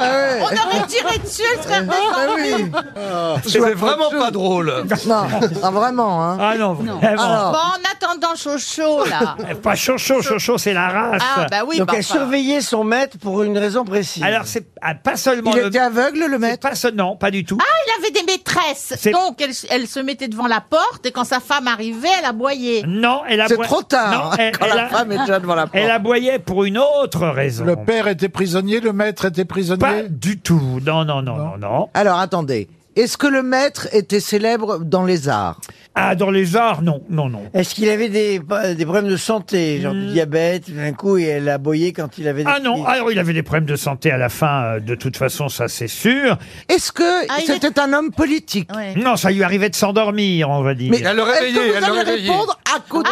S4: On aurait tiré dessus, elle serait restée
S19: C'est vraiment pas drôle.
S6: Non, ah, vraiment hein.
S2: Ah non, vraiment.
S4: Bon, en attendant Chocho, là.
S2: Pas Chocho, Chocho, c'est la race.
S4: Ah, bah oui,
S3: Donc
S4: bah,
S3: elle
S4: enfin.
S3: surveillait son maître pour une raison précise.
S2: Alors c'est ah, pas seulement.
S3: Il
S2: le...
S3: était
S6: aveugle le
S2: maître. Pas se- non, pas du tout.
S4: Ah, il avait des maîtresses.
S2: C'est-
S4: Donc, elle, elle se mettait devant la porte et quand sa femme arrivait, elle aboyait.
S2: Non, elle
S6: C'est
S2: aboi-
S6: trop tard hein,
S2: Non, elle-
S6: quand
S2: elle
S6: la
S2: a-
S6: femme est déjà devant la porte.
S2: Elle aboyait pour une autre raison.
S5: Le père était prisonnier, le maître était prisonnier Pas
S2: du tout. Non, non, non, non, non.
S6: Alors attendez, est-ce que le maître était célèbre dans les arts
S2: Ah, dans les arts, non, non, non. Hmm.
S3: Est-ce qu'il avait des, euh, des problèmes de santé, genre du diabète, d'un coup, et elle aboyait quand il avait des
S2: Ah non, alors il avait des problèmes de santé à la fin, euh, de toute façon, ça c'est sûr.
S6: Est-ce que c'était un homme politique
S2: Non, ça lui arrivait de s'endormir, on va dire.
S6: Mais est-ce que vous allez répondre à côté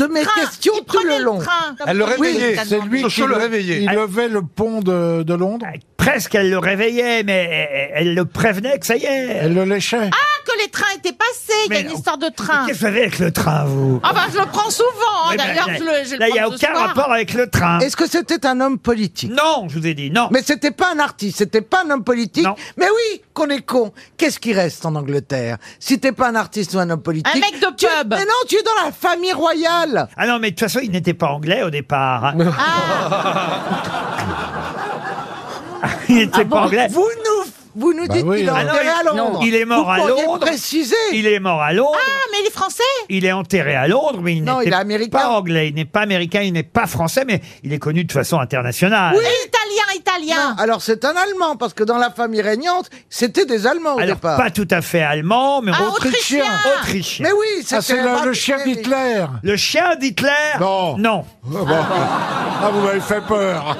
S6: de mes questions tout le long
S5: Elle le réveillait. C'est lui qui
S19: le
S5: le-
S19: réveillait.
S5: Il levait le pont de, de Londres.
S2: Ah, Presque, elle le réveillait, mais elle- elle le prévenait que ça y est.
S5: Elle le léchait.
S4: Ah, que les trains étaient passés, il y a une histoire de train.
S2: Qu'est-ce que vous avez avec le train, vous
S4: Ah bah, je le prends souvent, hein.
S2: Oui, bah,
S4: d'ailleurs,
S2: là-
S4: je le, je le
S2: là, il y a
S4: prends ce
S2: aucun
S4: soir.
S2: rapport avec le train.
S6: Est-ce que c'était un homme politique
S2: Non, je vous ai dit, non.
S6: Mais c'était pas un artiste, c'était pas un homme politique. Mais oui, qu'on est con. Qu'est-ce qui reste en Angleterre Si t'es pas un artiste ou un homme politique.
S4: Un mec de
S6: tu- Mais non, tu es dans la famille royale.
S2: Ah non, mais de toute façon, il n'était pas anglais au départ. hein
S6: Ah.
S2: il n'était
S6: Ah
S2: pas
S6: bon
S2: anglais.
S6: Vous nous, vous nous
S2: Bah
S6: dites
S2: oui,
S6: qu'il est
S2: hein. Ah non,
S6: enterré
S2: il-
S6: à Londres.
S2: il est mort
S6: Vous
S2: à
S6: pourriez
S2: Londres.
S6: préciser.
S2: Il est mort à Londres.
S4: Ah, mais les Français
S2: Il est enterré à Londres, mais il
S6: Non, il est
S2: n'est pas anglais, il n'est pas américain, il n'est pas français, mais il est connu de façon internationale.
S4: Oui, italien, italien Italien.
S6: Non, alors c'est un Allemand, parce que dans la famille régnante, c'était des Allemands au
S2: Alors,
S6: départ.
S2: pas tout à fait allemand, mais
S6: Ah, Autrichien.
S2: Autrichien.
S6: Mais oui,
S20: Ah, c'est le, le chien d'Hitler.
S2: Le chien d'Hitler
S20: Non.
S2: Non.
S20: Ah, vous m'avez fait peur.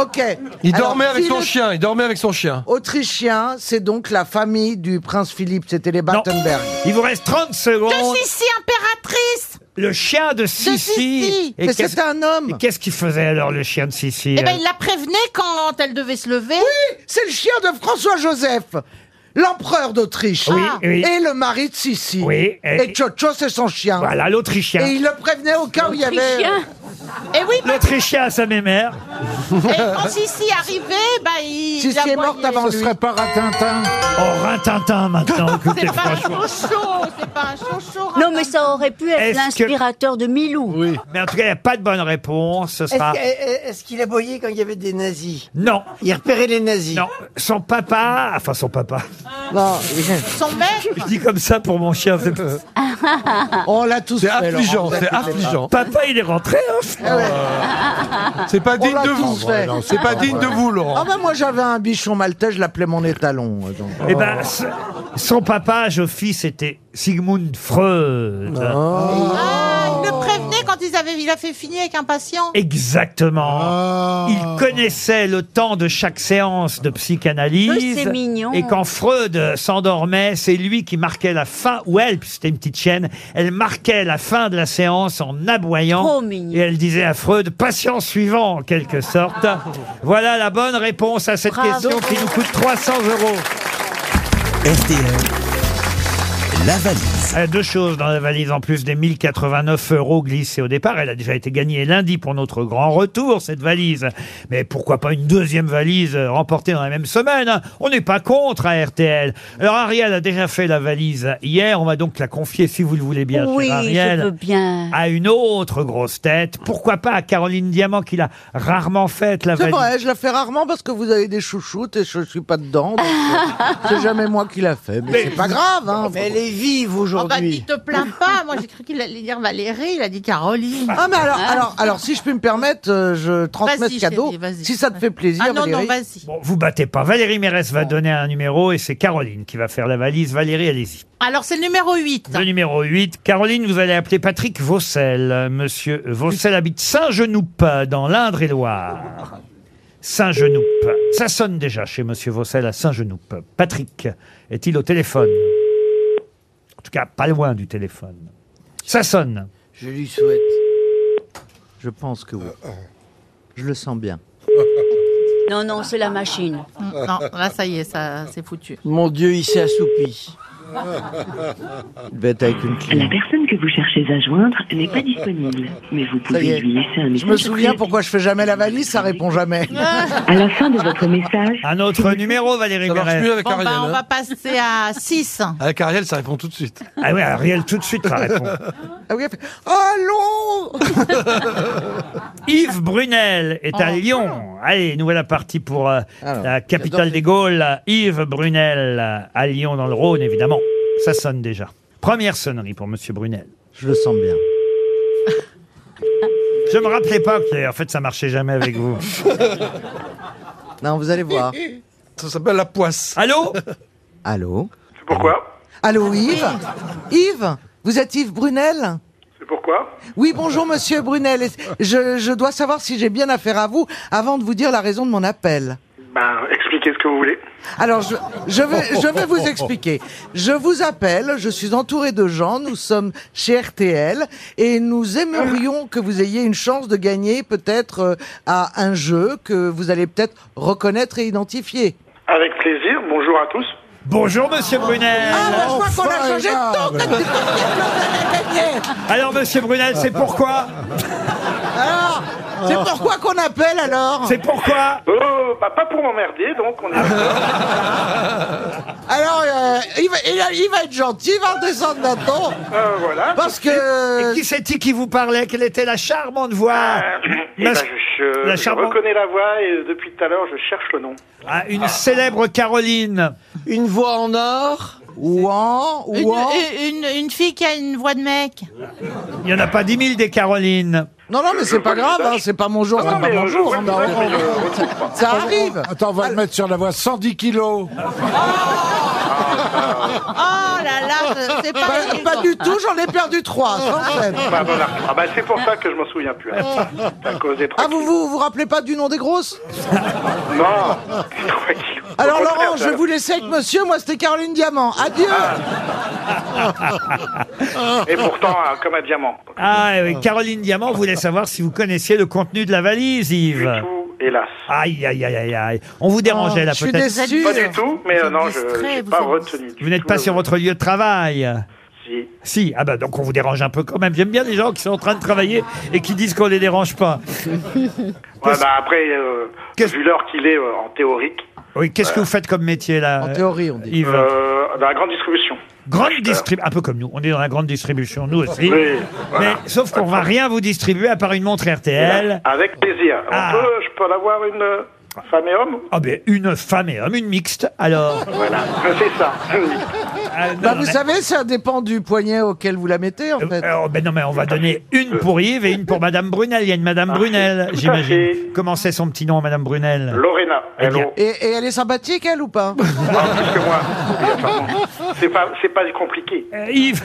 S6: Ok.
S9: Il
S6: Alors,
S9: dormait avec son
S6: Philippe
S9: chien, il dormait avec son chien.
S6: Autrichien, c'est donc la famille du prince Philippe, c'était les Battenberg.
S2: Il vous reste 30 secondes.
S4: Je suis si impératrice.
S2: Le chien de Sissi.
S4: Sissi. Mais
S2: qu'est-ce-
S4: c'était un homme.
S2: Et qu'est-ce qu'il faisait alors, le chien de Sissi
S4: Eh ben,
S2: euh
S4: il la prévenait quand elle devait se lever. Oui,
S6: c'est le chien de François-Joseph. L'empereur d'Autriche
S2: Oui,
S4: Ah.
S2: oui.
S6: et le mari de Sissi.
S2: Oui, et-
S6: et... Chocho, c'est son chien.
S2: Voilà, l'Autrichien.
S6: Et il le prévenait au cas où il y avait...
S4: Et Eh oui,
S2: euh
S4: Eh,
S2: L'Autrichien à sa mémère.
S4: Et quand Sissi arrivait, bah, il.
S6: Sissi
S4: la
S6: est morte
S4: voyait.
S6: avant
S2: Ce serait
S20: pas Ratintin
S2: Oh, Ratintin maintenant, écoutez,
S4: C'est pas un
S2: franchement.
S4: chouchou, c'est pas un chouchou.
S8: Non, mais ça aurait pu être
S2: Est-ce que-
S8: l'inspirateur de Milou.
S20: Oui.
S2: Mais en tout cas, il n'y a pas de bonne réponse. Ce
S21: Est-ce
S2: sera.
S21: que- est- est-ce qu'il a boyé quand il y avait des nazis
S2: Non.
S21: Il repérait les nazis.
S2: Non. Son papa. Enfin, son papa.
S6: Non.
S4: Son maître.
S2: Je dis comme ça pour mon chien. c'est-
S6: On l'a tous
S9: C'est affligeant, c'est affligeant.
S2: Papa, il est rentré. hein.
S9: C'est pas
S6: On
S9: digne
S6: l'a
S9: de
S6: tous
S9: vous.
S6: fait.
S9: C'est pas digne de vous, Laurent.
S6: Ah ben moi j'avais un bichon maltais, je l'appelais mon étalon. euh, donc.
S2: Eh ben, ce- son papa, Joffy, c'était Sigmund Freud.
S4: Ah, il le prévenait quand ils avaient, il a fait finir avec un patient.
S2: Exactement. Il connaissait le temps de chaque séance de
S8: Oui,
S2: psychanalyse.
S8: Oh, c'est mignon.
S2: Et quand Freud euh, s'endormait, c'est lui qui marquait la fin, ou elle, puisque c'était une petite chienne, elle marquait la fin de la séance en aboyant.
S8: Trop mignon.
S2: Et elle disait à Freud, patient suivant, en quelque sorte. voilà la bonne réponse à cette
S8: Bravo.
S2: question qui nous coûte 300 euros.
S22: La valise.
S2: Euh, Deux choses dans la valise en plus des 1089 euros glissés au départ. Elle a déjà été gagnée lundi pour notre grand retour, cette valise. Mais pourquoi pas une deuxième valise euh, remportée dans la même semaine hein On n'est pas contre à RTL. Alors Ariel a déjà fait la valise hier. On va donc la confier, si vous le voulez bien,
S8: oui,
S2: chère Ariel
S8: je veux bien.
S2: à une autre grosse tête. Pourquoi pas à Caroline Diamant qui l'a rarement faite la
S6: C'est
S2: valise.
S6: vrai, je la fais rarement parce que vous avez des chouchoutes et je, suis pas dedans. donc, euh, c'est jamais moi qui l'a fait, mais,
S2: Mais-
S6: c'est pas grave. Hein.
S21: Ah. Mais elle est vive
S4: Oh, bah,
S21: aujourd'hui.
S4: dis, te plains pas. Moi, j'ai cru qu'il allait dire Valérie, il a dit Caroline.
S6: Ah mais
S21: Hein
S6: alors, alors, alors si je peux me permettre, euh, je transmets
S4: Vas-y,
S6: ce cadeau.
S4: chérie, vas-y.
S6: si ça te fait plaisir,
S4: Ah non, non,
S6: Valérie.
S4: vas-y.
S2: Bon, vous battez pas. Valérie Mérès va donner un numéro et c'est Caroline qui va faire la valise. Valérie, allez-y.
S4: Alors, c'est le numéro 8.
S2: Le numéro 8, Caroline, vous allez appeler Patrick Vaucel. Monsieur Vaucel habite Saint-Genoupe, dans l'Indre-et-Loire. Saint-Genoupe. Ça sonne déjà chez Monsieur Vaucel à Saint-Genoupe. Patrick, est-il au téléphone En tout cas, pas loin du téléphone. Ça sonne.
S21: Je lui souhaite.
S6: Je pense que oui. Je le sens bien.
S8: Non, non, c'est la machine.
S4: Non, là, ça y est, ça, c'est foutu.
S21: Mon Dieu, il s'est assoupi.
S6: Il va être avec une clé.
S3: personne que vous cherchez à joindre n'est pas disponible, mais
S6: Ça
S3: vous
S6: y
S3: pouvez
S6: est.
S3: lui laisser un
S6: Je
S3: message.
S6: me souviens pourquoi je fais jamais la valise, ça répond jamais.
S4: ben,
S3: À la fin de votre message,
S2: Un autre numéro, Valérie
S9: Ça marche
S2: Mérès.
S9: mieux avec
S4: Bon,
S9: Ariel.
S4: bah, on
S9: hein.
S4: va passer à 6.
S9: Avec Ariel, ça répond tout de suite.
S2: Ah oui, Ariel, tout de suite la réponse.
S6: Ah oui, elle fait, Allons
S2: Yves Brunel est à Lyon. Allez, nous voilà partis pour euh, la capitale des Gaules. Yves Brunel euh, à Lyon, dans le Rhône, évidemment. Ça sonne déjà. Première sonnerie pour Monsieur Brunel.
S6: Je le sens bien.
S2: Je me rappelais pas que, en fait, ça marchait jamais avec vous.
S6: Non, vous allez voir.
S9: Ça s'appelle la poisse.
S2: Allô
S6: Allô
S5: C'est pourquoi
S4: Ah,
S6: Allô Yves Yves Vous êtes Yves Brunel
S5: C'est pourquoi
S6: Oui, bonjour Monsieur Brunel. Est- Je, je dois savoir si j'ai bien affaire à vous avant de vous dire la raison de mon appel.
S5: Ben, expliquez ce que vous voulez.
S6: Alors, je, je, vais, je vais vous expliquer. Je vous appelle, je suis entouré de gens, nous sommes chez RTL et nous aimerions que vous ayez une chance de gagner peut-être euh, à un jeu que vous allez peut-être reconnaître et identifier.
S5: Avec plaisir, bonjour à tous.
S2: Bonjour, Monsieur Brunel.
S6: Ah, bah, je vois qu'on a changé de temps quand tu
S2: Alors, Monsieur Brunel, c'est pourquoi
S6: Alors, Ah, c'est pourquoi qu'on appelle alors
S2: C'est pourquoi Ah,
S5: Oh, bah pas pour m'emmerder, donc on est...
S6: Alors, euh, il, va, il a- il va être gentil, il va redescendre d'un ton.
S5: Euh, voilà.
S6: Parce que...
S2: Et qui c'est-il qui vous parlait Quelle était la charmante voix
S5: Eh ben, je, je-
S2: La
S5: je
S2: charbon-
S5: reconnais la voix et depuis tout à l'heure, je cherche le nom.
S2: Ah, Une célèbre Caroline.
S21: Une voix en or.
S6: Ouan,
S4: Une,
S6: ouan.
S4: une- une- une fille qui a une voix de mec.
S2: Il n'y en a pas dix mille des Carolines.
S6: Non, non, mais
S23: Je-
S6: c'est
S23: je
S6: pas
S23: vois
S6: grave,
S23: le
S6: hein,
S23: visage.
S6: c'est pas mon jour,
S23: Ah
S6: c'est
S23: non,
S6: pas
S23: mais,
S6: mon
S23: euh, je
S2: Oh,
S6: jour.
S23: vois
S6: hein,
S23: le
S6: non,
S23: visage,
S6: mais-
S23: mais, euh, on sait pas.
S6: Ça arrive
S23: Attends, on va le mettre sur la voie 110 kilos.
S24: Oh là là, c'est
S6: Pas, pas du tout, j'en ai perdu trois, sans
S5: Ah,
S6: scène.
S5: bah, voilà. Ah, bah, c'est pour ça que je m'en souviens plus. hein. C'est à cause des trois
S6: Ah, vous, vous vous rappelez pas du nom des grosses
S5: kilos. Non.
S6: Alors,
S5: Au contraire, Ah.
S6: Laurent, je
S5: ça-
S6: vais vous laisser avec monsieur, moi c'était Caroline Diamant. Adieu
S5: Et pourtant, euh, comme un diamant.
S2: Ah oui, Caroline Diamant voulait savoir si vous connaissiez le contenu de la valise, Yves.
S5: Hélas.
S2: Aïe, aïe, aïe, aïe, aïe. On vous
S5: Oh,
S2: dérangeait
S6: Oh,
S2: là peut-être.
S5: Pas du tout, mais euh, non, je
S2: distrait,
S5: n'ai
S2: vous
S5: pas
S2: êtes-
S5: retenu.
S2: Vous n'êtes pas sur votre lieu de travail
S5: Si.
S2: Si, ah bah donc on vous dérange un peu quand même. J'aime bien les gens qui sont en train de travailler et qui disent qu'on les dérange pas.
S5: Ouais, bah, après, euh, vu l'heure qu'il est euh, en théorique,
S2: Oui, qu'est-ce que vous faites comme métier là En
S6: théorie, on dit.
S2: Yves
S5: euh, dans la grande distribution.
S2: Grande distribution, un peu comme nous, on est dans la grande distribution, nous aussi.
S5: Euh. Oui, voilà.
S2: Mais sauf qu'on va rien vous distribuer à part une montre RTL.
S5: Avec plaisir. On
S2: Ah.
S5: peut- je peux en avoir une euh, femme et homme
S2: Ah ben une femme et homme, une mixte, alors.
S5: Voilà, c'est ça.
S6: Bah,
S2: Ah, non,
S6: vous
S2: mais-
S6: savez, ça dépend du poignet auquel vous la mettez, en fait.
S2: Oh, ben non, mais on va donner une pour Yves et une pour Madame Brunel. Il y a une
S5: Ah,
S2: Madame Brunel,
S5: tout à
S2: j'imagine. Comment c'est son petit nom, Madame Brunel
S5: Lorena,
S2: Eh bien,
S6: Et, et elle est sympathique, elle, ou pas
S5: C'est pas, c'est pas compliqué.
S2: Euh, Yves,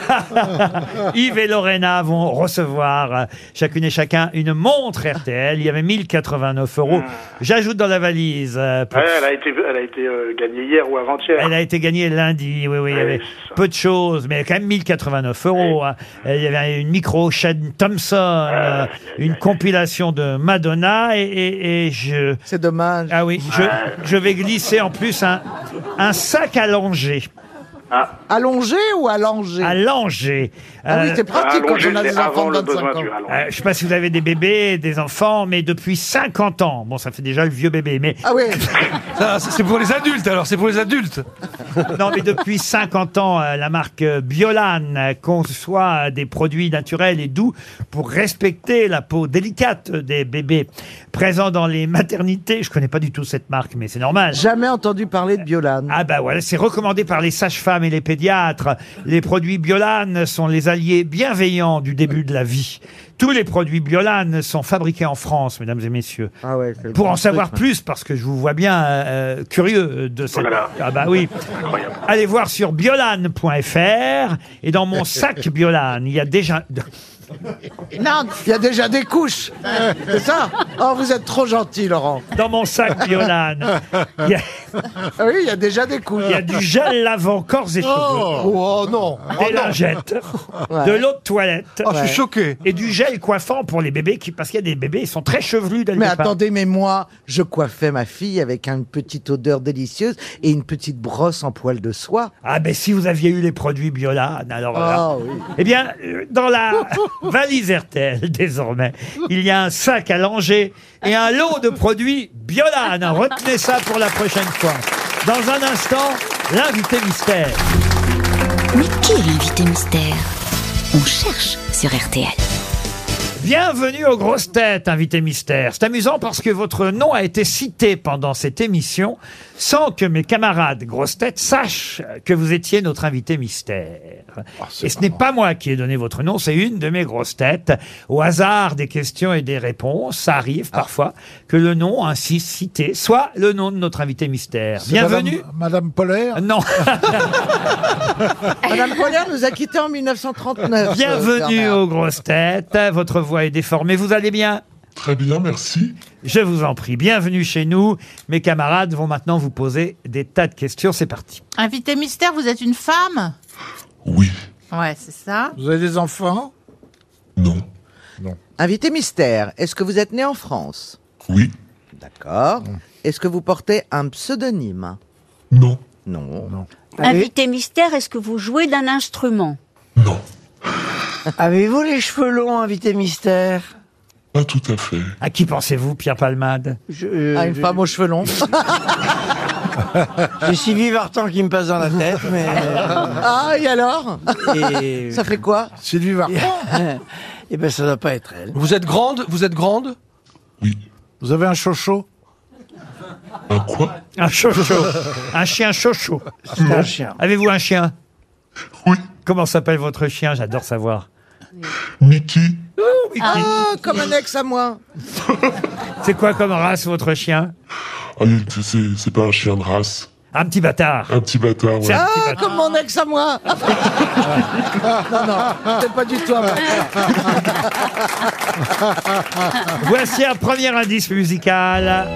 S2: Yves et Lorena vont recevoir euh, chacune et chacun une montre RTL. Il y avait 1089 euros. J'ajoute dans la valise. euh, pour-
S5: Ah. Ouais, elle a été, elle a été euh, gagnée hier ou avant-hier.
S2: Elle a été gagnée lundi, oui, oui, il y avait peu de choses, mais quand même 1089 euros. hein. Il y avait une micro chaîne Thomson, euh, une compilation de Madonna, et, et- et je...
S6: C'est dommage.
S2: Ah oui, je, je vais glisser en plus un, un sac allongé.
S6: Allongée ou allongée
S2: Allongée.
S6: Ah oui, c'est pratique quand on a des enfants de 25 ans.
S2: Euh, je sais pas si vous avez des bébés, des enfants, mais depuis 50 ans. Bon, ça fait déjà le vieux bébé, mais.
S6: Ah oui.
S3: Ça, C'est pour les adultes alors, c'est pour les adultes.
S2: non, mais depuis 50 ans, euh, la marque euh, Biolan euh, conçoit euh, des produits naturels et doux pour respecter la peau délicate des bébés présents dans les maternités. Je connais pas du tout cette marque, mais c'est normal.
S6: Jamais entendu parler de Biolan.
S2: Ah bah voilà, c'est recommandé par les sages-femmes et les pédiatres. Les produits Biolan sont les alliés bienveillants du début de la vie. Tous les produits Biolan sont fabriqués en France, mesdames et messieurs.
S6: Ah ouais, c'est le
S2: Pour
S6: bon
S2: en savoir
S6: truc,
S2: plus, parce que je vous vois bien euh, euh, curieux de cette... Ah bah oui. Allez voir sur biolan.fr et dans mon sac Biolan, il y a déjà...
S6: Non, il y a déjà des couches. Euh, C'est ça Oh, vous êtes trop gentil, Laurent.
S2: Dans mon sac Biolan, il y a-
S6: Ah Oui, il y a déjà des couches.
S2: il y a du gel lavant corps et cheveux.
S3: Oh, oh, non
S6: Ah,
S2: des lingettes, de l'eau de toilette.
S3: Oh, je suis Ouais. choqué.
S2: Et du gel coiffant pour les bébés, qui, parce qu'il y a des bébés, ils sont très chevelus. dès le
S6: Mais
S2: départ.
S6: attendez, mais moi, je coiffais ma fille avec une petite odeur délicieuse et une petite brosse en poil de soie.
S2: Ah, ben si vous aviez eu les produits Biolan, alors.
S6: Ah,
S2: là-
S6: oui.
S2: Eh bien, euh, dans la valise RTL, désormais, il y a un sac à langer et un lot de produits Biolan. Retenez ça pour la prochaine fois. Dans un instant, l'invité mystère.
S25: Mais qui est l'invité mystère On cherche sur RTL.
S2: Bienvenue aux grosses têtes, invité mystère. C'est amusant parce que votre nom a été cité pendant cette émission sans que mes camarades grosses têtes sachent que vous étiez notre invité mystère. et ce n'est pas moi qui ai donné votre nom, c'est une de mes grosses têtes. Au hasard des questions et des réponses, ça arrive parfois que le nom ainsi cité soit le nom de notre invité mystère.
S23: C'est
S2: Bienvenue.
S23: Madame, Madame
S26: Euh,
S23: Polaire
S2: Non.
S6: Madame Polaire nous a quittés en 1939.
S2: Bienvenue
S6: euh,
S2: aux grosses têtes. Votre voix est déformée. Vous allez bien Très bien, merci. Je vous en prie. Bienvenue chez nous. Mes camarades vont maintenant vous poser des tas de questions. C'est parti.
S4: Invité mystère, vous êtes une femme Oui. Ouais, c'est ça.
S6: Vous avez des enfants Non. Non. Invité mystère, est-ce que vous êtes né en France
S1: Oui.
S6: D'accord. Est-ce que vous portez un pseudonyme
S1: Non.
S6: Non.
S8: Invité mystère, est-ce que vous jouez d'un instrument
S26: Avez-vous les cheveux longs, invité mystère
S1: Pas tout à fait.
S2: À qui pensez-vous, Pierre Palmade
S6: Ah, une femme aux cheveux longs.
S26: J'ai Sylvie Vartan qui me passe dans la tête,
S23: Eh,
S26: mais...
S23: euh,
S6: ah, et alors
S26: Et-
S6: Ça fait quoi
S26: Sylvie Vartan Eh ben, ça doit pas être elle.
S3: Vous êtes grande Vous êtes grande
S23: Vous avez un chocho
S2: Un chocho. un chien chocho.
S26: C'est un chien.
S2: Avez-vous un chien Oui. Comment s'appelle votre chien J'adore savoir.
S1: Mickey.
S2: Oh, oui.
S27: Ah, comme un ex à moi.
S2: C'est quoi comme race votre chien
S28: Ah, il- c'est c'est pas un chien de race.
S2: Un petit bâtard.
S28: Un petit bâtard, ouais.
S27: Ah, comme mon ex à moi. non, non, c'est pas du tout à moi.
S8: Ah.
S2: Voici un premier indice musical.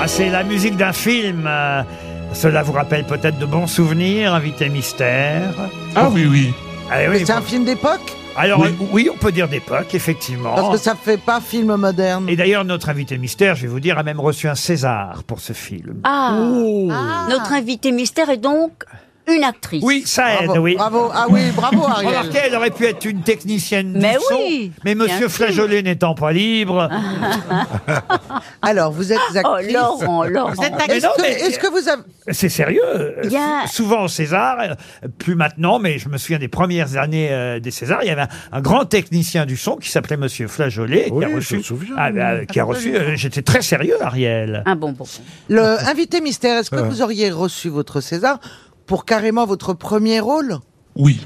S2: Ah, c'est la musique d'un film. euh, Cela vous rappelle peut-être de bons souvenirs, Invité Mystère.
S28: Ah oui, oui.
S27: c'est un film d'époque
S2: Alors
S27: Oui.
S2: oui, oui, on peut dire d'époque, effectivement.
S27: Parce que ça fait pas film moderne.
S2: Et d'ailleurs, notre invité mystère, je vais vous dire, a même reçu un César pour ce film.
S8: Ah, Notre invité mystère est donc une actrice.
S2: Oui, ça aide,
S8: Bravo,
S2: oui.
S8: bravo. Ah oui, bravo, Ariel.
S2: Remarquez, elle aurait pu être une technicienne du
S8: Mais
S2: son,
S8: oui,
S2: mais
S8: bien sûr.
S2: Monsieur Flageolet n'étant pas libre.
S27: Alors, vous êtes actrice.
S8: Oh, Laurent, Laurent. Vous êtes actrice.
S27: Est-ce que,
S2: Mais non, mais-
S27: est-ce que vous avez...
S2: C'est sérieux.
S27: Il y a-
S2: Sou- Souvent au César, euh, plus maintenant, mais je me souviens des premières années euh, des Césars, il y avait un, un grand technicien du son qui s'appelait Monsieur Flageolet, qui a reçu. Ah, bah, qui a reçu. euh, J'étais très sérieux, Ariel.
S8: Un bon bon.
S27: Le invité mystère, est-ce que
S2: Ouais.
S27: vous auriez reçu votre César pour carrément votre premier rôle
S28: Oui.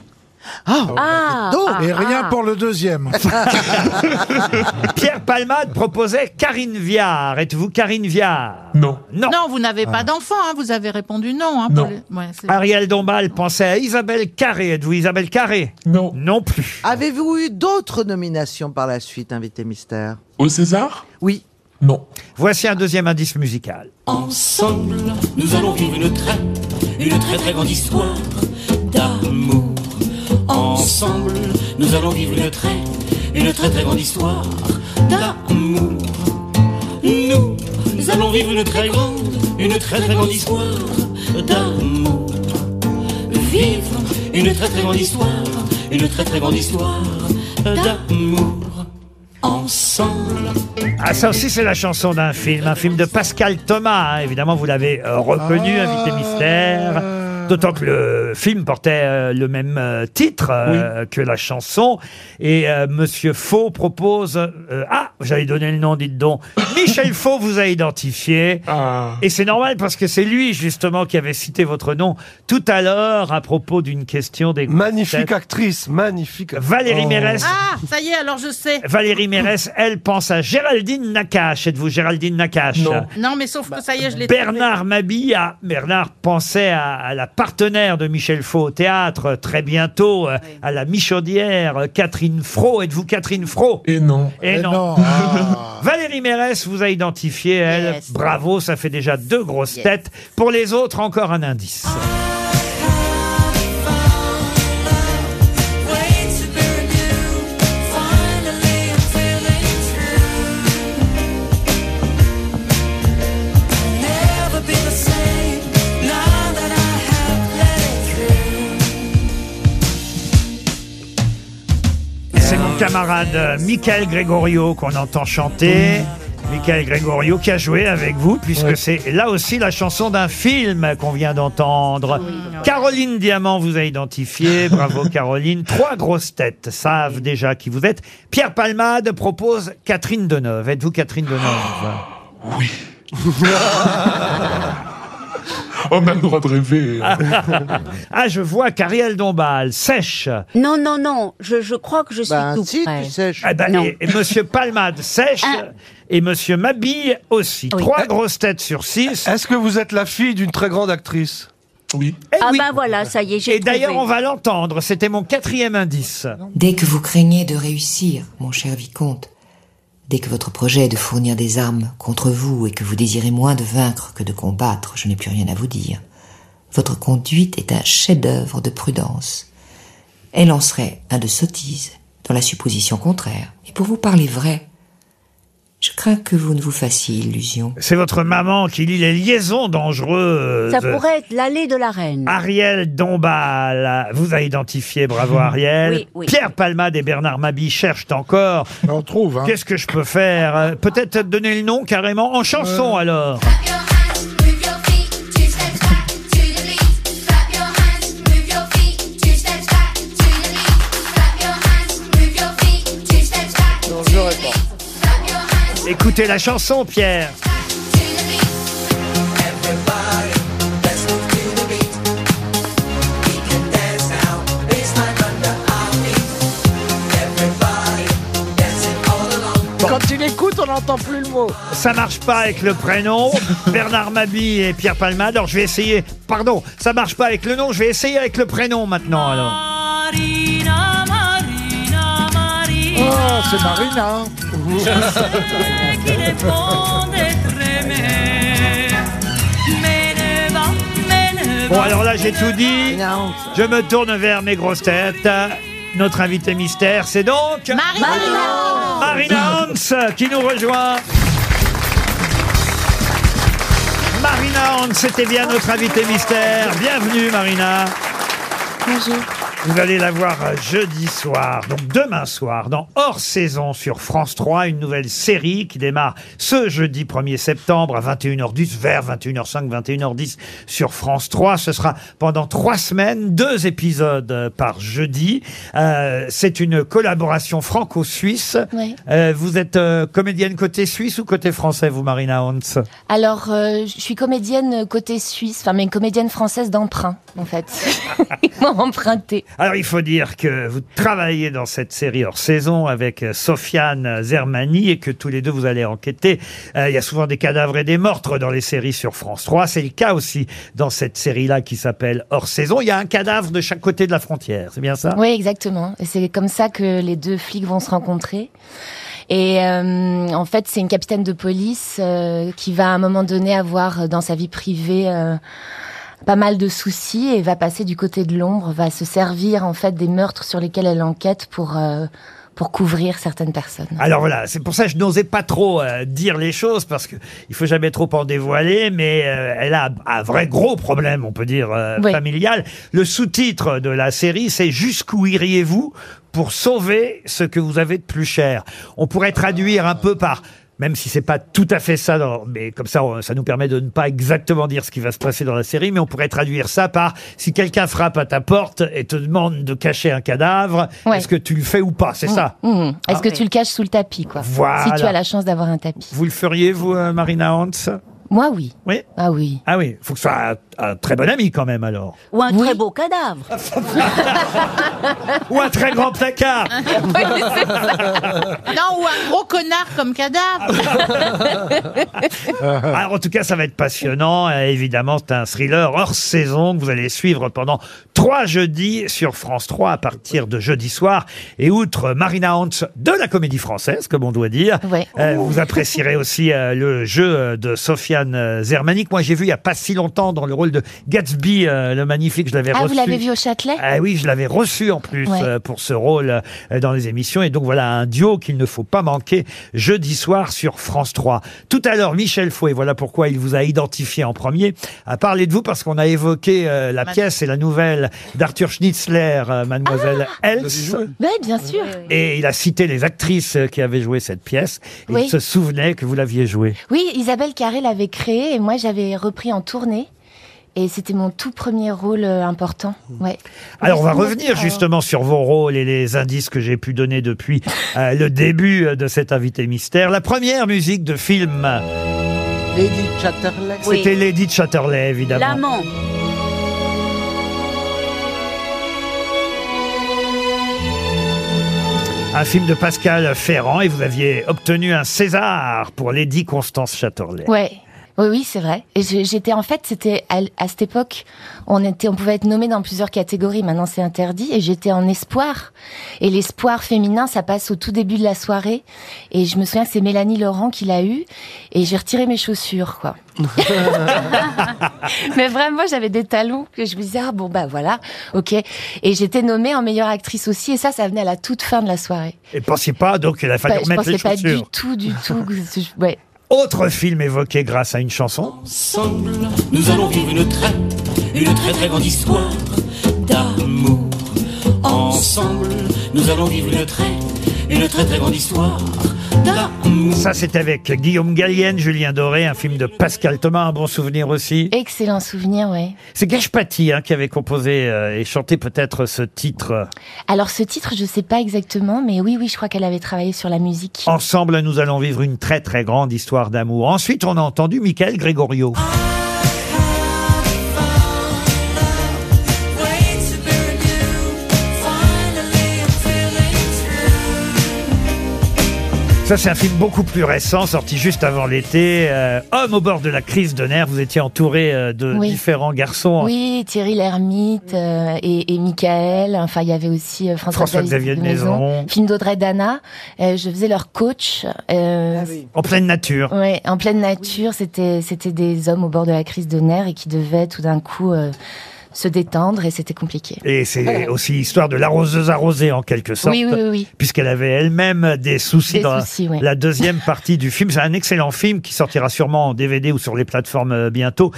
S27: Ah,
S8: Ah,
S27: donc,
S2: ah, Et rien ah. pour
S27: le deuxième.
S2: Pierre Palmade proposait Karine Viard. Êtes-vous Karine Viard
S28: Non.
S2: Non.
S4: vous n'avez pas
S2: Ah.
S4: d'enfant, hein, vous avez répondu non. hein, pour
S2: Non.
S4: les- ouais, c'est-
S2: Ariel Dombal pensait à Isabelle Carré. Êtes-vous Isabelle Carré
S28: Non.
S2: Non plus.
S27: Avez-vous eu d'autres nominations par la suite, invité mystère
S28: Au César
S27: Oui.
S28: Non.
S2: Voici un deuxième indice musical.
S7: Ensemble, nous allons vivre une très, une très très grande histoire d'amour. Ensemble, nous allons vivre une très, une très très grande histoire d'amour. Nous, nous allons vivre une très grande, une très très grande histoire d'amour. Vivre une très très grande histoire, une très très grande histoire d'amour. Ensemble.
S2: Ah, ça aussi, c'est la chanson d'un film, un film de Pascal Thomas. hein. Évidemment, vous l'avez euh, reconnu,
S9: Ah.
S2: Invité Mystère. D'autant que le film portait euh, le même euh, titre euh, que la chanson. Et euh, Monsieur Faux propose... euh, ah, j'avais donné le nom, dites donc. Michel Faux vous a identifié.
S9: Ah.
S2: Et c'est normal parce que c'est lui, justement, qui avait cité votre nom tout à l'heure à propos d'une question des...
S9: Magnifique actrice, magnifique. Oh.
S2: Valérie Mérès
S4: Ah, ça y est, alors je sais.
S2: Valérie Mérès, elle pense à Géraldine Nakache. Êtes-vous Géraldine Nakache
S4: Non, mais sauf que ça y est, je l'ai
S2: Bernard Mabille a- Bernard pensait à, à la partenaire de Michel Faux au théâtre euh, très bientôt, euh, à la Michaudière, euh, Catherine Fro. Êtes-vous Catherine Fro
S28: Et non.
S2: Et
S28: Eh
S2: non.
S28: non.
S2: Valérie Mérès vous a identifié, elle.
S28: Yes.
S2: Bravo, ça fait déjà deux grosses têtes. Pour les autres, encore un indice. C'est mon camarade euh, Michael Gregorio qu'on entend chanter. Michael Gregorio qui a joué avec vous, puisque c'est là aussi la chanson d'un film qu'on vient d'entendre. Caroline Diamant vous a identifié. Bravo Caroline. Trois grosses têtes savent déjà qui vous êtes. Pierre Palmade propose Catherine Deneuve. Êtes-vous Catherine Deneuve
S28: Oui. On a le Oh, droit de rêver.
S2: Ah, je vois qu'Ariel Dombal sèche.
S8: Non, non, non, je, je crois que je suis tout prêt.
S2: Ah bah,
S8: Non. Ah.
S2: et, et Monsieur Palmade sèche et Monsieur Mabille aussi. Trois grosses têtes sur six.
S9: Euh, Est-ce que vous êtes la fille d'une très grande actrice
S28: Oui.
S8: Ah bah voilà, ça y est, j'ai
S2: Et d'ailleurs,
S8: trouvé.
S2: on va l'entendre. C'était mon quatrième indice.
S10: Dès que vous craignez de réussir, mon cher vicomte, dès que votre projet est de fournir des armes contre vous et que vous désirez moins de vaincre que de combattre, je n'ai plus rien à vous dire. Votre conduite est un chef-d'œuvre de prudence. Elle en serait un de sottise dans la supposition contraire. Et pour vous parler vrai, je crains que vous ne vous fassiez illusion.
S2: C'est votre maman qui lit les liaisons dangereuses.
S8: Ça pourrait être l'allée de la reine.
S2: Ariel Dombal vous a identifié, bravo Ariel.
S8: Oui, oui.
S2: Pierre Palmade et Bernard Mabie cherchent encore.
S5: On trouve. hein.
S2: Qu'est-ce que je peux faire Euh, Peut-être donner le nom carrément en chanson
S5: Euh.
S2: alors.
S3: Move your feet, two steps back to the lead. Clap your hands, move your feet.
S2: Écoutez la chanson, Pierre.
S6: Quand il écoute, on n'entend plus le mot.
S2: Ça marche pas avec le prénom. Bernard Mabi et Pierre Palmade. Alors je vais essayer. Pardon, ça marche pas avec le nom. Je vais essayer avec le prénom maintenant. Alors.
S29: Marina, Marina, Marina.
S6: Oh, c'est Marina.
S2: Bon, alors là, j'ai tout dit. Je me tourne vers mes grosses têtes. Notre invité mystère, c'est donc.
S29: Marina.
S2: Marina Hans qui nous rejoint. Marina Hans, c'était bien notre invité mystère. Bienvenue, Marina. Bonjour. Vous allez la voir euh, jeudi soir, donc demain soir, dans Hors Saison sur France 3, une nouvelle série qui démarre ce jeudi 1er septembre à 21h10, vers 21h05, 21h10 sur France 3. Ce sera pendant trois semaines, deux épisodes euh, par jeudi. Euh, C'est une collaboration franco-suisse.
S12: Ouais.
S2: Euh, vous êtes euh, comédienne côté suisse ou côté français, vous, Marina Hans
S12: Alors, euh, je suis comédienne côté suisse, enfin, mais une comédienne française d'emprunt, en fait. Ils m'ont emprunté.
S2: Alors, il faut dire que vous travaillez dans cette série hors saison avec euh, Sofiane Zermani et que tous les deux, vous allez enquêter. Euh, il y a souvent des cadavres et des meurtres dans les séries sur France 3. C'est le cas aussi dans cette série-là qui s'appelle hors saison. Il y a un cadavre de chaque côté de la frontière. C'est bien ça
S12: Oui, exactement. Et c'est comme ça que les deux flics vont se rencontrer. Et euh, en fait, c'est une capitaine de police euh, qui va à un moment donné avoir euh, dans sa vie privée euh, pas mal de soucis et va passer du côté de l'ombre, va se servir en fait des meurtres sur lesquels elle enquête pour euh, pour couvrir certaines personnes.
S2: Alors voilà, c'est pour ça que je n'osais pas trop euh, dire les choses parce que il faut jamais trop en dévoiler, mais euh, elle a un vrai gros problème, on peut dire euh,
S12: Oui.
S2: familial. Le sous-titre de la série, c'est jusqu'où iriez-vous pour sauver ce que vous avez de plus cher. On pourrait traduire un peu par même si c'est pas tout à fait ça, dans- mais comme ça, on- ça nous permet de ne pas exactement dire ce qui va se passer dans la série, mais on pourrait traduire ça par si quelqu'un frappe à ta porte et te demande de cacher un cadavre,
S12: Ouais.
S2: est-ce que tu le fais ou pas C'est
S12: Mmh,
S2: ça
S12: mmh. Est-ce
S2: Ah,
S12: que
S2: oui.
S12: tu le caches sous le tapis, quoi Si
S2: Voilà.
S12: tu as la chance d'avoir un tapis.
S2: Vous le feriez, vous, euh, Marina Hans
S12: Moi, oui.
S2: Oui
S12: Ah oui.
S2: Ah oui, faut que ce soit un, un très bon ami quand même alors.
S30: Ou un très beau cadavre.
S2: Ou un très grand placard
S4: Non, ou un gros connard comme cadavre.
S2: Alors, Ah, en tout cas, ça va être passionnant. Euh, évidemment, c'est un thriller hors saison que vous allez suivre pendant trois jeudis sur France 3 à partir de jeudi soir. Et outre Marina Hans de la comédie française, comme on doit dire, euh, vous apprécierez aussi euh, le jeu euh, de Sofiane euh, Zermani, que moi j'ai vu il n'y a pas si longtemps dans le rôle de Gatsby, euh, le magnifique. Je l'avais
S12: Ah, vous
S2: reçu.
S12: l'avez vu au Châtelet
S2: Ah oui, je l'avais reçu en plus
S12: Ouais.
S2: euh, pour ce rôle euh, dans les émissions. Et donc voilà un duo qu'il ne faut pas manquer jeudi soir sur France 3. Tout à l'heure, Michel Fouet, voilà pourquoi il vous a identifié en premier, a parlé de vous parce qu'on a évoqué euh, la pièce et la nouvelle d'Arthur Schnitzler, euh, Mademoiselle
S12: Ah
S2: Else.
S12: Oui, bien sûr.
S2: Et il a cité les actrices euh, qui avaient joué cette pièce. Et
S12: Oui.
S2: Il se souvenait que vous l'aviez jouée.
S12: Oui, Isabelle Carré l'avait créé et moi j'avais repris en tournée. Et c'était mon tout premier rôle euh, important. Ouais.
S2: Mmh. Alors, on va
S12: Justement,
S2: revenir
S12: euh,
S2: justement sur vos rôles et les indices que j'ai pu donner depuis euh, le début euh, de cet invité mystère. La première musique de film,
S6: Lady Chatterley.
S2: c'était Lady Chatterley, évidemment.
S30: L'amant.
S2: Un film de Pascal Ferrand et vous aviez obtenu un César pour Lady Constance Chatterley.
S12: Ouais. Oui, oui, c'est vrai. Et j'ai- j'étais en fait, c'était à, l- à cette époque, on était, on pouvait être nommé dans plusieurs catégories. Maintenant, c'est interdit. Et j'étais en espoir. Et l'espoir féminin, ça passe au tout début de la soirée. Et je me souviens que c'est Mélanie Laurent qui l'a eu. Et j'ai retiré mes chaussures, quoi. Mais vraiment, j'avais des talons que je me disais, ah bon, bah voilà, ok. Et j'étais nommée en meilleure actrice aussi. Et ça, ça venait à la toute fin de la soirée.
S2: Et pensiez pas donc qu'il a fallu
S12: Pas- Bah, je
S2: remettre les
S12: pensais pas du
S2: chaussures.
S12: tout, du tout. que je- ouais.
S2: Autre film évoqué grâce à une chanson.
S3: Ensemble, nous allons vivre une très, une très très grande histoire d'amour. Ensemble, nous allons vivre une très,
S6: une très très grande histoire.
S2: Ça, c'est avec Guillaume Gallienne, Julien Doré, un film de Pascal Thomas, un bon souvenir aussi.
S12: Excellent souvenir, ouais.
S2: C'est Gashpati hein, qui avait composé euh, et chanté peut-être ce titre. euh,
S12: Alors ce titre, je sais pas exactement, mais oui, oui, je crois qu'elle avait travaillé sur la musique.
S2: Ensemble, nous allons vivre une très très grande histoire d'amour. Ensuite, on a entendu Michael Gregorio. Ça, c'est un film beaucoup plus récent, sorti juste avant l'été. Euh, Homme au bord de la crise de nerfs, vous étiez entouré euh, de
S12: Oui.
S2: différents garçons.
S12: Oui, Thierry Lhermitte euh, et, et Michael. Enfin, il y avait aussi euh, François,
S2: François-Xavier de Maison.
S12: Film d'Audrey Dana. Euh, je faisais leur coach. euh,
S2: En pleine nature.
S12: Ouais, en pleine nature, c'était c'était des hommes au bord de la crise de nerfs et qui devaient tout d'un coup euh, se détendre et c'était compliqué.
S2: Et c'est aussi l'histoire de l'arroseuse arrosée, en quelque sorte.
S12: Oui, oui, oui, oui.
S2: Puisqu'elle avait elle-même des soucis
S12: Des
S2: dans
S12: soucis, oui.
S2: la deuxième partie du film. C'est un excellent film qui sortira sûrement en DVD ou sur les plateformes euh, bientôt.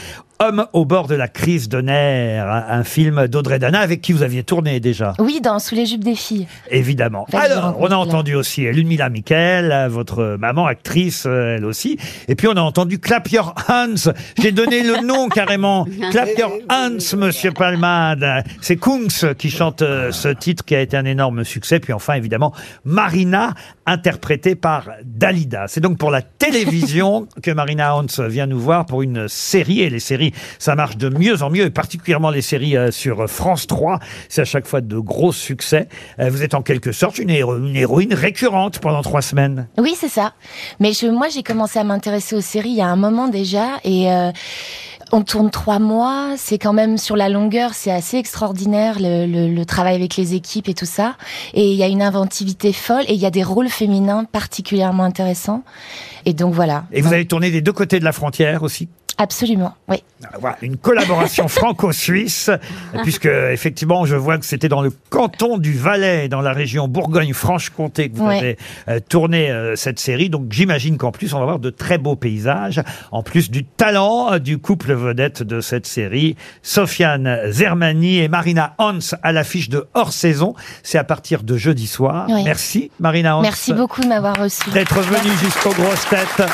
S2: Homme au bord de la crise de nerfs, un un film d'Audrey Dana avec qui vous aviez tourné déjà.
S12: Oui, dans Sous les jupes des filles.
S2: Évidemment.
S12: Vas-y,
S2: Alors, on
S12: raconte-la.
S2: a entendu aussi Ludmila Michael, euh, votre maman actrice, euh, elle aussi. Et puis, on a entendu Clap Your Hands. J'ai donné le nom carrément. Clap Your Hands, monsieur Palmade. C'est Kungs qui chante euh, ce titre qui a été un énorme succès. Puis enfin, évidemment, Marina, interprétée par Dalida. C'est donc pour la télévision que Marina Hans vient nous voir pour une série. Et les séries, ça marche de mieux en mieux, et particulièrement les séries euh, sur France 3. C'est à chaque fois de gros succès. Euh, Vous êtes en quelque sorte une, héro- une héroïne récurrente pendant trois semaines.
S12: Oui, c'est ça. Mais je, moi, j'ai commencé à m'intéresser aux séries il y a un moment déjà et euh, on tourne trois mois. C'est quand même sur la longueur, c'est assez extraordinaire le, le- le travail avec les équipes et tout ça. Et il y a une inventivité folle et il y a des rôles féminins particulièrement intéressants. Et donc voilà.
S2: Et vous avez tourné des deux côtés de la frontière aussi
S12: Absolument, oui.
S2: Voilà, une collaboration franco-suisse, puisque effectivement, je vois que c'était dans le canton du Valais, dans la région Bourgogne-Franche-Comté, que vous
S12: Ouais.
S2: avez euh, tourné euh, cette série. Donc j'imagine qu'en plus, on va voir de très beaux paysages, en plus du talent euh, du couple vedette de cette série, Sofiane Zermani et Marina Hans à l'affiche de hors saison. C'est à partir de jeudi soir.
S12: Ouais.
S2: Merci, Marina Hans.
S12: Merci beaucoup de m'avoir reçu.
S2: D'être venu jusqu'aux grosses têtes.